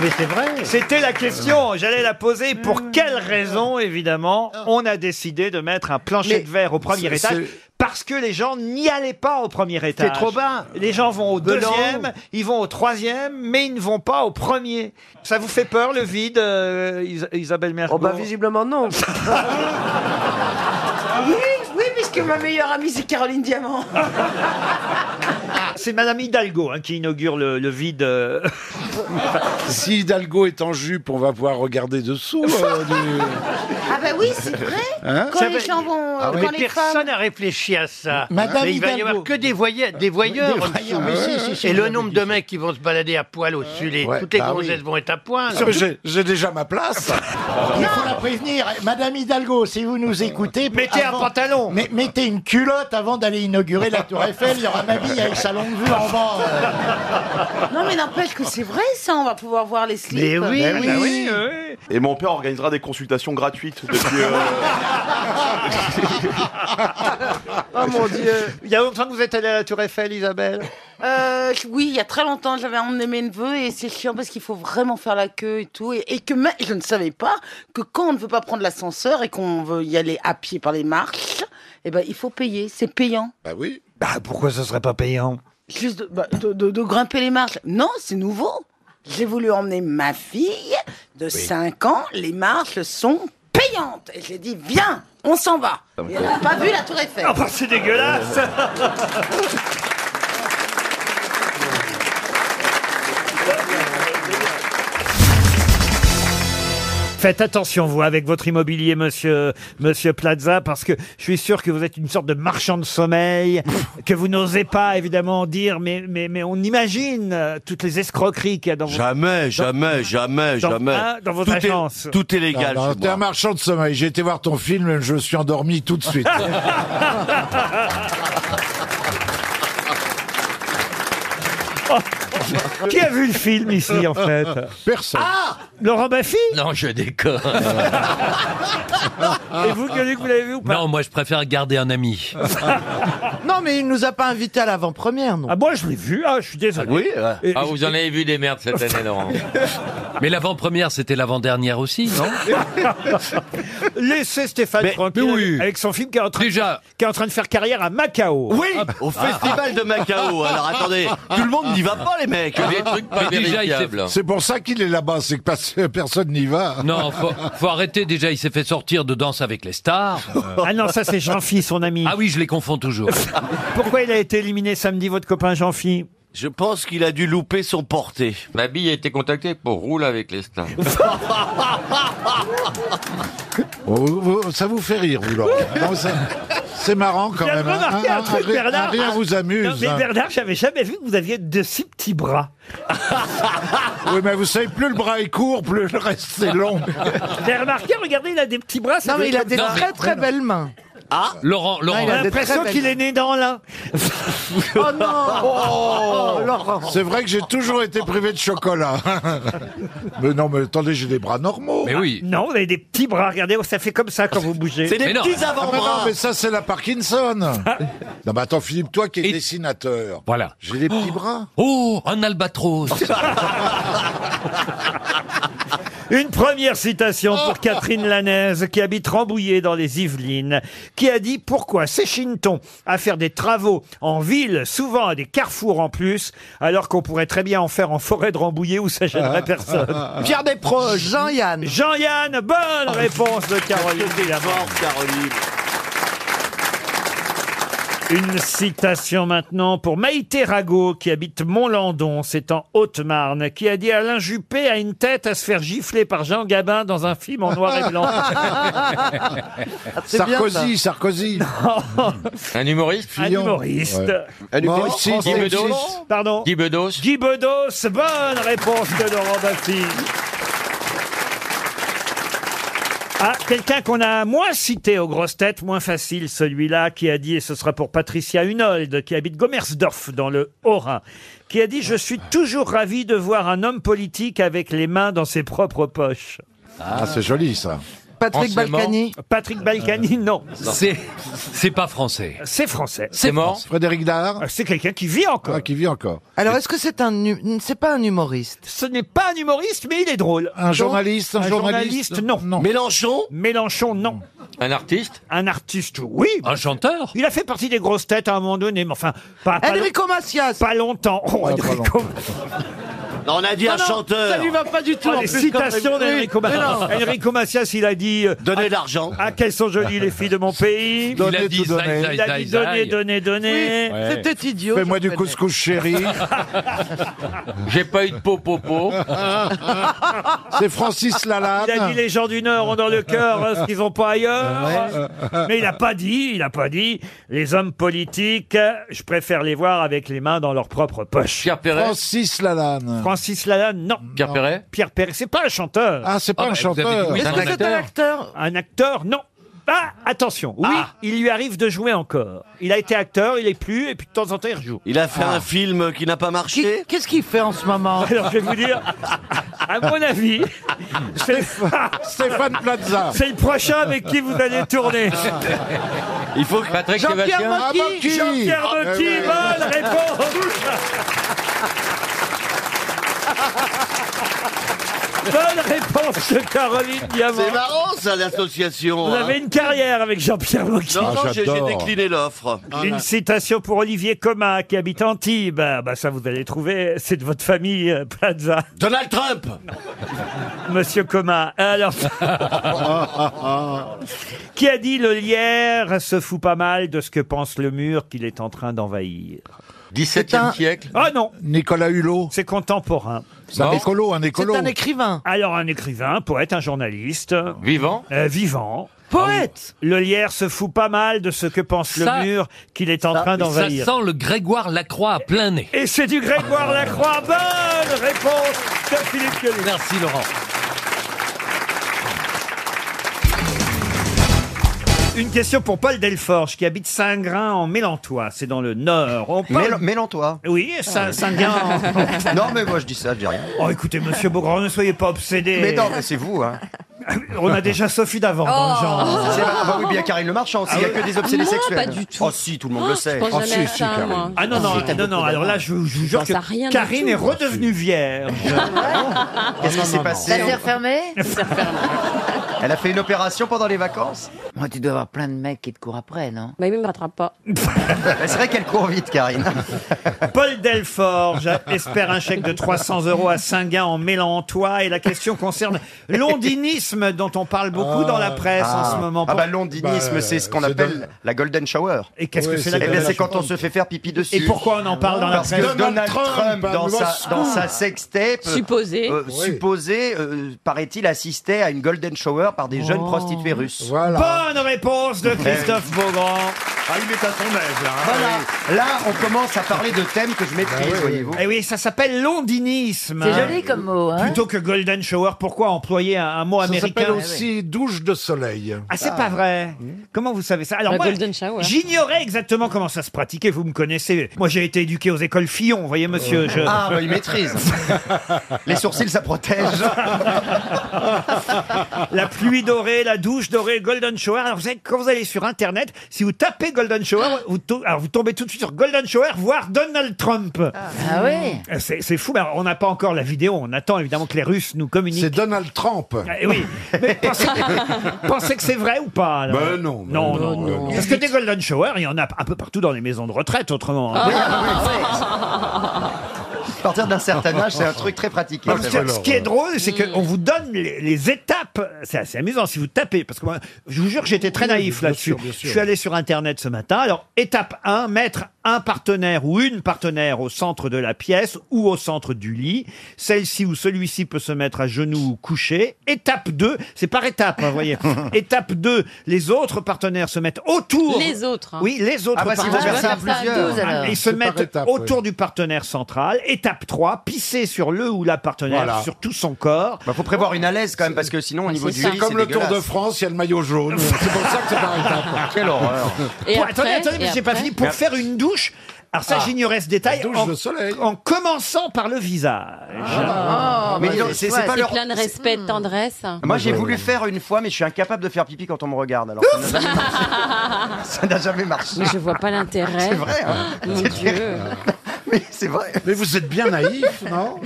Speaker 18: Mais c'est vrai.
Speaker 1: C'était la question, j'allais la poser.
Speaker 16: Hmm.
Speaker 1: Pour quelle raison, évidemment, on a décidé de mettre un plancher
Speaker 18: Mais
Speaker 1: de verre au premier
Speaker 18: c'est-
Speaker 1: étage
Speaker 18: c'est-
Speaker 1: Parce que les gens n'y allaient pas au premier étage.
Speaker 18: trop bas.
Speaker 1: Les gens vont au
Speaker 18: De l'en haut.
Speaker 1: deuxième, ils vont au troisième, mais ils ne vont pas au premier. Ça vous fait peur, le vide, euh, Is- Isabelle Mergo
Speaker 16: Oh bah visiblement non. oui, oui, puisque ma meilleure amie c'est Caroline Diamant.
Speaker 1: C'est Madame Hidalgo hein, qui inaugure le, le vide. euh,
Speaker 5: Si Hidalgo est en jupe, on va pouvoir regarder dessous. euh, du-
Speaker 16: Ah bah oui, c'est vrai.
Speaker 2: Hein
Speaker 16: quand
Speaker 2: Ça
Speaker 16: les
Speaker 2: va-
Speaker 16: gens vont,
Speaker 2: Ah
Speaker 16: quand
Speaker 2: ouais. Mais
Speaker 16: les
Speaker 2: personne
Speaker 16: femmes.
Speaker 2: n'a réfléchi à ça. Madame Mais il va y
Speaker 16: Hidalgo.
Speaker 2: avoir que des, voya-
Speaker 25: Euh,
Speaker 2: des voyeurs.
Speaker 16: Des
Speaker 2: en dessous.
Speaker 25: Ah
Speaker 16: voyeurs, mais si, si, si,
Speaker 2: Et
Speaker 16: vous
Speaker 2: le
Speaker 16: l'avez
Speaker 2: nombre de mecs qui vont se balader à poil au-dessus, les-
Speaker 5: Ouais,
Speaker 2: toutes les
Speaker 5: bah oui.
Speaker 2: gonzesses vont être à poil.
Speaker 5: Surtout- J'ai- J'ai déjà ma place.
Speaker 25: Il faut la prévenir. Madame Hidalgo, si vous nous écoutez...
Speaker 2: Mettez un
Speaker 25: pantalon Mettez une culotte avant d'aller inaugurer la Tour Eiffel. Il y aura ma vie avec sa longue vue en bas.
Speaker 16: Non mais n'empêche que c'est vrai ça, on va pouvoir voir les slips.
Speaker 5: Eh ben
Speaker 16: Ben
Speaker 1: Ben
Speaker 26: Et mon père organisera des consultations gratuites depuis.
Speaker 5: euh,
Speaker 2: Oh mon Dieu. Il y a longtemps que vous êtes allé à la Tour Eiffel, Isabelle
Speaker 16: Euh, oui, il y a très longtemps, j'avais emmené mes neveux et c'est chiant parce qu'il faut vraiment faire la queue et tout. Et, et que même, je ne savais pas que quand on ne veut pas prendre l'ascenseur et qu'on veut y aller à pied par les marches, eh ben, il faut payer, c'est payant.
Speaker 5: Bah oui.
Speaker 1: Bah pourquoi ce serait pas payant
Speaker 16: Juste de, bah, de- de- de grimper les marches. Non, c'est nouveau. J'ai voulu emmener ma fille de 5 ans, les marches sont payantes. Et j'ai dit, viens, on s'en va. Et elle n'a pas vu la tour Eiffel.
Speaker 1: Ah bah c'est dégueulasse Faites attention, vous, avec votre immobilier, monsieur, monsieur Plaza, parce que je suis sûr que vous êtes une sorte de marchand de sommeil, que vous n'osez pas, évidemment, dire, mais, mais, mais on imagine euh, toutes les escroqueries qu'il y a dans votre...
Speaker 22: Jamais, jamais, jamais,
Speaker 1: dans-
Speaker 22: jamais.
Speaker 1: ah, dans vos
Speaker 22: tout
Speaker 1: agences.
Speaker 22: Est, tout est légal
Speaker 5: Ah, Non, non,
Speaker 22: chez
Speaker 5: T'es un
Speaker 22: moi.
Speaker 5: marchand de sommeil. J'ai été voir ton film et je me suis endormi tout de suite.
Speaker 1: Qui a vu le film ici, en fait Ah,
Speaker 5: Personne.
Speaker 1: Laurent Baffy
Speaker 13: Non, je déconne.
Speaker 1: Et
Speaker 11: Ah.
Speaker 1: vous, Gueuluc, vous l'avez vu ou pas
Speaker 13: Non, moi, je préfère garder un ami.
Speaker 18: Non, mais il nous a pas invités à l'avant-première, non
Speaker 1: Ah, moi, je l'ai vu, ah, je suis désolé.
Speaker 13: Oui,
Speaker 1: Et-
Speaker 13: Ah, vous en avez vu des merdes cette année, Laurent. Mais l'avant-première, c'était l'avant-dernière aussi, non
Speaker 1: Laissez Stéphane tranquille avec son film qui est, en train de, qui est en train de faire carrière à Macao. Ah, bah.
Speaker 22: Oui, au festival de Macao. Alors attendez, tout le monde n'y va pas, les mecs.
Speaker 13: Des trucs pas vérifiables.
Speaker 5: C'est pour ça qu'il est là-bas, c'est que parce que personne n'y va.
Speaker 13: Non, faut, faut arrêter déjà, il s'est fait sortir de Danse avec les stars.
Speaker 1: Ah non, ça c'est Jean-Phi, son ami.
Speaker 13: Ah oui, je les confonds toujours.
Speaker 1: Pourquoi il a été éliminé samedi, votre copain Jean-Phi
Speaker 22: Je pense qu'il a dû louper son porté.
Speaker 4: Ma bille a été contactée pour rouler avec les stars.
Speaker 5: Oh, Vous- vous- ça vous fait rire, vous, Laurent. Non, ça- C'est marrant quand même. hein.
Speaker 1: Remarquez un truc,
Speaker 5: ri-
Speaker 1: Bernard.
Speaker 5: un rire vous amuse.
Speaker 1: Non, mais
Speaker 5: hein.
Speaker 1: Bernard, j'avais jamais vu que vous aviez de si petits bras.
Speaker 5: Oui, mais vous savez, plus le bras est court, plus le reste est long.
Speaker 1: Vous avez remarqué, regardez, il a des petits bras. ça
Speaker 18: Non, mais
Speaker 1: doit
Speaker 18: il a
Speaker 1: être-
Speaker 18: des très très belles mains.
Speaker 22: Ah
Speaker 13: Laurent, Laurent.
Speaker 1: On a l'impression qu'il est né dans l'un.
Speaker 18: Oh non
Speaker 5: C'est vrai que j'ai toujours été privé de chocolat. mais non, mais attendez, j'ai des bras normaux.
Speaker 13: Mais oui.
Speaker 1: Non, vous avez des petits bras. Regardez, ça fait comme ça quand vous bougez.
Speaker 5: Ah, mais non, mais ça, c'est la Parkinson. non, mais attends, Philippe, toi qui es dessinateur.
Speaker 13: Voilà.
Speaker 5: J'ai des petits bras.
Speaker 13: Oh, un albatros
Speaker 1: Une première citation
Speaker 18: Oh.
Speaker 1: pour Catherine Lanaise, qui habite Rambouillet dans les Yvelines, qui a dit Pourquoi s'échine-t-on à faire des travaux en ville, souvent à des carrefours en plus, alors qu'on pourrait très bien en faire en forêt de Rambouillet où ça gênerait personne
Speaker 18: Ah. Pierre Desproges, Jean-Yann.
Speaker 1: Jean-Yann,
Speaker 5: Ah,
Speaker 1: bonne réponse de Caroline.
Speaker 22: Caroline.
Speaker 1: Une citation maintenant pour Maïté Rago, qui habite Montlandon, c'est en Haute-Marne, qui a dit Alain Juppé a une tête à se faire gifler par Jean Gabin dans un film en noir et blanc. Ah,
Speaker 5: Sarkozy, Sarkozy. Hmm.
Speaker 4: Un humoriste
Speaker 1: Un humoriste.
Speaker 5: Moi aussi,
Speaker 4: Guy
Speaker 5: Guy
Speaker 4: Bedos
Speaker 5: Bedos.
Speaker 1: Pardon
Speaker 4: Guy Bedos
Speaker 1: Guy Bedos, bonne réponse de Laurent Baffi. Ah, quelqu'un qu'on a moins cité aux grosses têtes, moins facile celui-là, qui a dit, et ce sera pour Patricia Hunold, qui habite Gomersdorf dans le Haut-Rhin, qui a dit Je suis toujours ravi de voir un homme politique avec les mains dans ses propres poches.
Speaker 5: Ah, c'est joli, ça.
Speaker 18: Patrick
Speaker 5: Anciennement.
Speaker 18: Balkany.
Speaker 1: Patrick Balkany, non.
Speaker 13: C'est c'est pas français.
Speaker 1: C'est français. Ah,
Speaker 13: C'est mort
Speaker 5: Frédéric Dard.
Speaker 1: C'est quelqu'un qui vit encore.
Speaker 5: Ah, qui vit encore.
Speaker 18: Alors, est-ce que c'est un, hu- c'est pas un humoriste
Speaker 1: Ce n'est pas un humoriste, mais il est drôle.
Speaker 5: Un journaliste, un journaliste.
Speaker 1: non.
Speaker 22: Mélenchon
Speaker 1: Mélenchon, non.
Speaker 4: Un artiste
Speaker 1: Un artiste, oui.
Speaker 13: Un chanteur
Speaker 1: Il a fait partie des grosses têtes à un moment donné, mais enfin, pas, pas,
Speaker 18: Enrico Macias.
Speaker 1: pas longtemps. Oh, Enrico.
Speaker 27: On a dit
Speaker 1: Non,
Speaker 27: un
Speaker 1: non,
Speaker 27: chanteur.
Speaker 1: ça lui va
Speaker 18: pas du
Speaker 1: Ah, les citations d'Enrico Macias. Enrico Macias, il a dit. Donnez de l'argent. Ah, qu'elles sont jolies, les filles de mon pays.
Speaker 5: Il a Donnez, dit tout zaï, donnez. zaï,
Speaker 1: Il a
Speaker 5: zaï,
Speaker 1: dit
Speaker 5: zaï.
Speaker 1: donnez, donnez, donnez.
Speaker 5: Oui, Ouais. c'était idiot, Fais-moi je du connais. couscous, chéri.
Speaker 4: J'ai pas eu de popopo.
Speaker 5: C'est Francis Lalanne.
Speaker 1: Il a dit les gens du Nord ont dans le cœur hein, ce qu'ils ont pas ailleurs.
Speaker 5: Ouais.
Speaker 1: Mais il n'a pas dit, il n'a pas dit. Les hommes politiques, euh, je préfère les voir avec les mains dans leur propre poche.
Speaker 4: Pierre Perret.
Speaker 5: Francis Lalanne.
Speaker 1: Francis Lalanne, non.
Speaker 4: Pierre Perret.
Speaker 1: Pierre Perret, c'est pas un chanteur.
Speaker 5: Ah, c'est pas Ah, un bah, vous avez chanteur. dit oui, c'est un Est-ce que c'est un
Speaker 1: acteur Un acteur, non. Ah, attention. Oui, il lui arrive de jouer encore. Il a été acteur, il est plus, et puis de temps en temps, il rejoue.
Speaker 27: Il a fait
Speaker 1: Ah.
Speaker 27: un film qui n'a pas marché.
Speaker 18: Qu'est-ce qu'il fait en ce moment
Speaker 1: Alors, je vais vous dire, à mon avis, c'est
Speaker 5: Stéphane Plaza.
Speaker 1: C'est le prochain avec qui vous allez tourner.
Speaker 27: Il faut que Patrick Sébastien.
Speaker 17: Ah,
Speaker 1: Jean-Pierre
Speaker 5: Ah,
Speaker 18: Ah,
Speaker 1: Mocky, bonne
Speaker 5: ben
Speaker 1: réponse Bonne réponse de Caroline Diamant.
Speaker 27: C'est marrant ça l'association.
Speaker 1: Vous
Speaker 27: hein.
Speaker 1: avez une carrière avec Jean-Pierre Mocky.
Speaker 27: Non, non,
Speaker 5: Ah,
Speaker 27: j'ai j'ai décliné l'offre.
Speaker 1: Une citation pour Olivier Coma qui habite Antibes. Ah, Bah, ça, vous allez trouver. C'est de votre famille, euh, Plaza.
Speaker 27: Donald Trump
Speaker 1: Monsieur Coma. Alors. qui a dit le lierre se fout pas mal de ce que pense le mur qu'il est en train d'envahir
Speaker 4: 17e
Speaker 5: un-
Speaker 4: siècle.
Speaker 1: Ah non
Speaker 5: Nicolas Hulot.
Speaker 1: C'est contemporain.
Speaker 5: C'est un écolo, un écolo.
Speaker 1: écrivain. Alors un écrivain, un poète, un journaliste.
Speaker 4: Vivant.
Speaker 1: Euh, vivant. Ah
Speaker 18: Poète
Speaker 1: Le lierre se fout pas mal de ce que pense
Speaker 2: Ça-
Speaker 1: le mur qu'il est en train
Speaker 2: Ça
Speaker 1: d'envahir.
Speaker 2: sent le Grégoire Lacroix à plein nez.
Speaker 1: Et c'est du
Speaker 13: Ah.
Speaker 1: Grégoire Lacroix. Bonne réponse de Philippe Gueluc.
Speaker 2: Merci Laurent.
Speaker 1: Une question pour Paul Delforge qui habite Saint-Grain en Mélantois, c'est dans le Nord. On
Speaker 6: Mélan-
Speaker 1: Mélantois. Oui, Saint- Saint-Grain. en-
Speaker 6: Ah Non, mais moi je dis ça, je dis rien.
Speaker 1: Oh, écoutez, monsieur Beaugrand, ne soyez pas obsédé.
Speaker 6: Mais non, mais c'est vous, hein.
Speaker 1: On a déjà Sophie d'avant dans le
Speaker 8: Oh.
Speaker 1: genre.
Speaker 6: C'est vrai, ah bah oui, bien Karine Le Marchand, s'il n'y a que des obsédés
Speaker 8: Moi,
Speaker 6: sexuels.
Speaker 8: Ah pas du tout.
Speaker 6: Oh si, tout le monde
Speaker 8: Oh,
Speaker 6: le
Speaker 8: je
Speaker 6: sait.
Speaker 8: pense
Speaker 6: oh,
Speaker 8: jamais à ça, moi.
Speaker 1: Ah non, non, non, non, alors là, je, vous- je vous jure
Speaker 8: pense
Speaker 1: que
Speaker 8: à rien du
Speaker 1: Karine
Speaker 8: tout.
Speaker 1: est redevenue vierge.
Speaker 6: Qu'est-ce qui s'est passé
Speaker 8: Ça s'est refermé
Speaker 6: Elle a fait une opération pendant les vacances
Speaker 8: Moi, tu dois avoir plein de mecs qui te courent après, non
Speaker 6: Bah, il me rattrape pas. c'est vrai qu'elle court vite, Karine.
Speaker 1: Paul Delforge espère un chèque de 300 euros à Saint-Gain en Mélantois et la question concerne l'ondinisme dont on parle beaucoup dans la presse en
Speaker 6: Ah.
Speaker 1: ce moment.
Speaker 6: Ah bah l'ondinisme, c'est ce qu'on
Speaker 5: Bah, euh,
Speaker 6: appelle la golden shower.
Speaker 1: Et qu'est-ce que
Speaker 6: Oui,
Speaker 1: c'est la
Speaker 6: eh ben,
Speaker 1: golden
Speaker 6: C'est quand
Speaker 1: shower
Speaker 6: on se fait faire pipi dessus.
Speaker 1: Et pourquoi on en parle dans la
Speaker 6: Parce
Speaker 1: presse
Speaker 6: que Donald Trump, dans,
Speaker 1: Moscou.
Speaker 6: sa, dans sa sextape, euh,
Speaker 8: Supposé.
Speaker 6: euh,
Speaker 8: Oui.
Speaker 6: supposé, euh, paraît-il, assistait à une golden shower par des jeunes prostituées russes.
Speaker 1: Bonne réponse de Christophe Beaugrand.
Speaker 6: Ah, il met à son aise, là. Voilà. Là, on commence à parler de thèmes que je
Speaker 5: Bah
Speaker 6: maîtrise, voyez-vous.
Speaker 1: Et Eh oui, ça s'appelle l'ondinisme.
Speaker 8: C'est
Speaker 1: hein.
Speaker 8: joli comme mot, hein
Speaker 1: Plutôt que golden shower, pourquoi employer un, un mot
Speaker 5: Ça s'appelle
Speaker 1: américain
Speaker 5: aussi douche de soleil.
Speaker 1: Ah, c'est pas vrai. Comment vous savez ça Alors
Speaker 8: La
Speaker 1: moi,
Speaker 8: Bah, golden shower.
Speaker 1: j'ignorais exactement comment ça se pratiquait. Vous me connaissez. Moi, j'ai été éduqué aux écoles Fillon, vous voyez, monsieur. je-
Speaker 6: Ah, bah, il maîtrise. Les sourcils, ça protège.
Speaker 1: La pluie dorée, la douche dorée, golden shower. Alors, vous savez, quand vous allez sur Internet, si vous tapez golden shower, vous, to- alors, vous tombez tout de suite sur golden shower, voire Donald Trump.
Speaker 8: Ah ouais
Speaker 1: C'est c'est fou, mais alors, on n'a pas encore la vidéo. On attend évidemment que les Russes nous communiquent. C'est
Speaker 5: Donald Trump.
Speaker 1: Eh oui, mais pensez, pensez que c'est vrai ou pas alors
Speaker 5: Ben non, ben
Speaker 1: non,
Speaker 5: non,
Speaker 1: non, non. Parce que des golden showers, il y en a un peu partout dans les maisons de retraite, autrement. hein.
Speaker 14: Ah.
Speaker 15: Ah
Speaker 6: À partir d'un certain âge, c'est un truc très pratiqué.
Speaker 1: Parce que ce qui est drôle, c'est qu'on vous donne les, les étapes. C'est assez amusant si vous tapez. Parce que moi, je vous jure que j'étais très naïf là-dessus.
Speaker 6: sûr, bien
Speaker 1: Je
Speaker 6: sûr.
Speaker 1: suis allé sur Internet ce matin. Alors, étape 1, mettre un partenaire ou une partenaire au centre de la pièce ou au centre du lit. Celle-ci ou celui-ci peut se mettre à genoux ou couché. Étape 2, c'est par étape, hein, vous voyez. étape 2, les autres partenaires se mettent autour.
Speaker 8: Les autres, hein.
Speaker 1: Oui, les autres
Speaker 8: Ah bah, si vous
Speaker 1: partenaires.
Speaker 8: faites ça à plusieurs. Ah, douze, alors.
Speaker 1: Ils se
Speaker 8: C'est par
Speaker 1: mettent
Speaker 8: étape,
Speaker 1: autour
Speaker 8: ouais.
Speaker 1: autour du partenaire central. Étape 3, pisser sur le ou la partenaire,
Speaker 6: Voilà.
Speaker 1: sur tout son corps.
Speaker 6: Bah, faut prévoir une à l'aise quand même, parce que sinon, au niveau du
Speaker 5: C'est
Speaker 6: lit,
Speaker 5: comme le Tour de
Speaker 6: dégueulasse.
Speaker 5: France, il y a le maillot jaune. C'est pour ça que c'est par étapes.
Speaker 6: Quelle horreur.
Speaker 8: Et
Speaker 1: Pour-
Speaker 8: après,
Speaker 1: attendez, attendez,
Speaker 8: et
Speaker 1: mais j'ai pas
Speaker 8: après
Speaker 1: fini. Pour faire une douche, alors ça,
Speaker 6: Ah.
Speaker 1: j'ignorais ce détail,
Speaker 5: douche
Speaker 1: en,
Speaker 5: de soleil.
Speaker 1: en commençant par le visage. Oh,
Speaker 8: Oh, bah,
Speaker 6: Mais
Speaker 5: Ah.
Speaker 6: dis donc, c'est c'est pas leur...
Speaker 8: plein de respect, de tendresse.
Speaker 1: Ah,
Speaker 6: Moi, j'ai voulu faire une fois, mais je suis incapable de faire pipi quand on me regarde. Alors, ça n'a jamais marché. ça n'a jamais marché.
Speaker 8: Mais je vois pas l'intérêt.
Speaker 6: C'est vrai, hein.
Speaker 8: Ah, Mon
Speaker 6: C'est
Speaker 8: Dieu.
Speaker 6: Mais c'est vrai.
Speaker 5: Mais vous êtes bien naïf, non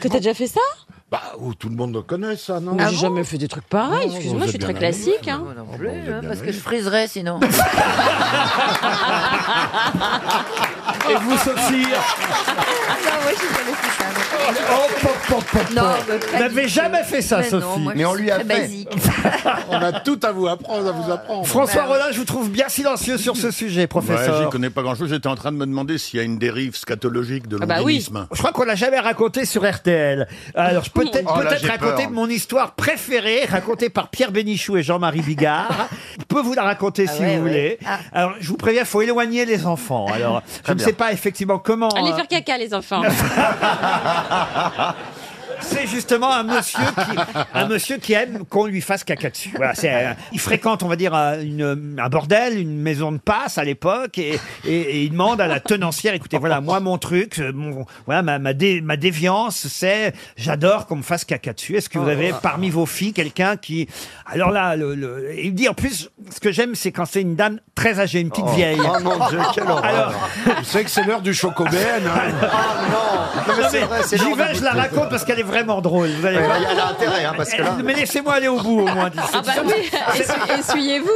Speaker 8: Que t'as déjà fait ça
Speaker 5: Bah, oh, tout le monde le connaît, ça, non
Speaker 8: Moi, Ah, J'ai jamais fait des trucs pareils. Excuse-moi,
Speaker 5: vous
Speaker 8: je suis
Speaker 5: êtes
Speaker 8: très
Speaker 5: bien allé.
Speaker 8: classique. hein.
Speaker 9: parce que je friserais sinon.
Speaker 8: Et vous, Sophie
Speaker 1: Ah,
Speaker 8: Ah
Speaker 9: Non, moi, je suis pas laissée ça.
Speaker 1: Non,
Speaker 6: Oh,
Speaker 1: mais pas Vous n'avez du tout. jamais fait ça, Mais non, Sophie. moi, je
Speaker 6: Mais on lui a
Speaker 1: suis
Speaker 6: fait.
Speaker 1: très basique.
Speaker 6: on a tout à vous apprendre, à vous apprendre.
Speaker 1: François Rollin, je vous trouve bien silencieux sur ce sujet,
Speaker 3: Ouais,
Speaker 1: professeur.
Speaker 3: J'y connais pas grand chose. J'étais en train de me demander s'il y a une dérive scatologique de
Speaker 1: Ah bah oui.
Speaker 3: l'ondinisme.
Speaker 1: Je crois qu'on l'a jamais raconté sur RTL. Alors, je peux peut-être
Speaker 3: Oh là,
Speaker 1: peut-être
Speaker 3: j'ai
Speaker 1: raconter
Speaker 3: peur.
Speaker 1: mon histoire préférée, racontée par Pierre Bénichou et Jean-Marie Bigard. je peux vous la raconter
Speaker 7: Ah
Speaker 1: si
Speaker 7: ouais,
Speaker 1: vous
Speaker 7: ouais.
Speaker 1: voulez. Alors, je vous préviens, faut éloigner les enfants. Alors, je
Speaker 7: Très
Speaker 1: ne
Speaker 7: bien.
Speaker 1: sais pas effectivement comment.
Speaker 8: Allez
Speaker 1: hein.
Speaker 8: faire caca, les enfants.
Speaker 6: Ah,
Speaker 1: C'est justement un monsieur qui, un monsieur qui aime qu'on lui fasse caca dessus. Voilà, c'est, euh, il fréquente, on va dire, euh, une, un bordel, une maison de passe à l'époque, et, et- et il demande à la tenancière, écoutez, voilà, moi, mon truc, euh, mon, voilà, ma, ma, dé- ma déviance, c'est, j'adore qu'on me fasse caca dessus. Est-ce que
Speaker 6: Oh.
Speaker 1: vous avez parmi vos filles quelqu'un qui, alors là, le, le- il dit, en plus, ce que j'aime, c'est quand c'est une dame très âgée, une petite
Speaker 6: Oh.
Speaker 1: vieille.
Speaker 6: Oh mon Dieu, quelle horreur.
Speaker 1: Vous savez que c'est l'heure du chocobène.
Speaker 6: hein. Non,
Speaker 1: Ah,
Speaker 6: mais
Speaker 1: Non,
Speaker 6: c'est
Speaker 1: mais
Speaker 6: vrai, c'est
Speaker 1: J'y
Speaker 6: l'heure
Speaker 1: vais,
Speaker 6: de-
Speaker 1: je la raconte parce qu'elle est vraiment drôle. Vous allez
Speaker 6: Ouais,
Speaker 1: voir.
Speaker 6: bah, elle a intérêt, hein, parce que là-
Speaker 1: Mais laissez-moi aller au bout au moins. d'ici.
Speaker 8: Ah bah oui, essu- essuyez-vous.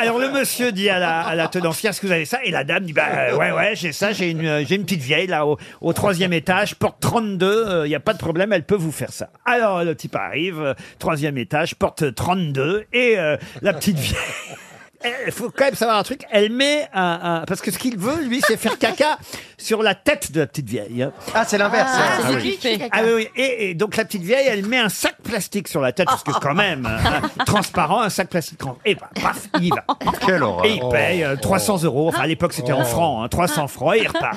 Speaker 1: Alors le monsieur dit à la, à la tenancière, est-ce que vous avez ça Et la dame dit, bah euh, ouais, ouais, j'ai ça, j'ai une, euh, j'ai une petite vieille là au, au troisième étage, porte 32, il n'y a pas de problème, elle peut vous faire ça. Alors le type arrive, euh, troisième étage, porte 32, et euh, la petite vieille... Il faut quand même savoir un truc, elle met un... un- parce que ce qu'il veut, lui, c'est faire caca sur la tête de la petite vieille. Ah, c'est
Speaker 6: l'inverse. Ah, c'est Ah lui oui. qui fait caca.
Speaker 1: Ah oui, oui. Et, et donc la petite vieille, elle met un sac plastique sur la tête, parce que quand même, hein, transparent, un sac plastique. trans- Et bah, paf, il y va.
Speaker 6: Quelle horreur.
Speaker 1: Et il paye euh, 300 euros. Enfin, à l'époque, c'était en
Speaker 6: Oh.
Speaker 1: francs, hein, 300 francs, et il repart.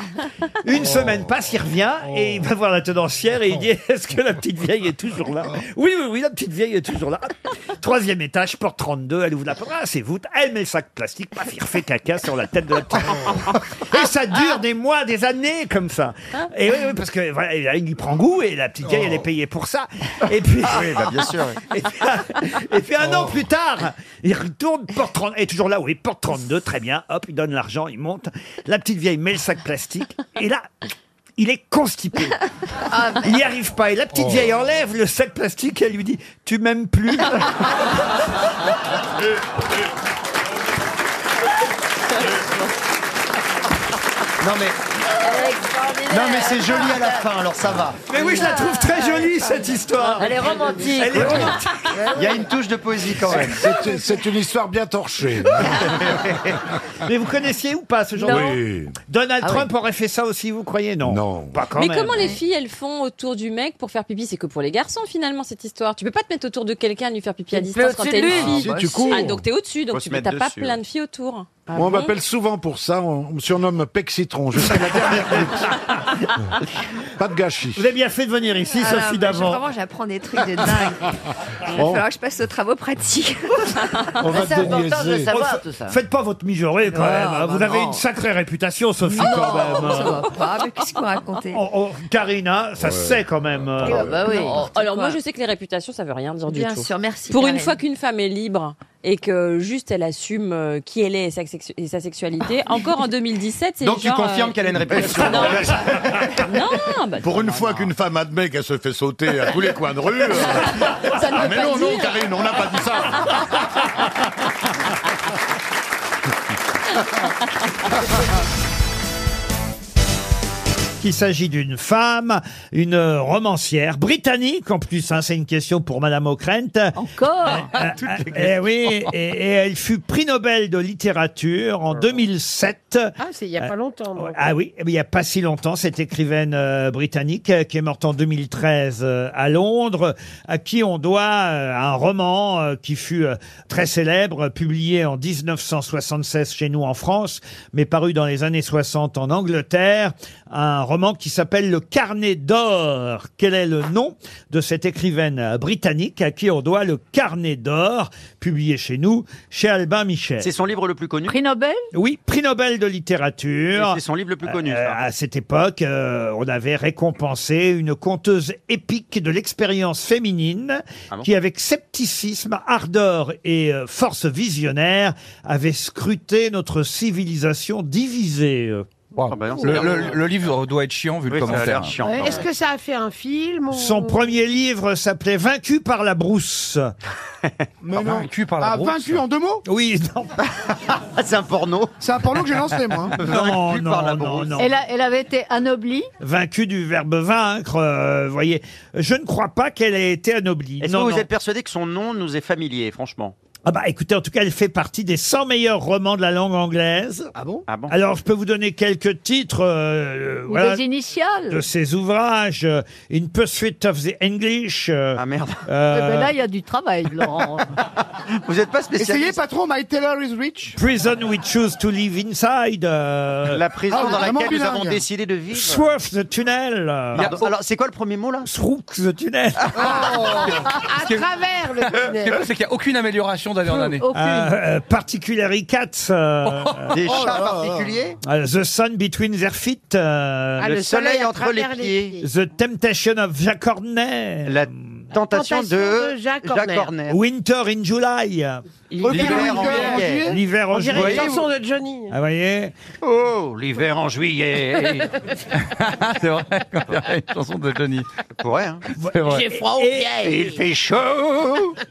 Speaker 1: Une semaine passe, il revient, et il va voir la tenancière, et il dit Est-ce que la petite vieille est toujours là Oui, oui, oui, la petite vieille est toujours là. Troisième étage, porte 32, elle ouvre la porte. Ah, c'est voûte. Elle met le sac plastique, paf, il refait caca sur la tête de la petite
Speaker 6: Oh.
Speaker 1: vieille. Et ça dure des mois, des années comme ça.
Speaker 6: Hein
Speaker 1: Et oui, oui, parce que voilà, il prend goût, et la petite vieille, elle est payée pour ça. Et puis.
Speaker 6: Oui, bah, bien sûr, oui.
Speaker 1: Et puis, et puis
Speaker 5: Oh.
Speaker 1: un an plus tard, il retourne, porte 30, et toujours là, oui, porte 32, très bien, hop, il donne l'argent, il monte. La petite vieille met le sac plastique, et là, il est constipé.
Speaker 14: Ah, ben.
Speaker 1: il n'y arrive pas. Et la petite
Speaker 6: Oh.
Speaker 1: vieille enlève le sac plastique, et elle lui dit Tu m'aimes plus
Speaker 6: Non mais. Non mais c'est joli à la fin, alors ça va.
Speaker 1: Mais oui, je la trouve très jolie cette histoire.
Speaker 6: Elle est romantique.
Speaker 1: Elle est romantique.
Speaker 6: Il y a une touche de poésie quand même.
Speaker 5: C'est- C'est une histoire bien torchée.
Speaker 1: Mais vous connaissiez ou pas ce genre
Speaker 5: Non.
Speaker 1: de...
Speaker 5: Oui.
Speaker 1: Donald
Speaker 5: Ah
Speaker 1: Trump aurait fait ça aussi, vous croyez Non. Non. Pas quand
Speaker 8: Mais
Speaker 1: même.
Speaker 8: comment les filles, elles font autour du mec pour faire pipi C'est que pour les garçons, finalement, cette histoire. Tu peux pas te mettre autour de quelqu'un et lui faire pipi à
Speaker 5: Tu te
Speaker 8: distance
Speaker 5: mets
Speaker 8: quand t'es
Speaker 5: au-dessus de
Speaker 8: une
Speaker 5: lui.
Speaker 8: fille.
Speaker 5: Si, tu cours.
Speaker 8: Ah, donc t'es au-dessus,
Speaker 5: Faut
Speaker 8: donc
Speaker 5: se
Speaker 8: tu
Speaker 5: mettre
Speaker 8: t'as pas
Speaker 5: dessus,
Speaker 8: plein
Speaker 5: oui.
Speaker 8: de filles autour. Ah
Speaker 5: Moi, on
Speaker 8: bon
Speaker 5: m'appelle souvent pour ça. On, on me surnomme Pec Citron jusqu'à la dernière minute. Pas de gâchis. Vous
Speaker 1: avez bien fait de venir ici,
Speaker 14: Alors, mais je- Vraiment, j'apprends des trucs de dingue. Il va
Speaker 5: Bon.
Speaker 14: falloir que je passe aux travaux pratiques.
Speaker 5: On va
Speaker 14: C'est
Speaker 5: déniaiser.
Speaker 14: important de savoir
Speaker 1: Oh, fa-
Speaker 14: tout ça.
Speaker 1: Faites pas votre mijaurée quand
Speaker 14: Ah,
Speaker 1: même. hein.
Speaker 14: bah
Speaker 1: vous avez
Speaker 14: non.
Speaker 1: une sacrée réputation, Sophie,
Speaker 14: Non,
Speaker 1: quand même. hein.
Speaker 14: ça va pas, mais qu'est-ce qu'on raconte
Speaker 1: Oh, oh, Karine, hein, ça
Speaker 14: Ouais.
Speaker 1: se sait quand même. euh,
Speaker 14: Ah bah oui.
Speaker 8: Non,
Speaker 14: N'importe
Speaker 8: Oh, alors moi
Speaker 14: quoi.
Speaker 8: je sais que les réputations ça veut rien dire du
Speaker 14: Bien
Speaker 8: tout.
Speaker 14: sûr, merci,
Speaker 8: Pour une
Speaker 14: Karine.
Speaker 8: fois qu'une femme est libre et que juste elle assume euh, qui elle est et sa, sexu- et sa sexualité,
Speaker 14: Ah.
Speaker 8: encore en 2017 c'est
Speaker 27: Donc tu
Speaker 8: genre,
Speaker 27: confirmes
Speaker 8: euh,
Speaker 27: qu'elle a une réputation.
Speaker 8: Non,
Speaker 2: Ah,
Speaker 8: non, bah,
Speaker 3: Pour une fois qu'une femme admet qu'elle se fait sauter à tous les coins de rue. euh,
Speaker 8: Ça ne
Speaker 3: ah,
Speaker 8: veut
Speaker 3: mais
Speaker 8: pas
Speaker 3: non, non,
Speaker 8: dire.
Speaker 3: Karine, on n'a pas dit ça.
Speaker 1: qu'il s'agit d'une femme, une euh, romancière britannique en plus. hein, c'est une question pour Madame O'Krent.
Speaker 8: Encore
Speaker 1: Eh oui, et, et elle fut prix Nobel de littérature en 2007.
Speaker 16: Ah, c'est il y a pas longtemps. donc.
Speaker 1: Ah oui, eh bien, il n'y a pas si longtemps, cette écrivaine euh, britannique euh, qui est morte en 2013 euh, à Londres, à qui on doit euh, un roman euh, qui fut euh, très célèbre, euh, publié en 1976 chez nous en France, mais paru dans les années 60 en Angleterre, un roman qui s'appelle Le Carnet d'or. Quel est le nom de cette écrivaine euh, britannique à qui on doit le Carnet d'or, publié chez nous, chez Albin Michel
Speaker 27: C'est son livre le plus connu.
Speaker 1: Prix Nobel Oui, prix Nobel de littérature.
Speaker 27: Et c'est son livre le plus connu,
Speaker 1: Euh, à cette époque, euh, on avait récompensé une conteuse épique de l'expérience féminine
Speaker 27: Ah
Speaker 1: qui, avec scepticisme, ardeur et euh, force visionnaire, avait scruté notre civilisation divisée. euh.
Speaker 27: Ah bah
Speaker 2: Le, le- le livre doit être chiant vu le
Speaker 1: Oui, ça a
Speaker 2: commentaire.
Speaker 1: l'air chiant,
Speaker 16: Ouais. Est-ce que ça a fait un film ou-
Speaker 1: Son premier livre s'appelait Vaincu par la brousse.
Speaker 2: Vaincu par
Speaker 1: la
Speaker 28: Ah,
Speaker 1: brousse.
Speaker 28: vaincu en deux mots
Speaker 1: Oui, non.
Speaker 2: C'est un porno.
Speaker 28: C'est un porno que j'ai lancé, moi.
Speaker 1: Non, hein. non, non, non.
Speaker 8: Elle, a- elle avait été anoblie.
Speaker 1: Vaincu du verbe vaincre, euh, voyez. Je ne crois pas qu'elle ait été anoblie.
Speaker 2: Est-ce
Speaker 1: Non,
Speaker 2: que vous
Speaker 1: non.
Speaker 2: êtes persuadé que son nom nous est familier, franchement
Speaker 1: Ah bah écoutez, en tout cas, elle fait partie des 100 meilleurs romans de la langue anglaise. Ah bon,
Speaker 2: Ah bon
Speaker 1: Alors, je peux vous donner quelques titres euh,
Speaker 8: Ou
Speaker 1: voilà,
Speaker 8: des initiales.
Speaker 1: de ses ouvrages. euh, In Pursuit of the English. ah merde.
Speaker 8: Eh ben là, il y a du travail, Laurent.
Speaker 2: Vous n'êtes pas
Speaker 28: Essayez, patron, My Taylor is Rich.
Speaker 1: Prison We Choose to Live Inside. euh,
Speaker 2: La prison
Speaker 28: Ah, vous
Speaker 2: dans
Speaker 28: êtes vraiment
Speaker 2: laquelle nous
Speaker 28: bilingue.
Speaker 2: avons décidé de vivre.
Speaker 1: Swerve the Tunnel.
Speaker 2: Pardon, Alors, c'est quoi le premier mot là Ah,
Speaker 1: Srook the Tunnel. Ah,
Speaker 16: À travers le
Speaker 2: tunnel. tunnel. Ce qui est beau, c'est qu'il n'y a aucune amélioration d'année en année. Oh,
Speaker 1: Euh, euh, particularly Cats. euh,
Speaker 2: Des
Speaker 1: euh,
Speaker 2: chats particuliers Ah,
Speaker 1: euh, The Sun Between Their Feet. euh,
Speaker 2: Le soleil entre les pieds.
Speaker 1: The Temptation of Jack Horner.
Speaker 2: La tentation de
Speaker 16: de Jacques
Speaker 2: Jacques
Speaker 16: Horner.
Speaker 2: Horner.
Speaker 1: Winter in July.
Speaker 2: L'hiver en juillet.
Speaker 1: L'hiver en
Speaker 2: On dirait une
Speaker 1: juillet.
Speaker 2: chanson
Speaker 16: de Johnny.
Speaker 1: Ah, voyez
Speaker 2: Oh, l'hiver en juillet. Ah, c'est vrai, une chanson de Johnny. Pourrait, hein.
Speaker 1: J'ai froid aux Et- pieds.
Speaker 2: Il fait chaud.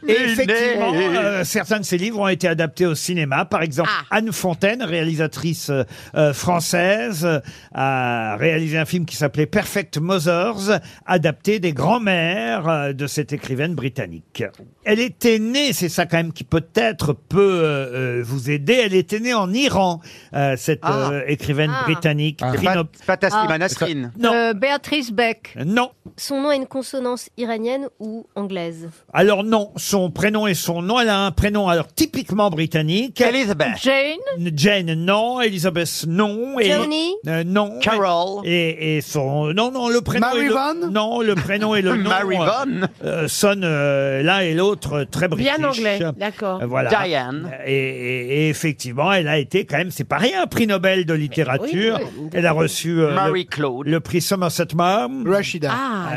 Speaker 1: Et
Speaker 2: il
Speaker 1: effectivement,
Speaker 2: neige.
Speaker 1: euh, certains de ses livres ont été adaptés au cinéma. Par exemple, Anne Fontaine, réalisatrice euh, euh, française, euh, a réalisé un film qui s'appelait Perfect Mothers, adapté des grands-mères euh, de cette écrivaine britannique. Elle était née, c'est ça quand même qui peut-être peut euh, euh, vous aider, elle était née en Iran, euh, cette
Speaker 2: Ah.
Speaker 1: euh, écrivaine
Speaker 2: Ah.
Speaker 1: britannique.
Speaker 2: C'est
Speaker 1: Prino-
Speaker 2: pas- c'est pas Taslima Nasrin.
Speaker 1: Non.
Speaker 8: Euh, Béatrice Beck.
Speaker 1: Ah. Non.
Speaker 8: Son nom a une consonance iranienne ou anglaise
Speaker 1: Alors non, son prénom et son nom, elle a un prénom alors typiquement britannique.
Speaker 2: Elizabeth.
Speaker 1: Jane. Jane, non. Elizabeth, non. Et-
Speaker 8: Johnny.
Speaker 1: Euh, non.
Speaker 2: Carol.
Speaker 1: Et, et son non non le prénom. et le-
Speaker 2: Mary
Speaker 1: Non le prénom et le nom.
Speaker 2: Mary
Speaker 1: euh,
Speaker 2: Vaughan.
Speaker 1: euh, sonnent euh, l'un et l'autre euh, très british.
Speaker 16: Bien anglais, d'accord.
Speaker 1: Euh, Voilà.
Speaker 2: Diane.
Speaker 1: Et, et- et effectivement, elle a été quand même, c'est pas rien, prix Nobel de littérature.
Speaker 2: oui.
Speaker 1: Elle a reçu euh,
Speaker 2: Mary
Speaker 1: le, le prix Somerset Maugham. Rashida. Euh,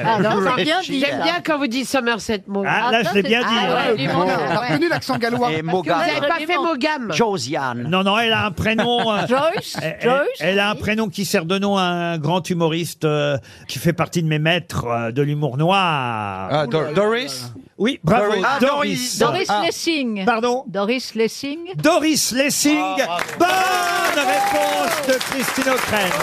Speaker 16: Ah, non, j'aime bien, j'aime bien quand vous dites Somerset Maugham.
Speaker 1: Ah, là, je l'ai bien dit.
Speaker 16: l'accent gallois.
Speaker 2: Et
Speaker 16: Parce que
Speaker 2: Mogam.
Speaker 16: vous n'avez pas fait Mogam.
Speaker 2: Josiane.
Speaker 1: Non, non, elle a un prénom. euh,
Speaker 2: Joyce,
Speaker 1: elle,
Speaker 2: Joyce,
Speaker 1: elle- elle a un prénom qui sert de nom à un grand humoriste euh, qui fait partie de mes maîtres euh, de l'humour noir.
Speaker 2: Ah, Dor- Doris
Speaker 1: Oui, bravo.
Speaker 2: Doris. Ah,
Speaker 1: Doris.
Speaker 8: Doris
Speaker 1: Ah.
Speaker 8: Lessing.
Speaker 1: Pardon
Speaker 8: Doris Lessing.
Speaker 1: Doris Lessing. Bonne réponse de Christine O'Crane.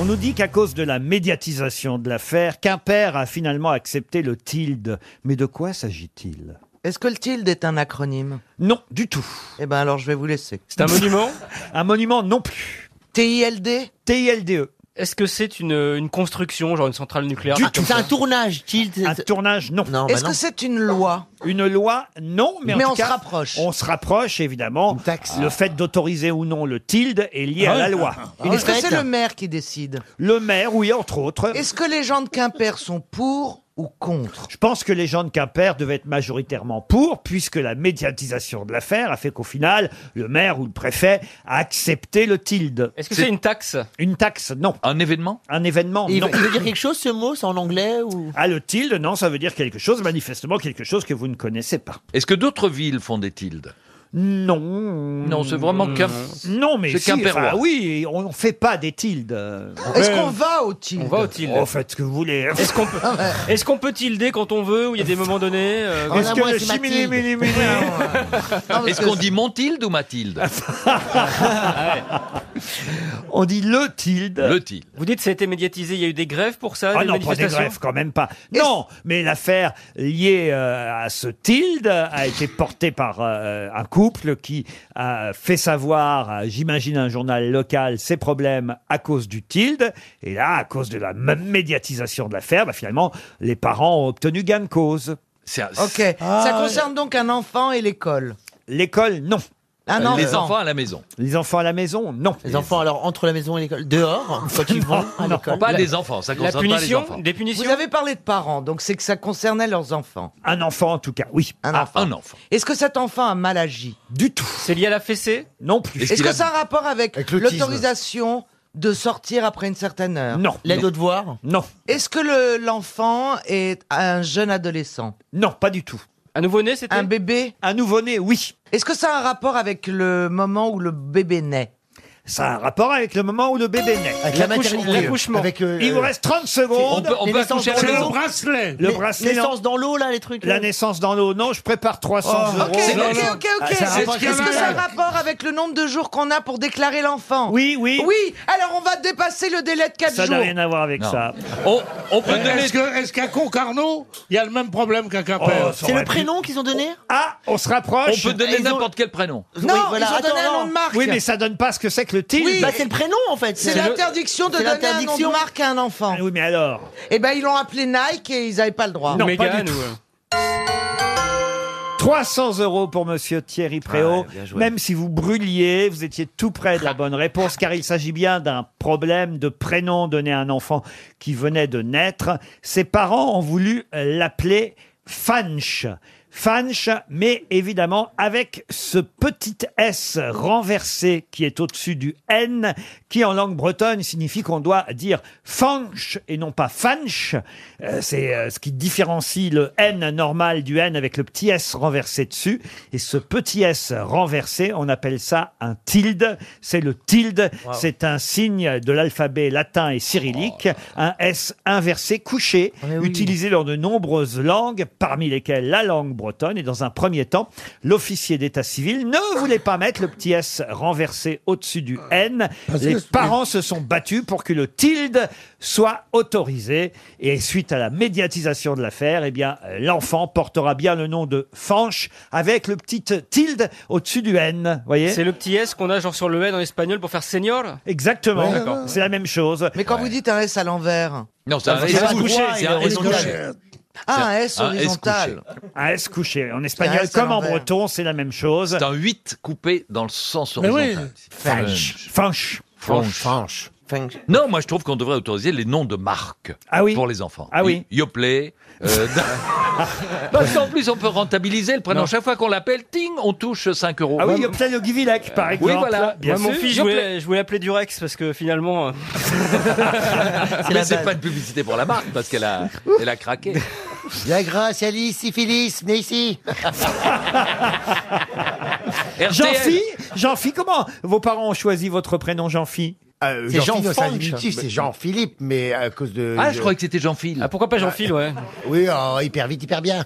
Speaker 1: On nous dit qu'à cause de la médiatisation de l'affaire, Quimper a finalement accepté le tilde. Mais de quoi s'agit-il
Speaker 18: Est-ce que le tilde est un acronyme
Speaker 1: Non, du tout.
Speaker 18: Eh ben alors je vais vous laisser.
Speaker 1: C'est un monument Un monument non plus.
Speaker 18: TILD E.
Speaker 1: TILDE.
Speaker 2: Est-ce que c'est une, une construction, genre une centrale nucléaire
Speaker 18: Du tout. C'est un tournage, Tilt.
Speaker 1: Un tournage, non.
Speaker 2: bah
Speaker 18: Est-ce que c'est une loi
Speaker 1: Une loi, non, mais, en
Speaker 18: Mais
Speaker 1: tout
Speaker 18: on se
Speaker 1: cas,
Speaker 18: rapproche.
Speaker 1: On se rapproche, évidemment. Le fait d'autoriser ou non le tilde est lié à la loi.
Speaker 18: Ah. Est-ce que c'est le maire qui décide
Speaker 1: Le maire, oui, entre autres.
Speaker 18: Est-ce que les gens de Quimper sont pour ou contre
Speaker 1: Je pense que les gens de Quimper devaient être majoritairement pour, puisque la médiatisation de l'affaire a fait qu'au final, le maire ou le préfet a accepté le tilde.
Speaker 13: Est-ce que c'est une taxe
Speaker 1: Une taxe, non.
Speaker 13: Un événement
Speaker 1: Un événement,
Speaker 18: Il
Speaker 1: non.
Speaker 18: veut- il veut dire quelque chose ce mot, c'est en anglais ou
Speaker 1: Ah, le tilde, non, ça veut dire quelque chose, manifestement quelque chose que vous ne connaissez pas.
Speaker 13: Est-ce que d'autres villes font des tildes
Speaker 1: Non. Non,
Speaker 13: c'est vraiment qu'un-
Speaker 1: Non, mais
Speaker 13: c'est
Speaker 1: si,
Speaker 13: Quimperois.
Speaker 1: enfin, oui, on ne fait pas des tildes.
Speaker 18: Est-ce qu'on va au tilde
Speaker 13: On va au tilde.
Speaker 1: Oh, faites ce que vous voulez.
Speaker 13: Est-ce qu'on peut, est-ce qu'on peut tilder quand on veut ou il y a des moments donnés euh,
Speaker 18: Oh, là, moi, c'est ma tilde.
Speaker 13: Est-ce qu'on dit mon tilde ou Mathilde
Speaker 1: Ah, On dit le tilde.
Speaker 13: Le tilde. Vous dites que ça a été médiatisé, il y a eu des grèves pour ça
Speaker 1: Ah
Speaker 13: des
Speaker 1: non, pas des
Speaker 13: manifestations
Speaker 1: grèves, quand même pas. Non, mais l'affaire liée euh, à ce tilde a été portée par euh, un couple qui a fait savoir, à, j'imagine, un journal local ses problèmes à cause du tilde. Et là, à cause de la m- médiatisation de l'affaire, bah, finalement, les parents ont obtenu gain de cause.
Speaker 18: Ok. ça
Speaker 1: Ah,
Speaker 18: concerne donc un enfant et l'école. Ah
Speaker 1: L'école, non.
Speaker 18: Un enfant.
Speaker 13: Les enfants à la maison.
Speaker 1: Les enfants à la maison, non. Oh,
Speaker 18: Les enfants, alors entre la maison et l'école, dehors, quand ils vont à l'école.
Speaker 13: Pas des enfants, ça concerne pas les enfants.
Speaker 18: des punitions. Vous avez parlé de parents, donc c'est que ça concernait leurs enfants.
Speaker 1: Un enfant, en tout cas, oui.
Speaker 18: Un
Speaker 13: Ah,
Speaker 18: enfant.
Speaker 13: un enfant.
Speaker 18: Est-ce que cet enfant a mal agi
Speaker 1: Du tout.
Speaker 13: C'est lié à la fessée
Speaker 1: Non plus.
Speaker 18: Est-ce que ça a un rapport avec,
Speaker 13: Avec l'autisme.
Speaker 18: l'autorisation de sortir après une certaine heure
Speaker 1: Non.
Speaker 18: L'aide
Speaker 1: Non.
Speaker 18: aux devoirs
Speaker 1: Non.
Speaker 18: Est-ce que le- l'enfant est un jeune adolescent
Speaker 1: Non, pas du tout.
Speaker 4: Un nouveau-né, c'était
Speaker 18: Un bébé
Speaker 1: Un nouveau-né, oui.
Speaker 18: Est-ce que ça a un rapport avec le moment où le bébé naît
Speaker 1: Ça a un rapport avec le moment où le bébé naît.
Speaker 18: Avec la maternité. euh,
Speaker 1: Il vous reste 30 secondes.
Speaker 18: C'est
Speaker 1: C'est le bracelet. Le bracelet.
Speaker 18: Naissance
Speaker 1: non.
Speaker 18: dans l'eau, là, les trucs. euh.
Speaker 1: La naissance dans l'eau, non, je prépare 300
Speaker 18: Oh,
Speaker 1: euros.
Speaker 18: ok, ok, ok, ok.
Speaker 1: Ah,
Speaker 18: Est-ce que ça a un rapport avec le nombre de jours qu'on a pour déclarer l'enfant
Speaker 1: Oui, oui.
Speaker 18: Oui, alors on va dépasser le délai de 4
Speaker 1: Ça
Speaker 18: jours.
Speaker 1: n'a rien à voir avec ça.
Speaker 13: On,
Speaker 18: Euh,
Speaker 4: peut donner-
Speaker 17: Est-ce que- est-ce qu'à Concarneau, il y a le même problème qu'à Quimper
Speaker 1: Oh, ça C'est le aurait pu- prénom
Speaker 18: qu'ils ont donné
Speaker 1: Ah, on se rapproche.
Speaker 13: On peut donner
Speaker 1: Ils ont-
Speaker 13: n'importe quel prénom.
Speaker 18: Non, ils ont donné un nom de marque.
Speaker 1: Oui, mais ça donne pas ce que c'est que le titre.
Speaker 18: Oui, bah, c'est le prénom, en fait. C'est C'est l'interdiction de le- donner un nom de l'interdiction. marque à un enfant.
Speaker 1: Ah Oui, mais alors
Speaker 18: Eh ben, ils l'ont appelé Nike et ils n'avaient pas le droit.
Speaker 1: Non, pas du tout. 300 euros pour Monsieur Thierry Préau.
Speaker 18: Ah, bien joué. Ah.
Speaker 1: Même si vous brûliez, vous étiez tout près de la bonne réponse, car il s'agit bien d'un problème de prénom donné à un enfant qui venait de naître. Ses parents ont voulu euh, l'appeler Fanch. Fanch, mais évidemment avec ce petit S renversé qui est au-dessus du N, qui en langue bretonne signifie qu'on doit dire Fanch et non pas Fanch. Euh, c'est euh, ce qui différencie le N normal du N avec le petit S renversé dessus. Et ce petit S renversé, on appelle ça un tilde. C'est le tilde.
Speaker 18: Wow.
Speaker 1: C'est un signe de l'alphabet latin et cyrillique. Un S inversé couché, utilisé dans de nombreuses langues, parmi lesquelles la langue bretonne. Et dans un premier temps, l'officier d'état civil ne voulait pas mettre le petit S renversé au-dessus du N.
Speaker 17: Parce
Speaker 1: Les
Speaker 17: que-
Speaker 1: parents se sont battus pour que le tilde soit autorisé. Et suite à la médiatisation de l'affaire, eh bien, euh, l'enfant portera bien le nom de Fanche avec le petit tilde au-dessus du N. Voyez
Speaker 4: C'est le petit S qu'on a genre sur le N en espagnol pour faire senior
Speaker 1: Exactement.
Speaker 4: Ouais, d'accord.
Speaker 1: c'est la même chose.
Speaker 18: Mais quand vous dites un S à l'envers.
Speaker 1: Non,
Speaker 4: c'est un S couché,
Speaker 18: Ah, c'est un S couché. Ah, un S horizontal.
Speaker 1: Un S couché. En
Speaker 18: C'est un
Speaker 1: espagnol
Speaker 18: S à
Speaker 1: comme en
Speaker 18: l'envers.
Speaker 1: breton, c'est la même chose.
Speaker 13: C'est un 8 coupé dans le sens
Speaker 1: Mais oui.
Speaker 13: horizontal.
Speaker 1: Fanch. Fanch.
Speaker 13: Franche. Non, moi je trouve qu'on devrait autoriser les noms de marques pour les enfants.
Speaker 1: Ah oui.
Speaker 13: Y- Yoplait. euh, Parce qu'en plus, on peut rentabiliser le prénom. Chaque fois qu'on l'appelle, ting, on touche 5 euros. Euh,
Speaker 1: Ah oui, Yoplait le Guivilec, par exemple.
Speaker 13: Oui, voilà.
Speaker 4: Moi, mon fils, je voulais, je voulais l'appeler Durex parce que finalement. euh,
Speaker 13: Mais c'est pas une publicité pour la marque parce qu'elle a, elle a craqué.
Speaker 18: Viagra, Cialis, syphilis, venez ici.
Speaker 1: Jean-Phi Jean-Phi, comment vos parents ont choisi votre prénom Euh, Jean-Phi
Speaker 2: C'est Jean Fanch, c'est Jean-Philippe, mais à cause de.
Speaker 1: Ah, je croyais que
Speaker 13: c'était Jean-Phil.
Speaker 1: Ah, pourquoi pas Jean-Phil, ouais.
Speaker 2: Oui, oh, hyper vite, hyper bien.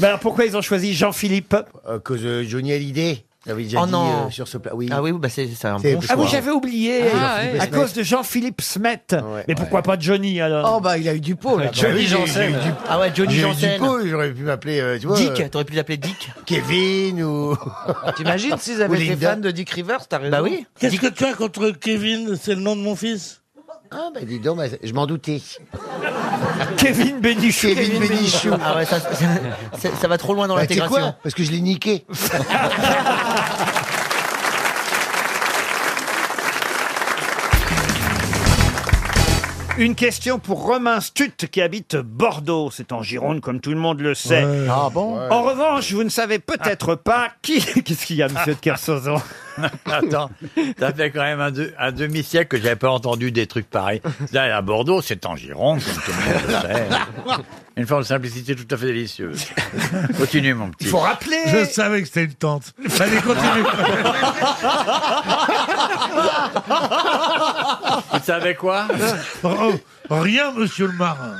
Speaker 1: Mais alors pourquoi ils ont choisi Jean-Philippe
Speaker 2: À Euh, cause de Johnny Hallyday. J'avais déjà
Speaker 18: Oh
Speaker 2: dit
Speaker 18: non.
Speaker 2: euh, sur ce plat. Oui.
Speaker 18: Ah oui, bah c'est c'est un
Speaker 2: C'est-
Speaker 18: bon
Speaker 1: Ah
Speaker 2: Choix.
Speaker 1: oui, j'avais oublié.
Speaker 2: Ah, ouais.
Speaker 1: À
Speaker 2: Jean-Philippe
Speaker 1: cause de Jean-Philippe Smet. Mais pourquoi pas Johnny alors
Speaker 18: Oh bah il a eu du pot là.
Speaker 2: Ah oui, j'ai- j'ai eu du-
Speaker 18: Ah ouais, Johnny
Speaker 2: j'ai eu
Speaker 18: Janssen.
Speaker 2: Du pot, j'aurais pu m'appeler. euh, tu vois, euh,
Speaker 18: Dick, t'aurais pu l'appeler Dick.
Speaker 2: Kevin ou.
Speaker 18: Ah, T'imagines s'ils avaient
Speaker 2: Ou
Speaker 18: été
Speaker 2: Linda.
Speaker 18: fans de Dick Rivers, t'as raison.
Speaker 2: Bah oui.
Speaker 17: Qu'est-ce que tu as contre Kevin C'est le nom de mon fils
Speaker 2: Ah, bah dis donc, bah, je m'en doutais.
Speaker 1: Kevin Bénichou.
Speaker 2: Kevin Bénichou.
Speaker 18: Ah ouais, ça, ça, ça- ça va trop loin dans
Speaker 2: Bah, tu sais
Speaker 18: l'intégration.
Speaker 2: quoi Parce que je l'ai niqué.
Speaker 1: Une question pour Romain Stutt qui habite Bordeaux. C'est en Gironde, comme tout le monde le sait.
Speaker 2: Ah bon
Speaker 1: En revanche, vous ne savez peut-être pas qui. Qu'est-ce qu'il y a, monsieur de Kersozon
Speaker 10: Attends, ça fait quand même un, de- un demi-siècle que j'avais pas entendu des trucs pareils. Là, à Bordeaux, c'est en Gironde, comme tout le monde le sait. Une forme de simplicité tout à fait délicieuse. Continue, mon petit.
Speaker 17: Il faut rappeler Je savais que c'était une tente.
Speaker 13: Bah,
Speaker 17: Allez, continue
Speaker 10: Tu savais quoi
Speaker 1: Ah,
Speaker 17: Oh, Rien, monsieur le marin.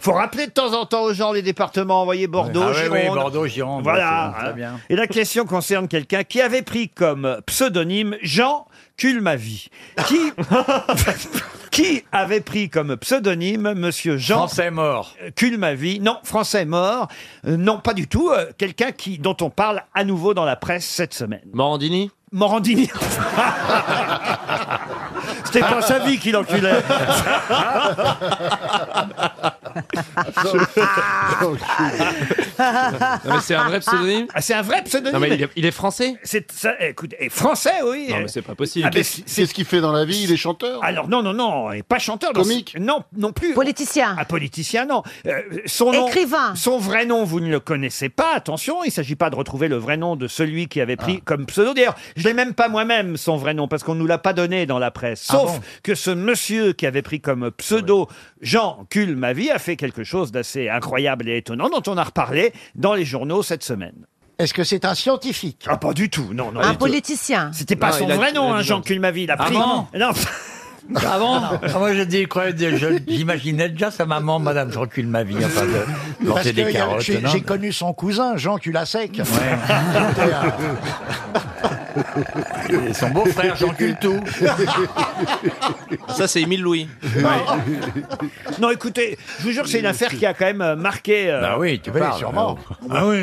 Speaker 1: Faut rappeler de temps en temps aux gens les départements. Vous voyez Bordeaux,
Speaker 10: Ah oui, oui,
Speaker 1: Gironde.
Speaker 10: Bordeaux, Gironde,
Speaker 1: Voilà.
Speaker 10: ouais, c'est- très bien.
Speaker 1: Et la question concerne quelqu'un qui avait pris comme pseudonyme Jean Culmavi, qui qui avait pris comme pseudonyme Monsieur Jean
Speaker 10: Français mort.
Speaker 1: Culmavi, non, français mort, Euh, non, pas du tout. euh, quelqu'un qui dont on parle à nouveau dans la presse cette semaine.
Speaker 4: Morandini
Speaker 1: Morandini. C'était pas sa vie qu'il enculait.
Speaker 4: Non, mais c'est un vrai pseudonyme
Speaker 1: Ah, C'est un vrai pseudonyme.
Speaker 4: Non, mais il est- français
Speaker 1: C'est ça, écoute, et français, oui.
Speaker 4: Non, mais c'est pas possible.
Speaker 1: Ah, mais
Speaker 4: Qu'est-ce-
Speaker 1: c'est-
Speaker 29: Qu'est-ce qu'il fait dans la vie Il est chanteur
Speaker 1: Alors non, non, non, et pas chanteur. dans-
Speaker 29: Comique
Speaker 1: Non, non plus.
Speaker 30: Politicien.
Speaker 1: Un politicien, non. Euh, son nom-
Speaker 30: Écrivain.
Speaker 1: Son vrai nom, vous ne le connaissez pas. Attention, il ne s'agit pas de retrouver le vrai nom de celui qui avait
Speaker 21: Ah.
Speaker 1: pris comme pseudo. D'ailleurs, je l'ai même pas moi-même son vrai nom parce qu'on nous l'a pas donné dans la presse.
Speaker 29: Ah
Speaker 1: Sauf
Speaker 29: bon
Speaker 21: Ah
Speaker 1: que ce monsieur qui avait pris comme pseudo Jean Culmavi a fait quelque chose d'assez incroyable et étonnant dont on a reparlé dans les journaux cette semaine. Est-ce que c'est un scientifique Ah, pas du tout, non, non.
Speaker 12: Un
Speaker 1: du tout.
Speaker 12: politicien.
Speaker 1: C'était pas son vrai nom, hein, Jean Culmaville. a
Speaker 21: Ah
Speaker 1: pris-
Speaker 21: bon
Speaker 1: non. Ah,
Speaker 21: Avant Moi, je dis, quoi, je- j'imaginais déjà sa maman, Madame Jean-Cul ma vie, enfin, de
Speaker 19: Parce
Speaker 21: porter
Speaker 19: que
Speaker 21: des
Speaker 19: y a-
Speaker 21: carottes.
Speaker 19: j'ai
Speaker 21: non
Speaker 19: j'ai connu son cousin, Jean Culasec.
Speaker 21: Et son beau-frère, Jean-Cul tout.
Speaker 12: Ah,
Speaker 17: Ça, c'est Émile Louis.
Speaker 1: Non, écoutez, je vous jure, c'est une affaire qui a quand même euh, marqué. euh,
Speaker 21: Bah oui, tu
Speaker 1: Oui,
Speaker 21: parles.
Speaker 1: sûrement.
Speaker 21: Ah oui.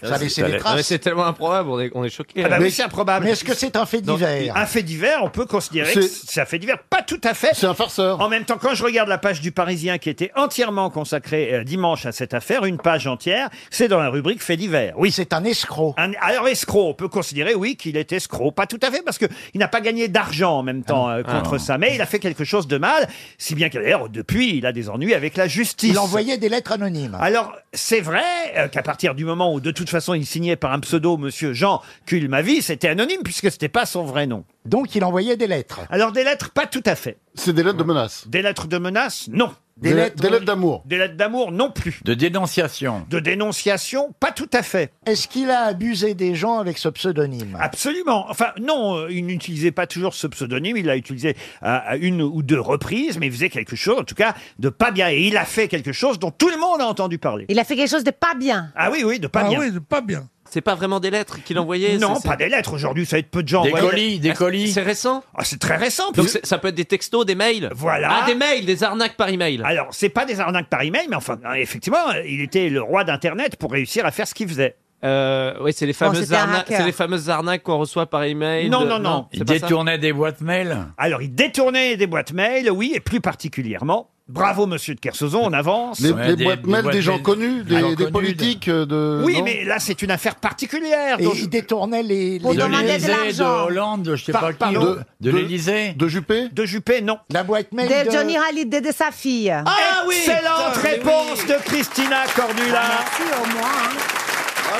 Speaker 1: Ça a laissé des traces.
Speaker 17: C'est tellement improbable, on est, on est choqués. hein.
Speaker 1: Ah bah oui, c'est improbable.
Speaker 17: Mais est-ce que c'est un fait
Speaker 1: Donc,
Speaker 17: divers
Speaker 1: Un fait divers, on peut considérer que
Speaker 17: C'est-
Speaker 1: c'est un fait divers. Pas tout à fait. C'est un farceur. En même temps, quand je regarde la page du Parisien qui était entièrement consacrée euh, dimanche à cette affaire, une page entière, c'est dans la rubrique fait divers. Oui, c'est un escroc. alors, escroc, on peut considérer, oui, qu'il est escroc. Pas tout à fait, parce que il n'a pas gagné d'argent en même temps euh, contre
Speaker 21: Ah.
Speaker 1: ça. Mais il a fait quelque chose de mal, si bien que d'ailleurs, depuis, il a des ennuis avec la justice.
Speaker 19: Il envoyait des lettres anonymes.
Speaker 1: Alors, c'est vrai euh, qu'à partir du moment où, de toute façon, il signait par un pseudo Monsieur Jean Culmavi, c'était anonyme puisque c'était pas son vrai nom. Donc, il envoyait des lettres. Alors, des lettres, pas tout à fait. C'est des lettres de menace. Des lettres de menace, non.
Speaker 21: Des Des- lettres- des lettres
Speaker 1: d'amour. Des lettres d'amour, non plus.
Speaker 21: De dénonciation.
Speaker 1: De dénonciation, pas tout à fait.
Speaker 19: Est-ce qu'il a abusé des gens avec ce pseudonyme
Speaker 1: Absolument. Enfin, non, euh, il n'utilisait pas toujours ce pseudonyme. Il l'a utilisé à, à une ou deux reprises, mais il faisait quelque chose, en tout cas, de pas bien. Et il a fait quelque chose dont tout le monde a entendu parler.
Speaker 12: Il a fait quelque chose de pas bien.
Speaker 1: Ah oui, oui, de pas
Speaker 12: Ah
Speaker 1: bien.
Speaker 12: oui,
Speaker 1: de pas bien.
Speaker 12: C'est pas vraiment des lettres qu'il envoyait
Speaker 1: Non, pas des lettres. Aujourd'hui, ça va être peu de gens.
Speaker 12: Des
Speaker 1: envoient
Speaker 12: colis,
Speaker 1: lettres.
Speaker 12: des colis.
Speaker 1: C'est récent C'est très récent.
Speaker 12: Donc c'est- ça peut être des textos, des mails.
Speaker 1: Voilà.
Speaker 12: Ah, des mails, des arnaques par email.
Speaker 1: Alors, c'est pas des arnaques par email, mais enfin, hein, effectivement, euh, il était le roi d'Internet pour réussir à faire ce qu'il faisait.
Speaker 12: Euh, oui, c'est les
Speaker 1: fameuses
Speaker 12: fameuses,
Speaker 1: c'était un arnaques-
Speaker 12: arnaques,
Speaker 1: hacker. c'est les
Speaker 12: qu'on reçoit par email.
Speaker 1: Non, non, non.
Speaker 21: Il détournait des boîtes mail.
Speaker 1: Alors, il détournait des boîtes mail, oui, et plus particulièrement. Bravo, monsieur de Kersauzon, on avance.
Speaker 13: Les, les boîtes mail des, gens connus, des, des politiques, euh, de.
Speaker 1: Oui,
Speaker 13: non
Speaker 1: mais là, c'est une affaire particulière.
Speaker 13: Et
Speaker 1: dont
Speaker 13: il
Speaker 1: je-
Speaker 19: détournait les.
Speaker 1: On demandait de
Speaker 21: l'Élysée,
Speaker 1: l'argent.
Speaker 21: De Hollande, de je sais
Speaker 1: Par-
Speaker 21: pas qui.
Speaker 1: pardon.
Speaker 21: De, de
Speaker 1: De-
Speaker 21: l'Élysée.
Speaker 13: De Juppé
Speaker 1: De Juppé, non.
Speaker 19: La boîte mail.
Speaker 12: De
Speaker 19: de-
Speaker 12: Johnny Hallyday, de sa fille.
Speaker 1: Ah
Speaker 12: oui
Speaker 1: Excellente
Speaker 12: putain, mais
Speaker 1: réponse de Christina Cordula.
Speaker 12: Ah, au moins. hein.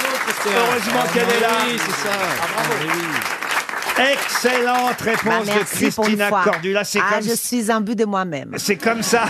Speaker 1: Heureusement qu'elle est là. Ah, Excellente
Speaker 12: Bah,
Speaker 1: réponse de
Speaker 12: merci pour une
Speaker 1: Christina
Speaker 12: fois.
Speaker 1: Cordula. C'est
Speaker 12: ah,
Speaker 1: comme
Speaker 12: je suis un but de moi-même.
Speaker 1: C'est comme ça.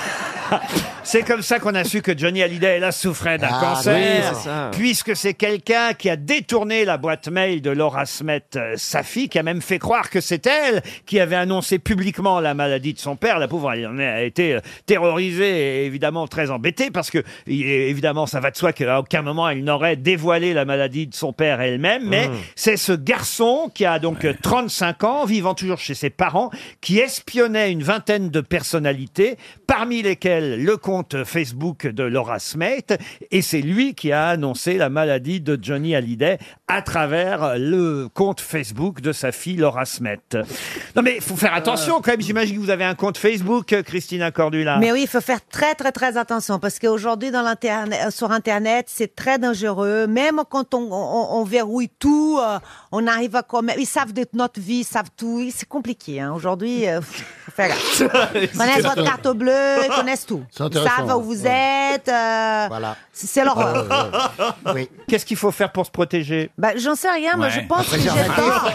Speaker 1: C'est comme ça qu'on a su que Johnny Hallyday, hélas, souffrait d'un
Speaker 12: Ah,
Speaker 1: cancer,
Speaker 12: oui, c'est ça.
Speaker 1: puisque c'est quelqu'un qui a détourné la boîte mail de Laura Smet, euh, sa fille, qui a même fait croire que c'est elle qui avait annoncé publiquement la maladie de son père. La pauvre, elle en a été euh, terrorisée et évidemment très embêtée, parce que i- évidemment, ça va de soi qu'à aucun moment elle n'aurait dévoilé la maladie de son père elle-même, mais
Speaker 12: Mm.
Speaker 1: c'est ce garçon qui a donc euh, 35 ans, vivant toujours chez ses parents, qui espionnait une vingtaine de personnalités, parmi lesquelles le compte Facebook de Laura Smet, et c'est lui qui a annoncé la maladie de Johnny Hallyday à travers le compte Facebook de sa fille Laura Smet. Non mais il faut faire attention quand même, j'imagine que vous avez un compte Facebook, euh, Christina Cordula.
Speaker 12: Euh. Mais oui, il faut faire très très très attention parce qu'aujourd'hui dans l'internet, euh, sur internet, c'est très dangereux. Même quand on, on- on verrouille tout, euh, on arrive à commettre. Ils savent de notre vie, ils savent tout. Et C'est compliqué. hein. Aujourd'hui, euh, pff, faut faire gaffe. Ils connaissent votre carte bleue, ils connaissent tout.
Speaker 1: C'est
Speaker 12: Ils
Speaker 1: intéressant,
Speaker 12: savent où vous êtes. euh,
Speaker 1: Voilà.
Speaker 12: c'est- C'est euh, l'horreur.
Speaker 1: Qu'est-ce qu'il faut faire pour se protéger
Speaker 12: Bah, j'en sais rien, mais je
Speaker 1: Ouais.
Speaker 12: pense
Speaker 1: Un
Speaker 12: que j'ai tort.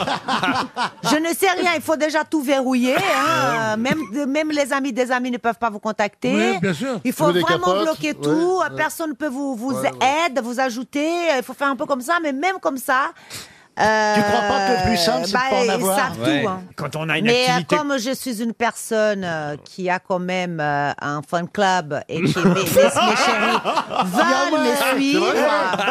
Speaker 12: je ne sais rien, il faut déjà tout verrouiller. hein. Même, même les amis des amis ne peuvent pas vous contacter.
Speaker 13: Oui, bien sûr.
Speaker 12: Il faut
Speaker 13: Vous voulez des
Speaker 12: vraiment
Speaker 13: capotes
Speaker 12: bloquer
Speaker 13: Ouais,
Speaker 12: tout.
Speaker 13: ouais.
Speaker 12: Personne ne peut vous, vous
Speaker 13: Ouais,
Speaker 12: aider, vous ajouter. Il faut faire un peu comme ça, mais même comme ça. euh,
Speaker 19: Tu crois pas que le plus simple, c'est de
Speaker 12: bah,
Speaker 19: pas en
Speaker 12: Ils
Speaker 19: avoir
Speaker 12: savent tout. hein.
Speaker 1: Quand on a une
Speaker 12: Mais euh,
Speaker 1: activité
Speaker 12: comme je suis une personne
Speaker 13: Oh.
Speaker 12: euh, qui a quand même euh, un fan club et qui mes, mes- mes chéris
Speaker 13: Ah,
Speaker 12: veulent me suivre,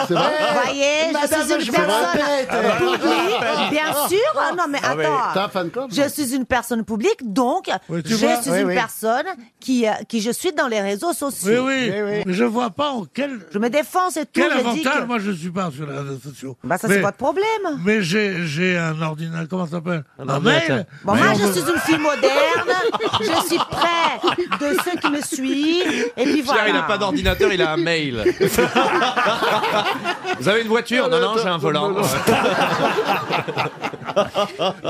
Speaker 13: C'est vrai.
Speaker 12: vous voyez,
Speaker 13: Madame,
Speaker 12: je suis
Speaker 13: je
Speaker 12: une
Speaker 13: me
Speaker 12: personne
Speaker 13: répète. Ah bah,
Speaker 12: publique,
Speaker 13: répète.
Speaker 12: bien sûr. Ah Non mais
Speaker 13: Ah oui. T'as un
Speaker 12: attends,
Speaker 13: fan club,
Speaker 12: je suis une personne publique, donc
Speaker 13: Oui, tu
Speaker 12: je
Speaker 13: vois.
Speaker 12: suis
Speaker 13: Oui,
Speaker 12: une
Speaker 13: oui.
Speaker 12: personne qui euh, qui je suis dans les réseaux sociaux.
Speaker 13: Oui, oui. Mais je
Speaker 1: Ah,
Speaker 13: vois pas en quel.
Speaker 12: Je me défends, c'est tout.
Speaker 13: Quel
Speaker 12: je dis
Speaker 13: avantage
Speaker 12: que-
Speaker 13: Moi, je suis pas sur les réseaux sociaux.
Speaker 12: Bah, ça, c'est
Speaker 13: Mais-
Speaker 12: votre problème.
Speaker 13: Mais j'ai j'ai un ordinateur. Comment ça s'appelle Un,
Speaker 12: ordinateur.
Speaker 13: mail.
Speaker 12: Bon,
Speaker 13: Mais
Speaker 12: moi,
Speaker 13: on
Speaker 12: je
Speaker 13: peut-
Speaker 12: suis une fille moderne. je suis près de ceux qui me suivent. Et puis voilà.
Speaker 17: Pierre, il n'a pas d'ordinateur, il a un mail. Vous avez une voiture Non, non, j'ai un volant.
Speaker 1: Vous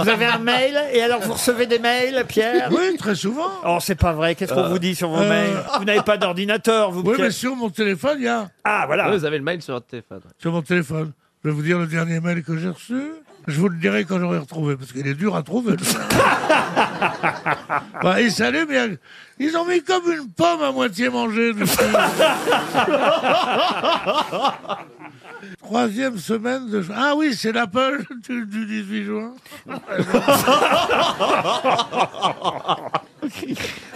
Speaker 1: avez un mail et alors vous recevez des mails, Pierre
Speaker 13: Oui, très souvent.
Speaker 1: Oh, c'est pas vrai. Qu'est-ce qu'on
Speaker 13: Euh,
Speaker 1: vous dit sur vos
Speaker 13: euh,
Speaker 1: mails Vous n'avez pas d'ordinateur, vous
Speaker 13: Oui,
Speaker 1: Pierre
Speaker 13: mais sur mon téléphone, il y a.
Speaker 1: Ah, voilà.
Speaker 17: Vous avez le mail sur votre téléphone.
Speaker 13: Sur mon téléphone. Je vais vous dire le dernier mail que j'ai reçu.
Speaker 17: Je vous le dirai quand j'aurai retrouvé, parce qu'il est dur à trouver. le- Bah, ils s'allument, ils- ils ont mis comme une pomme à moitié mangée. dessus. Troisième semaine de... Ah oui, c'est l'Apple du, du 18 juin.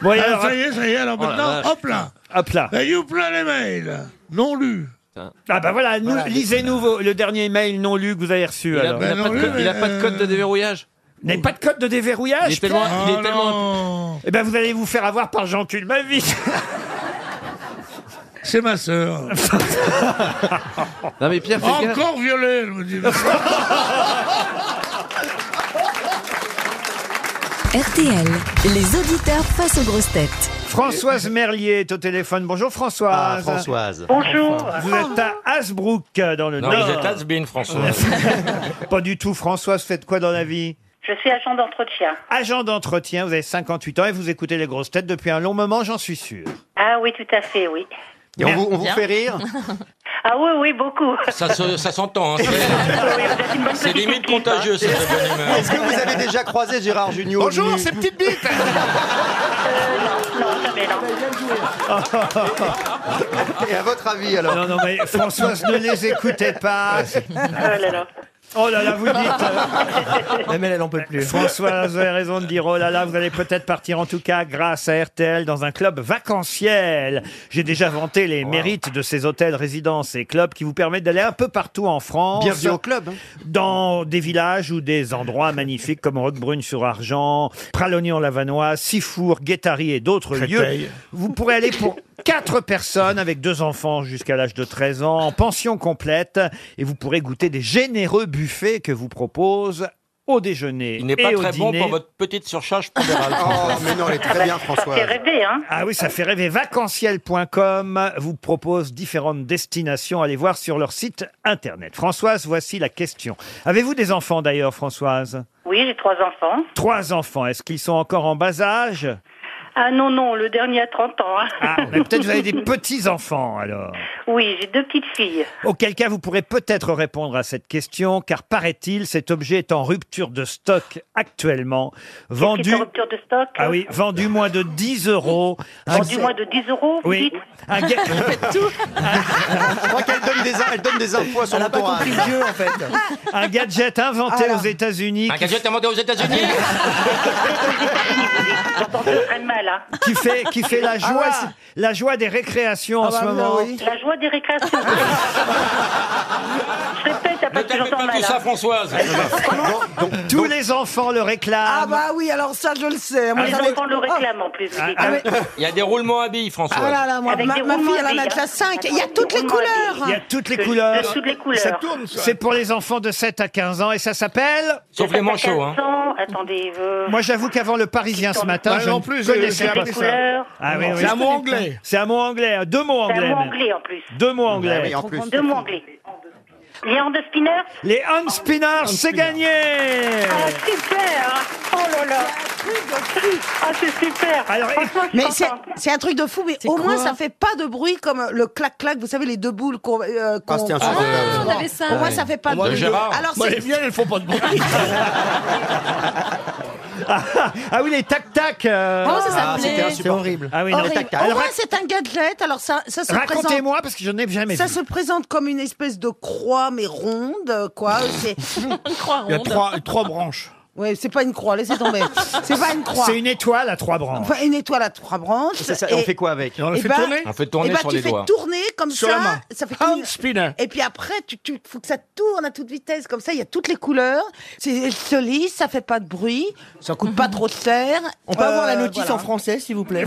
Speaker 1: Bon, et
Speaker 17: Ah,
Speaker 1: alors-
Speaker 17: ça y est, ça y est, alors
Speaker 1: Oh la
Speaker 17: maintenant,
Speaker 1: vache.
Speaker 17: hop là
Speaker 1: Hop là.
Speaker 17: Et youpla les mails Non lus
Speaker 1: Ah bah voilà, nous-
Speaker 17: Voilà.
Speaker 1: lisez-nous vos- le dernier email non lu que vous avez reçu.
Speaker 17: Il a-
Speaker 1: alors.
Speaker 17: il a Ben pas de non code- lu, il a mais- euh, pas de code de
Speaker 1: déverrouillage N'est pas de code de déverrouillage
Speaker 17: Il est tellement- il est Oh tellement-
Speaker 1: Eh ben vous allez vous faire avoir par Jean Culmavi
Speaker 17: C'est ma sœur.
Speaker 4: Non mais Pierre, fais gaffe.
Speaker 17: Encore violé, je me dis.
Speaker 19: RTL, les auditeurs face aux grosses têtes.
Speaker 1: Françoise Merlier est au téléphone. Bonjour Françoise.
Speaker 19: Ah,
Speaker 4: Françoise.
Speaker 19: Bonjour.
Speaker 1: Vous êtes à Hasbrook dans le
Speaker 4: Non,
Speaker 1: Nord.
Speaker 4: vous êtes has-been, Françoise.
Speaker 1: pas du tout Françoise, faites quoi dans la vie
Speaker 10: Je suis agent d'entretien.
Speaker 1: Agent d'entretien, vous avez 58 ans et vous écoutez les grosses têtes depuis un long moment, j'en suis sûr.
Speaker 10: Ah oui, tout à fait, oui.
Speaker 1: Et on vous- on vous
Speaker 10: Bien.
Speaker 1: fait rire
Speaker 10: Ah oui, oui, beaucoup.
Speaker 4: Ça, se- ça s'entend, hein, c'est- c'est limite contagieux cette bonne humeur.
Speaker 2: Est-ce que vous avez déjà croisé Gérard Junior
Speaker 16: Bonjour, c'est Petite Bite
Speaker 2: Et à votre avis alors
Speaker 1: Non, non, mais Françoise, ne les écoutez pas. Oh
Speaker 10: là là.
Speaker 1: Oh là là, vous le
Speaker 17: dites.
Speaker 1: Mais elle en peut plus. Françoise, vous avez raison de dire oh là là, vous allez peut-être partir en tout cas grâce à RTL dans un club vacanciel. J'ai déjà vanté les mérites de ces hôtels, résidences et clubs qui vous permettent d'aller un peu partout en France.
Speaker 2: Bienvenue au club, hein.
Speaker 1: Dans des villages ou des endroits magnifiques comme Roquebrune-sur-Argent, Pralognan-Lavanois, Sifour, Guétari et d'autres
Speaker 17: Créteil.
Speaker 1: lieux. Vous pourrez aller pour quatre personnes avec deux enfants jusqu'à l'âge de 13 ans en pension complète et vous pourrez goûter des généreux buffets que vous propose au déjeuner.
Speaker 2: Il n'est
Speaker 1: et
Speaker 2: pas
Speaker 1: au
Speaker 2: très bon
Speaker 1: dîner.
Speaker 2: pour votre petite surcharge pondérale. Oh, mais non, elle est très bien,
Speaker 10: Ça fait rêver, Bah, hein
Speaker 1: Ah oui, ça fait rêver. Vacanciel.com vous propose différentes destinations. Allez voir sur leur site internet. Françoise, voici la question. Avez-vous des enfants d'ailleurs, Françoise
Speaker 10: Oui, j'ai trois enfants.
Speaker 1: Trois enfants. Est-ce qu'ils sont encore en bas âge
Speaker 10: Ah non, non, le dernier a 30 ans. hein.
Speaker 1: Ah, mais peut-être vous avez des petits-enfants alors.
Speaker 10: Oui, j'ai deux petites filles.
Speaker 1: Auquel cas, vous pourrez peut-être répondre à cette question, car paraît-il, cet objet est en rupture de stock actuellement. Vendu.
Speaker 10: en rupture de stock
Speaker 1: Ah oui, vendu moins de 10 euros. Un-
Speaker 10: Vendu moins de 10 euros, vous
Speaker 1: Oui.
Speaker 10: dites
Speaker 1: Un ga-
Speaker 2: Je crois qu'elle donne des, elle donne des infos à son entourage.
Speaker 1: en fait. Un gadget inventé aux États-Unis.
Speaker 4: Ah Un gadget inventé aux États-Unis
Speaker 10: Très mal, hein.
Speaker 1: Qui fait, qui fait la joie, la joie des récréations
Speaker 16: Ah
Speaker 1: en ce
Speaker 16: bah
Speaker 1: moment.
Speaker 10: La joie des récréations.
Speaker 4: Ne t'appelle pas tout
Speaker 10: hein.
Speaker 4: ça, Françoise.
Speaker 10: Ah,
Speaker 1: Tous les enfants le réclament.
Speaker 16: Ah bah oui, alors ça je le sais.
Speaker 10: Ah, Les enfants le réclament en plus. vous
Speaker 1: Ah,
Speaker 10: dites.
Speaker 4: Ah, Il y a des roulements à billes, Françoise.
Speaker 16: Ah là là, moi,
Speaker 10: Ah, Avec
Speaker 16: ma,
Speaker 10: des
Speaker 16: ma fille,
Speaker 10: roulements
Speaker 16: elle en
Speaker 10: à
Speaker 16: a
Speaker 10: billes,
Speaker 16: déjà
Speaker 10: hein.
Speaker 16: 5. Il y a toutes les
Speaker 10: Oh,
Speaker 16: couleurs.
Speaker 1: Il y a toutes les couleurs.
Speaker 10: De toutes les couleurs.
Speaker 1: Ça tourne, ça. C'est pour les enfants de 7 à 15 ans et ça s'appelle
Speaker 4: Sauf les manchots, hein.
Speaker 10: 400, Attendez. euh,
Speaker 1: Moi, j'avoue qu'avant le Parisien ce matin,
Speaker 10: Ouais,
Speaker 1: je
Speaker 10: non
Speaker 1: ne
Speaker 10: plus, j'ai-
Speaker 1: connaissais
Speaker 10: j'ai
Speaker 1: pas
Speaker 10: appris
Speaker 1: ça.
Speaker 10: couleur.
Speaker 1: Ah oui,
Speaker 10: Non,
Speaker 1: oui.
Speaker 10: C'est un mot anglais. Bah
Speaker 1: C'est un mot anglais, hein, deux mots
Speaker 10: C'est
Speaker 1: anglais.
Speaker 10: un mot
Speaker 1: même.
Speaker 10: anglais en plus.
Speaker 1: Deux mots
Speaker 17: Ah,
Speaker 1: anglais.
Speaker 10: Deux mots anglais. Léon de Spinner
Speaker 1: Les hand spinners, c'est gagné.
Speaker 10: Ah, super Oh là là Ah, c'est super Franchement, je suis
Speaker 16: Mais
Speaker 10: contente.
Speaker 16: c'est c'est un truc de fou, mais au moins ça fait pas de bruit comme le clac-clac, vous savez, les deux boules qu'on. euh, qu'on-
Speaker 2: Ah, c'était insupportable. Ah,
Speaker 16: on avait ça. Au moins ça fait pas de bruit. Alors c'est.
Speaker 1: miennes, elles font pas de bruit. ah, ah oui, les tac-tac. euh,
Speaker 16: Comment ça Ah, s'appelait c'était insupportable.
Speaker 1: Ah oui, non,
Speaker 16: horrible.
Speaker 1: tac-tac.
Speaker 16: Au
Speaker 1: Alors,
Speaker 16: moins c'est un gadget, alors ça, ça se présente.
Speaker 1: Racontez-moi, parce que je n'ai jamais
Speaker 16: Ça
Speaker 1: vu.
Speaker 16: se présente comme une espèce de croix, mais ronde, quoi. C'est
Speaker 1: Il y a trois- trois branches.
Speaker 16: Ouais, c'est pas une croix, laissez tomber. C'est pas une croix.
Speaker 1: C'est une étoile à trois branches.
Speaker 16: Enfin, une étoile à trois branches.
Speaker 2: C'est ça, et on fait quoi avec
Speaker 16: eh ben,
Speaker 4: On fait tourner
Speaker 16: eh ben,
Speaker 4: sur
Speaker 16: tu
Speaker 4: les
Speaker 16: fais
Speaker 4: doigts.
Speaker 16: tourner comme
Speaker 2: Sur
Speaker 16: ça.
Speaker 2: la main.
Speaker 16: Ça fait comme spinner. Et puis après, tu, tu- faut que ça tourne à toute vitesse comme ça. Il y a toutes les couleurs. C'est elle se lisse, ça fait pas de bruit, ça coûte pas trop Euh, cher.
Speaker 31: On peut avoir la notice en
Speaker 16: français.
Speaker 31: français, s'il vous plaît.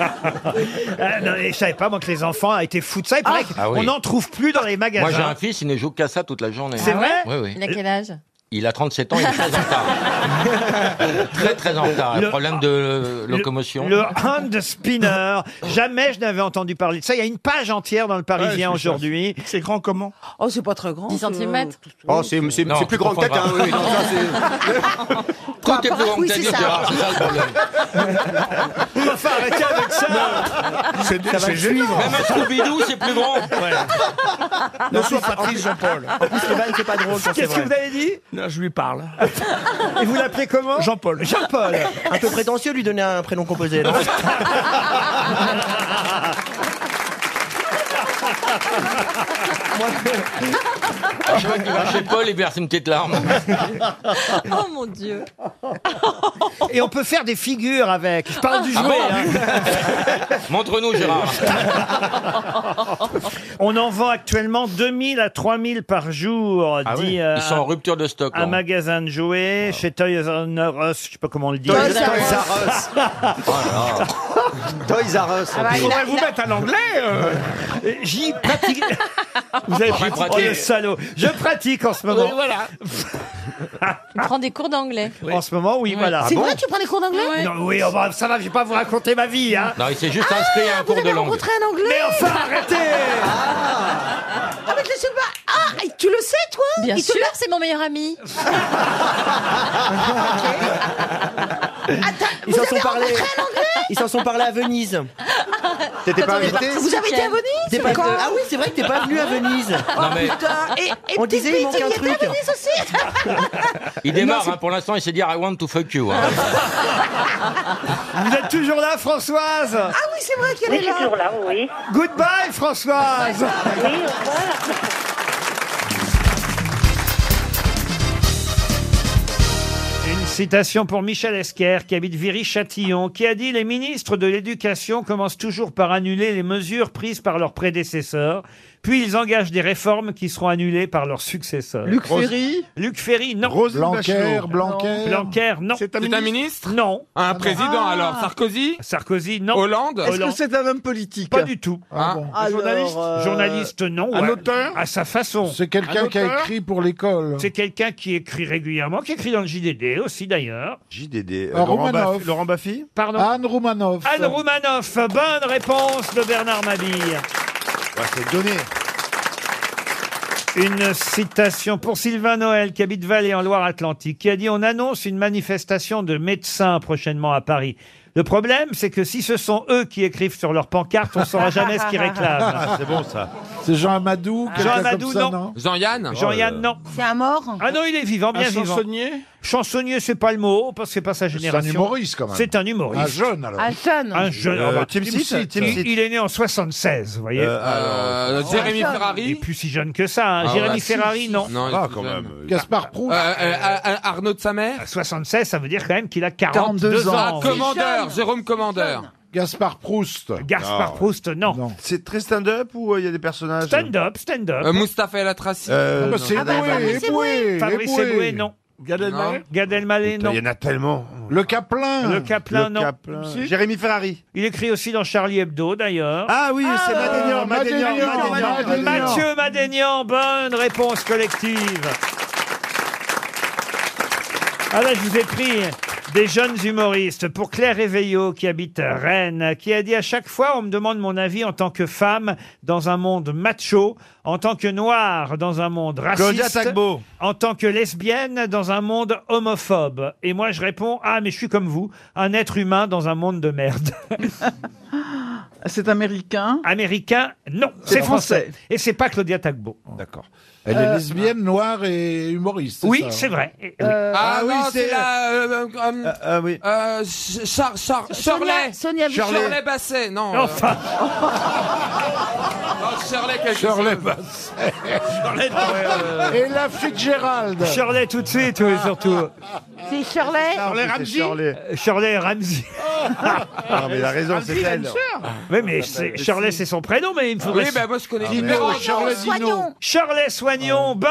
Speaker 1: Ah, non, mais je savais pas, moi, que les enfants étaient fous de ça. Il paraît
Speaker 4: Ah oui.
Speaker 1: qu'on n'en trouve plus dans les magasins.
Speaker 10: Ah
Speaker 4: Moi, j'ai un fils, il ne joue qu'à ça toute la journée.
Speaker 1: hein. C'est vrai
Speaker 4: Ah Oui, oui.
Speaker 8: quel âge
Speaker 4: Il a 37 ans, il est très en retard. très très en retard.
Speaker 1: Le-
Speaker 4: Problème de locomotion.
Speaker 1: Le hand spinner. Jamais je n'avais entendu parler de ça. Il y a une page entière dans le Parisien
Speaker 4: Ouais, c'est ça.
Speaker 1: aujourd'hui. C'est grand comment
Speaker 16: Oh, c'est pas très grand.
Speaker 8: 10 cm
Speaker 4: Oh, c'est plus
Speaker 1: Non, tu
Speaker 4: grand que
Speaker 1: comprends
Speaker 4: Tata.
Speaker 1: pas.
Speaker 4: hein, oui, non, ça, c'est- Tout est plus grand que
Speaker 1: Oui,
Speaker 4: Tata,
Speaker 1: c'est
Speaker 4: c'est
Speaker 1: ça.
Speaker 4: rare, c'est ça le problème.
Speaker 1: Enfin, arrêtez avec ça.
Speaker 4: C'est-
Speaker 1: Ça va
Speaker 4: c'est
Speaker 1: le
Speaker 4: gênant.
Speaker 1: suivre.
Speaker 4: Même un Scooby-Doo, c'est plus grand.
Speaker 1: Ne
Speaker 18: sois pas triste, Jean-Paul. En plus, le bail, c'est pas drôle. quand c'est
Speaker 1: Qu'est-ce que
Speaker 18: vrai.
Speaker 1: vous avez dit
Speaker 18: Non, Je lui parle.
Speaker 1: Et vous l'appelez comment
Speaker 18: Jean-Paul.
Speaker 1: Jean-Paul.
Speaker 18: Un peu prétentieux lui donner un prénom composé. non
Speaker 4: À chaque fois qu'il va chez Paul, il verse une petite larme.
Speaker 8: Oh mon dieu.
Speaker 1: Oh. Et on peut faire des figures avec. Je parle du
Speaker 4: Ah
Speaker 1: jouet.
Speaker 4: bon
Speaker 1: hein.
Speaker 4: Montre-nous, Gérard.
Speaker 1: On en vend actuellement 2000 à 3000 par jour, dit euh,
Speaker 4: Ah Ils sont en rupture de stock.
Speaker 1: un
Speaker 4: là.
Speaker 1: magasin de jouets chez Toys R Us, je sais pas comment on le dit.
Speaker 4: Toys R Us. Toys
Speaker 1: Toys R Us.
Speaker 18: Ah bah, il faudrait vous mettre à l'anglais. euh.
Speaker 1: J'y pratique. Vous avez
Speaker 18: J'y
Speaker 1: pris
Speaker 18: pratique.
Speaker 1: oh, le salaud. Je pratique en ce
Speaker 2: bah
Speaker 1: moment.
Speaker 18: Oui, voilà.
Speaker 8: Tu prends des cours d'anglais.
Speaker 1: En ce moment, oui, voilà.
Speaker 8: C'est
Speaker 1: Ah bon
Speaker 8: vrai,
Speaker 16: tu prends des cours d'anglais
Speaker 1: Non, oui, oh, bah, ça va, je vais pas vous raconter ma vie, hein. Ah,
Speaker 4: Non, il s'est juste inscrit à un cours de langue.
Speaker 16: un anglais
Speaker 1: Mais enfin, arrêtez
Speaker 16: Ah, mais je le sais pas Ah, et tu le sais, toi
Speaker 8: Bien
Speaker 16: Il te
Speaker 8: sûr,
Speaker 16: l'a-
Speaker 8: c'est mon meilleur ami.
Speaker 18: Ils s'en sont parlé. Ils s'en sont parlé à Venise.
Speaker 16: T'étais pas Quand on est invité parti Vous avez été à Venise
Speaker 18: T'es pas-
Speaker 16: Quand
Speaker 18: Ah oui, c'est vrai que t'es pas venu à Venise. Ah,
Speaker 4: Non, mais-
Speaker 16: Putain, et, et
Speaker 18: On
Speaker 16: petite
Speaker 18: disait, il
Speaker 16: bite,
Speaker 18: manque un
Speaker 16: y était
Speaker 18: truc.
Speaker 16: à Venise aussi Ah
Speaker 4: Il démarre, hein, pour l'instant, il s'est dit I want to fuck you. hein.
Speaker 1: Vous êtes toujours là, Françoise
Speaker 16: Ah oui, c'est vrai qu'elle
Speaker 12: Oui,
Speaker 16: est
Speaker 12: je
Speaker 16: là
Speaker 12: suis toujours là, oui.
Speaker 1: Goodbye, Françoise
Speaker 12: Oui, au revoir.
Speaker 1: Une citation pour Michel Esquer, qui habite Viry-Châtillon, qui a dit Les ministres de l'Éducation commencent toujours par annuler les mesures prises par leurs prédécesseurs, puis ils engagent des réformes qui seront annulées par leurs successeurs.
Speaker 5: Luc Rose- Ferry
Speaker 1: Luc Ferry, non.
Speaker 5: Blanquer, Blanquer.
Speaker 1: Blanquer, non.
Speaker 5: C'est un C'est un ministre
Speaker 1: Non.
Speaker 5: Un président, Ah. alors.
Speaker 1: Sarkozy Sarkozy, non. Hollande
Speaker 18: Est-ce que c'est un homme politique
Speaker 1: Pas du tout.
Speaker 5: Ah bon.
Speaker 1: Un journaliste
Speaker 5: euh,
Speaker 1: Journaliste, non.
Speaker 5: un
Speaker 1: ouais.
Speaker 5: auteur
Speaker 1: À sa façon.
Speaker 5: C'est quelqu'un
Speaker 1: Un
Speaker 5: qui a
Speaker 1: auteur
Speaker 5: écrit pour l'école.
Speaker 1: C'est quelqu'un qui écrit régulièrement, qui écrit dans le JDD aussi d'ailleurs.
Speaker 17: JDD.
Speaker 5: Un Romanov.
Speaker 17: Euh, Laurent Baffy
Speaker 1: Pardon
Speaker 5: Anne Roumanoff.
Speaker 1: Anne Roumanoff, bonne réponse de Bernard Mabille.
Speaker 17: c'est donné.
Speaker 1: Une citation pour Sylvain Noël, qui habite Vallée en Loire-Atlantique, qui a dit On annonce une manifestation de médecins prochainement à Paris. Le problème, c'est que si ce sont eux qui écrivent sur leur pancarte, on ne saura jamais ce qu'ils réclament.
Speaker 17: Ah, C'est bon ça.
Speaker 5: C'est Jean Amadou. quelqu'un
Speaker 1: Jean
Speaker 5: comme
Speaker 1: Amadou,
Speaker 5: ça, Oh
Speaker 1: non.
Speaker 17: Jean-Yann
Speaker 1: Jean-Yann, non.
Speaker 16: C'est un mort
Speaker 1: Ah non, il est vivant, bien
Speaker 5: Un
Speaker 1: vivant.
Speaker 5: chansonnier
Speaker 1: Chansonnier, c'est pas le mot, parce que c'est pas sa génération.
Speaker 5: humoriste, quand même.
Speaker 1: C'est un humoriste.
Speaker 5: Un jeune, alors. Un
Speaker 16: jeune.
Speaker 1: Un jeune.
Speaker 17: Euh,
Speaker 1: oh, bah,
Speaker 17: Tim
Speaker 1: il-
Speaker 17: Seat, Tim
Speaker 1: il-
Speaker 17: Seat.
Speaker 1: Il est né en 76, vous voyez.
Speaker 17: Euh, alors,
Speaker 1: Oh,
Speaker 2: Jérémy
Speaker 1: un jeune.
Speaker 2: Ferrari.
Speaker 1: Il est plus si jeune que ça. hein.
Speaker 2: Ah,
Speaker 1: Jérémy
Speaker 2: ouais.
Speaker 1: Ferrari, non.
Speaker 2: Non,
Speaker 17: Ah,
Speaker 2: il est
Speaker 17: quand
Speaker 2: jeune.
Speaker 17: même.
Speaker 5: Gaspard Proust.
Speaker 2: Euh, euh, euh, Arnaud de sa mère.
Speaker 1: À 76, ça veut dire quand même qu'il a 42,
Speaker 2: Ah,
Speaker 1: ans.
Speaker 2: commandeur, Jérôme Commandeur. Ah.
Speaker 5: Gaspard Proust.
Speaker 1: Gaspard Proust, non.
Speaker 17: C'est très stand-up ou euh, il y a des personnages
Speaker 1: Stand-up, stand-up.
Speaker 2: Euh, Moustapha El Atrassi.
Speaker 17: Euh,
Speaker 5: Ah bah,
Speaker 17: non.
Speaker 5: c'est
Speaker 17: Ah bah,
Speaker 5: Eboué,
Speaker 17: Fabrice
Speaker 5: Eboué,
Speaker 1: Fabrice
Speaker 5: Eboué.
Speaker 1: Eboué, non.
Speaker 17: Gad
Speaker 1: Elmaleh Gad Elmaleh,
Speaker 17: Putain,
Speaker 1: non.
Speaker 17: Il y en a tellement.
Speaker 5: Le Caplin.
Speaker 1: Le Caplin,
Speaker 17: Le
Speaker 1: non.
Speaker 17: Caplin. Jérémy Ferrari.
Speaker 1: Il écrit aussi dans Charlie Hebdo, d'ailleurs.
Speaker 17: Ah oui, c'est Madénian, Madénian,
Speaker 5: Madénian,
Speaker 17: Madénian.
Speaker 5: Madénian.
Speaker 1: Mathieu Madénian, bonne réponse collective. Ah là, je vous ai pris des jeunes humoristes pour Claire Réveillot qui habite à Rennes, qui a dit à chaque fois on me demande mon avis en tant que femme dans un monde macho, en tant que noire dans un monde
Speaker 17: Claudia
Speaker 1: raciste,
Speaker 17: Tagbo.
Speaker 1: en tant que lesbienne dans un monde homophobe. Et moi je réponds ah mais je suis comme vous, un être humain dans un monde de merde.
Speaker 11: C'est américain.
Speaker 1: Américain, non,
Speaker 11: C'est
Speaker 1: c'est français.
Speaker 11: français.
Speaker 1: Et c'est pas Claudia Tagbo.
Speaker 17: D'accord.
Speaker 5: Oh. Elle
Speaker 11: Euh,
Speaker 5: est lesbienne, noire et humoriste.
Speaker 1: Oui,
Speaker 5: ça hein.
Speaker 1: c'est vrai. Et- oui.
Speaker 11: Euh,
Speaker 2: Ah,
Speaker 17: Ah
Speaker 2: oui,
Speaker 17: oui,
Speaker 2: c'est
Speaker 17: c'est-
Speaker 2: la. euh, euh, euh,
Speaker 17: Ah oui.
Speaker 2: euh, Ch- Char- Char- Shirley.
Speaker 11: Sonia
Speaker 17: Vichard.
Speaker 2: Shirley Basset, non. euh,
Speaker 1: Enfin,
Speaker 2: non, oh, Shirley quelque
Speaker 5: Shirley
Speaker 2: chose.
Speaker 5: Basset.
Speaker 2: Shirley Basset.
Speaker 5: Et la Fitzgerald.
Speaker 1: Shirley tout de suite, oui, surtout.
Speaker 5: Ah,
Speaker 16: C'est Shirley
Speaker 17: Shirley Ramsey. Shirley.
Speaker 1: Euh, Shirley Ramsey.
Speaker 17: Non, mais la raison, c'est elle.
Speaker 1: Oui, mais c'est- Shirley, c'est son prénom, mais il me faudrait...
Speaker 2: Oui, bah moi je
Speaker 17: Ah,
Speaker 2: connais.
Speaker 5: Dino,
Speaker 2: Libéro.
Speaker 5: Shirley Dino.
Speaker 2: Oh.
Speaker 1: Shirley Soignon, bonne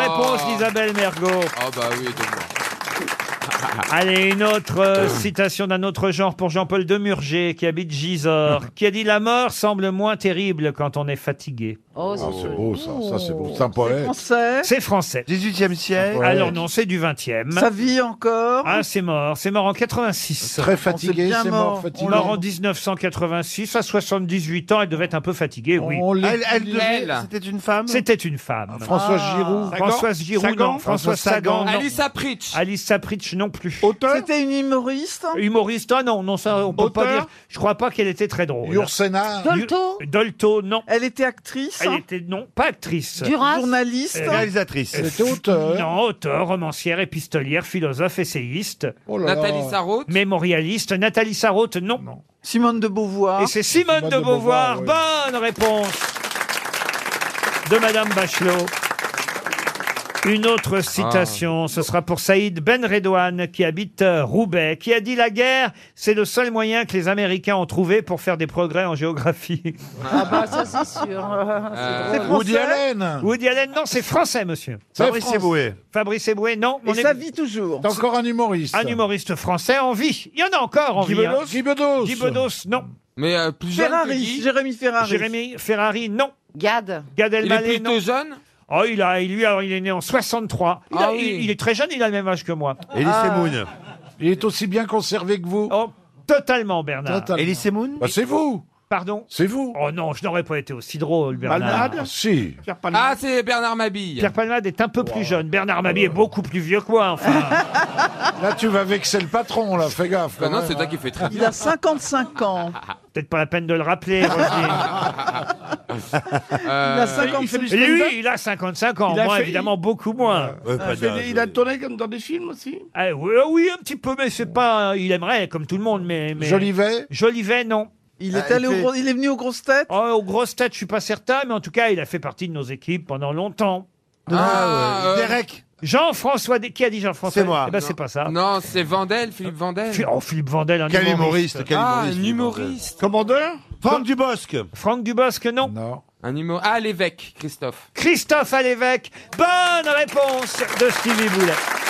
Speaker 1: réponse d'Isabelle Mergot.
Speaker 2: Ah bah oui, de moi.
Speaker 1: Allez, une autre euh, citation d'un autre genre pour Jean-Paul Demurger, qui habite Gisors, qui a dit « La mort semble moins terrible quand on est fatigué ».
Speaker 5: Oh, c'est Ah, c'est beau, ça. Ah. Ça, c'est beau. C'est un poète. C'est
Speaker 1: français C'est français. 18e siècle
Speaker 5: poète.
Speaker 1: Alors non, c'est du 20e.
Speaker 9: Sa vie encore
Speaker 1: Ah, c'est mort. C'est mort en 86.
Speaker 5: Très fatigué, c'est mort, fatigué.
Speaker 1: Mort en 1986, à 78 ans, elle devait être un peu fatiguée, oui.
Speaker 5: On l'est- Elle- elle devait- Elle.
Speaker 1: c'était une femme C'était une femme.
Speaker 5: Françoise Ah. Giroud.
Speaker 1: Françoise Giroud,
Speaker 5: Sagan
Speaker 1: non. Françoise
Speaker 5: Françoise
Speaker 1: Sagan,
Speaker 5: Sagan.
Speaker 1: non.
Speaker 5: Alice
Speaker 1: Sapritch. Alice Sapritch, non plus. Auteur C'était une humoriste Humoriste, ah non, non, ça, on peut pas
Speaker 5: Auteur
Speaker 1: dire. Je crois pas qu'elle était très drôle.
Speaker 5: Yourcenar.
Speaker 1: Dolto Dolto, non. Elle était actrice Elle était, non, pas actrice.
Speaker 9: Duras Journaliste
Speaker 1: Euh,
Speaker 9: Réalisatrice.
Speaker 1: euh,
Speaker 9: C'était auteur.
Speaker 1: Non, auteur, romancière, épistolière, philosophe, essayiste.
Speaker 9: là là. Nathalie Sarraute
Speaker 1: Mémorialiste. Nathalie Sarraute, non.
Speaker 9: Simone de Beauvoir.
Speaker 1: Et c'est Simone, de Beauvoir. Bonne réponse de Madame Bachelot. Une
Speaker 5: Ah.
Speaker 1: autre citation, ce sera pour Saïd Ben Redouane, qui habite euh, Roubaix, qui a dit La guerre, c'est le seul moyen que les Américains ont trouvé pour faire des progrès en géographie.
Speaker 9: Ah bah ça c'est sûr.
Speaker 6: Euh,
Speaker 1: C'est français Woody Allen, non, c'est français, monsieur.
Speaker 5: C'est Fabrice français. Eboué.
Speaker 1: Fabrice Eboué, non.
Speaker 5: Et ça
Speaker 1: vit toujours.
Speaker 5: C'est encore un humoriste.
Speaker 1: Un humoriste français en vie. Il y en a encore en
Speaker 5: Guy
Speaker 1: vie. hein.
Speaker 5: Bedos Guy Bedos.
Speaker 1: Guy Bedos, non.
Speaker 6: Mais euh, plus jeune que Guy.
Speaker 1: Jérémy Ferrari, non. Gad. Gad
Speaker 6: Il est
Speaker 1: Elmaleh,
Speaker 6: plutôt
Speaker 1: non.
Speaker 6: jeune
Speaker 1: Oh, il a, il- lui, alors, il est né en 63. Il,
Speaker 6: Ah
Speaker 1: a-
Speaker 6: oui.
Speaker 1: il- il est très jeune, il a le même âge que moi.
Speaker 5: Élie Ah. Semoun. Il est aussi bien conservé que vous.
Speaker 1: Oh, totalement, Bernard.
Speaker 5: Elie
Speaker 1: Semoun
Speaker 5: Bah, c'est vous.
Speaker 1: Pardon
Speaker 5: C'est vous.
Speaker 1: Oh non, je n'aurais pas été aussi drôle, Bernard. Ah,
Speaker 5: Palmade Si.
Speaker 6: Ah, c'est Bernard Mabille.
Speaker 1: Pierre Palmade est un peu plus jeune. Bernard
Speaker 5: Euh.
Speaker 1: Mabie est beaucoup plus vieux que moi, enfin.
Speaker 5: Là, tu vas vexer le patron, là. Fais gaffe.
Speaker 6: Bah
Speaker 5: quand
Speaker 6: non,
Speaker 5: même. hein.
Speaker 6: c'est toi qui fais très
Speaker 9: Il a 55 ans.
Speaker 1: Peut-être pas la peine de le rappeler, Roselyne.
Speaker 9: Il
Speaker 1: Euh,
Speaker 9: a 55
Speaker 1: Et Lui, il a 55 ans.
Speaker 9: Il a
Speaker 1: Moi,
Speaker 9: fait-
Speaker 1: évidemment, beaucoup moins.
Speaker 17: Ah,
Speaker 3: il a tourné comme dans des films aussi
Speaker 1: Ah oui, ah oui, un petit peu, mais c'est pas. Il aimerait, comme tout le monde, mais. mais...
Speaker 5: Jolivet
Speaker 1: Jolivet, non.
Speaker 9: Il est allé au gros- il est venu aux grosses têtes
Speaker 1: oh, Aux grosses têtes, je suis pas certain, mais en tout cas, il a fait partie de nos équipes pendant longtemps.
Speaker 6: Ah, Ah, ouais. euh,
Speaker 1: Derek Jean-François. Des- Qui a dit Jean-François Eh ben, c'est pas ça.
Speaker 6: Non, c'est Vandel, Philippe Vandel.
Speaker 1: Oh, Philippe Vandel, un
Speaker 6: Quel
Speaker 1: humoriste.
Speaker 6: humoriste, quel Ah, humoriste, un Philippe Vandel. humoriste.
Speaker 1: Commandeur Franck Dubosc. Franck Dubosc, non.
Speaker 6: Un humour. Ah, l'évêque, Christophe.
Speaker 1: Christophe à l'évêque. Bonne réponse de Stevie Boulet.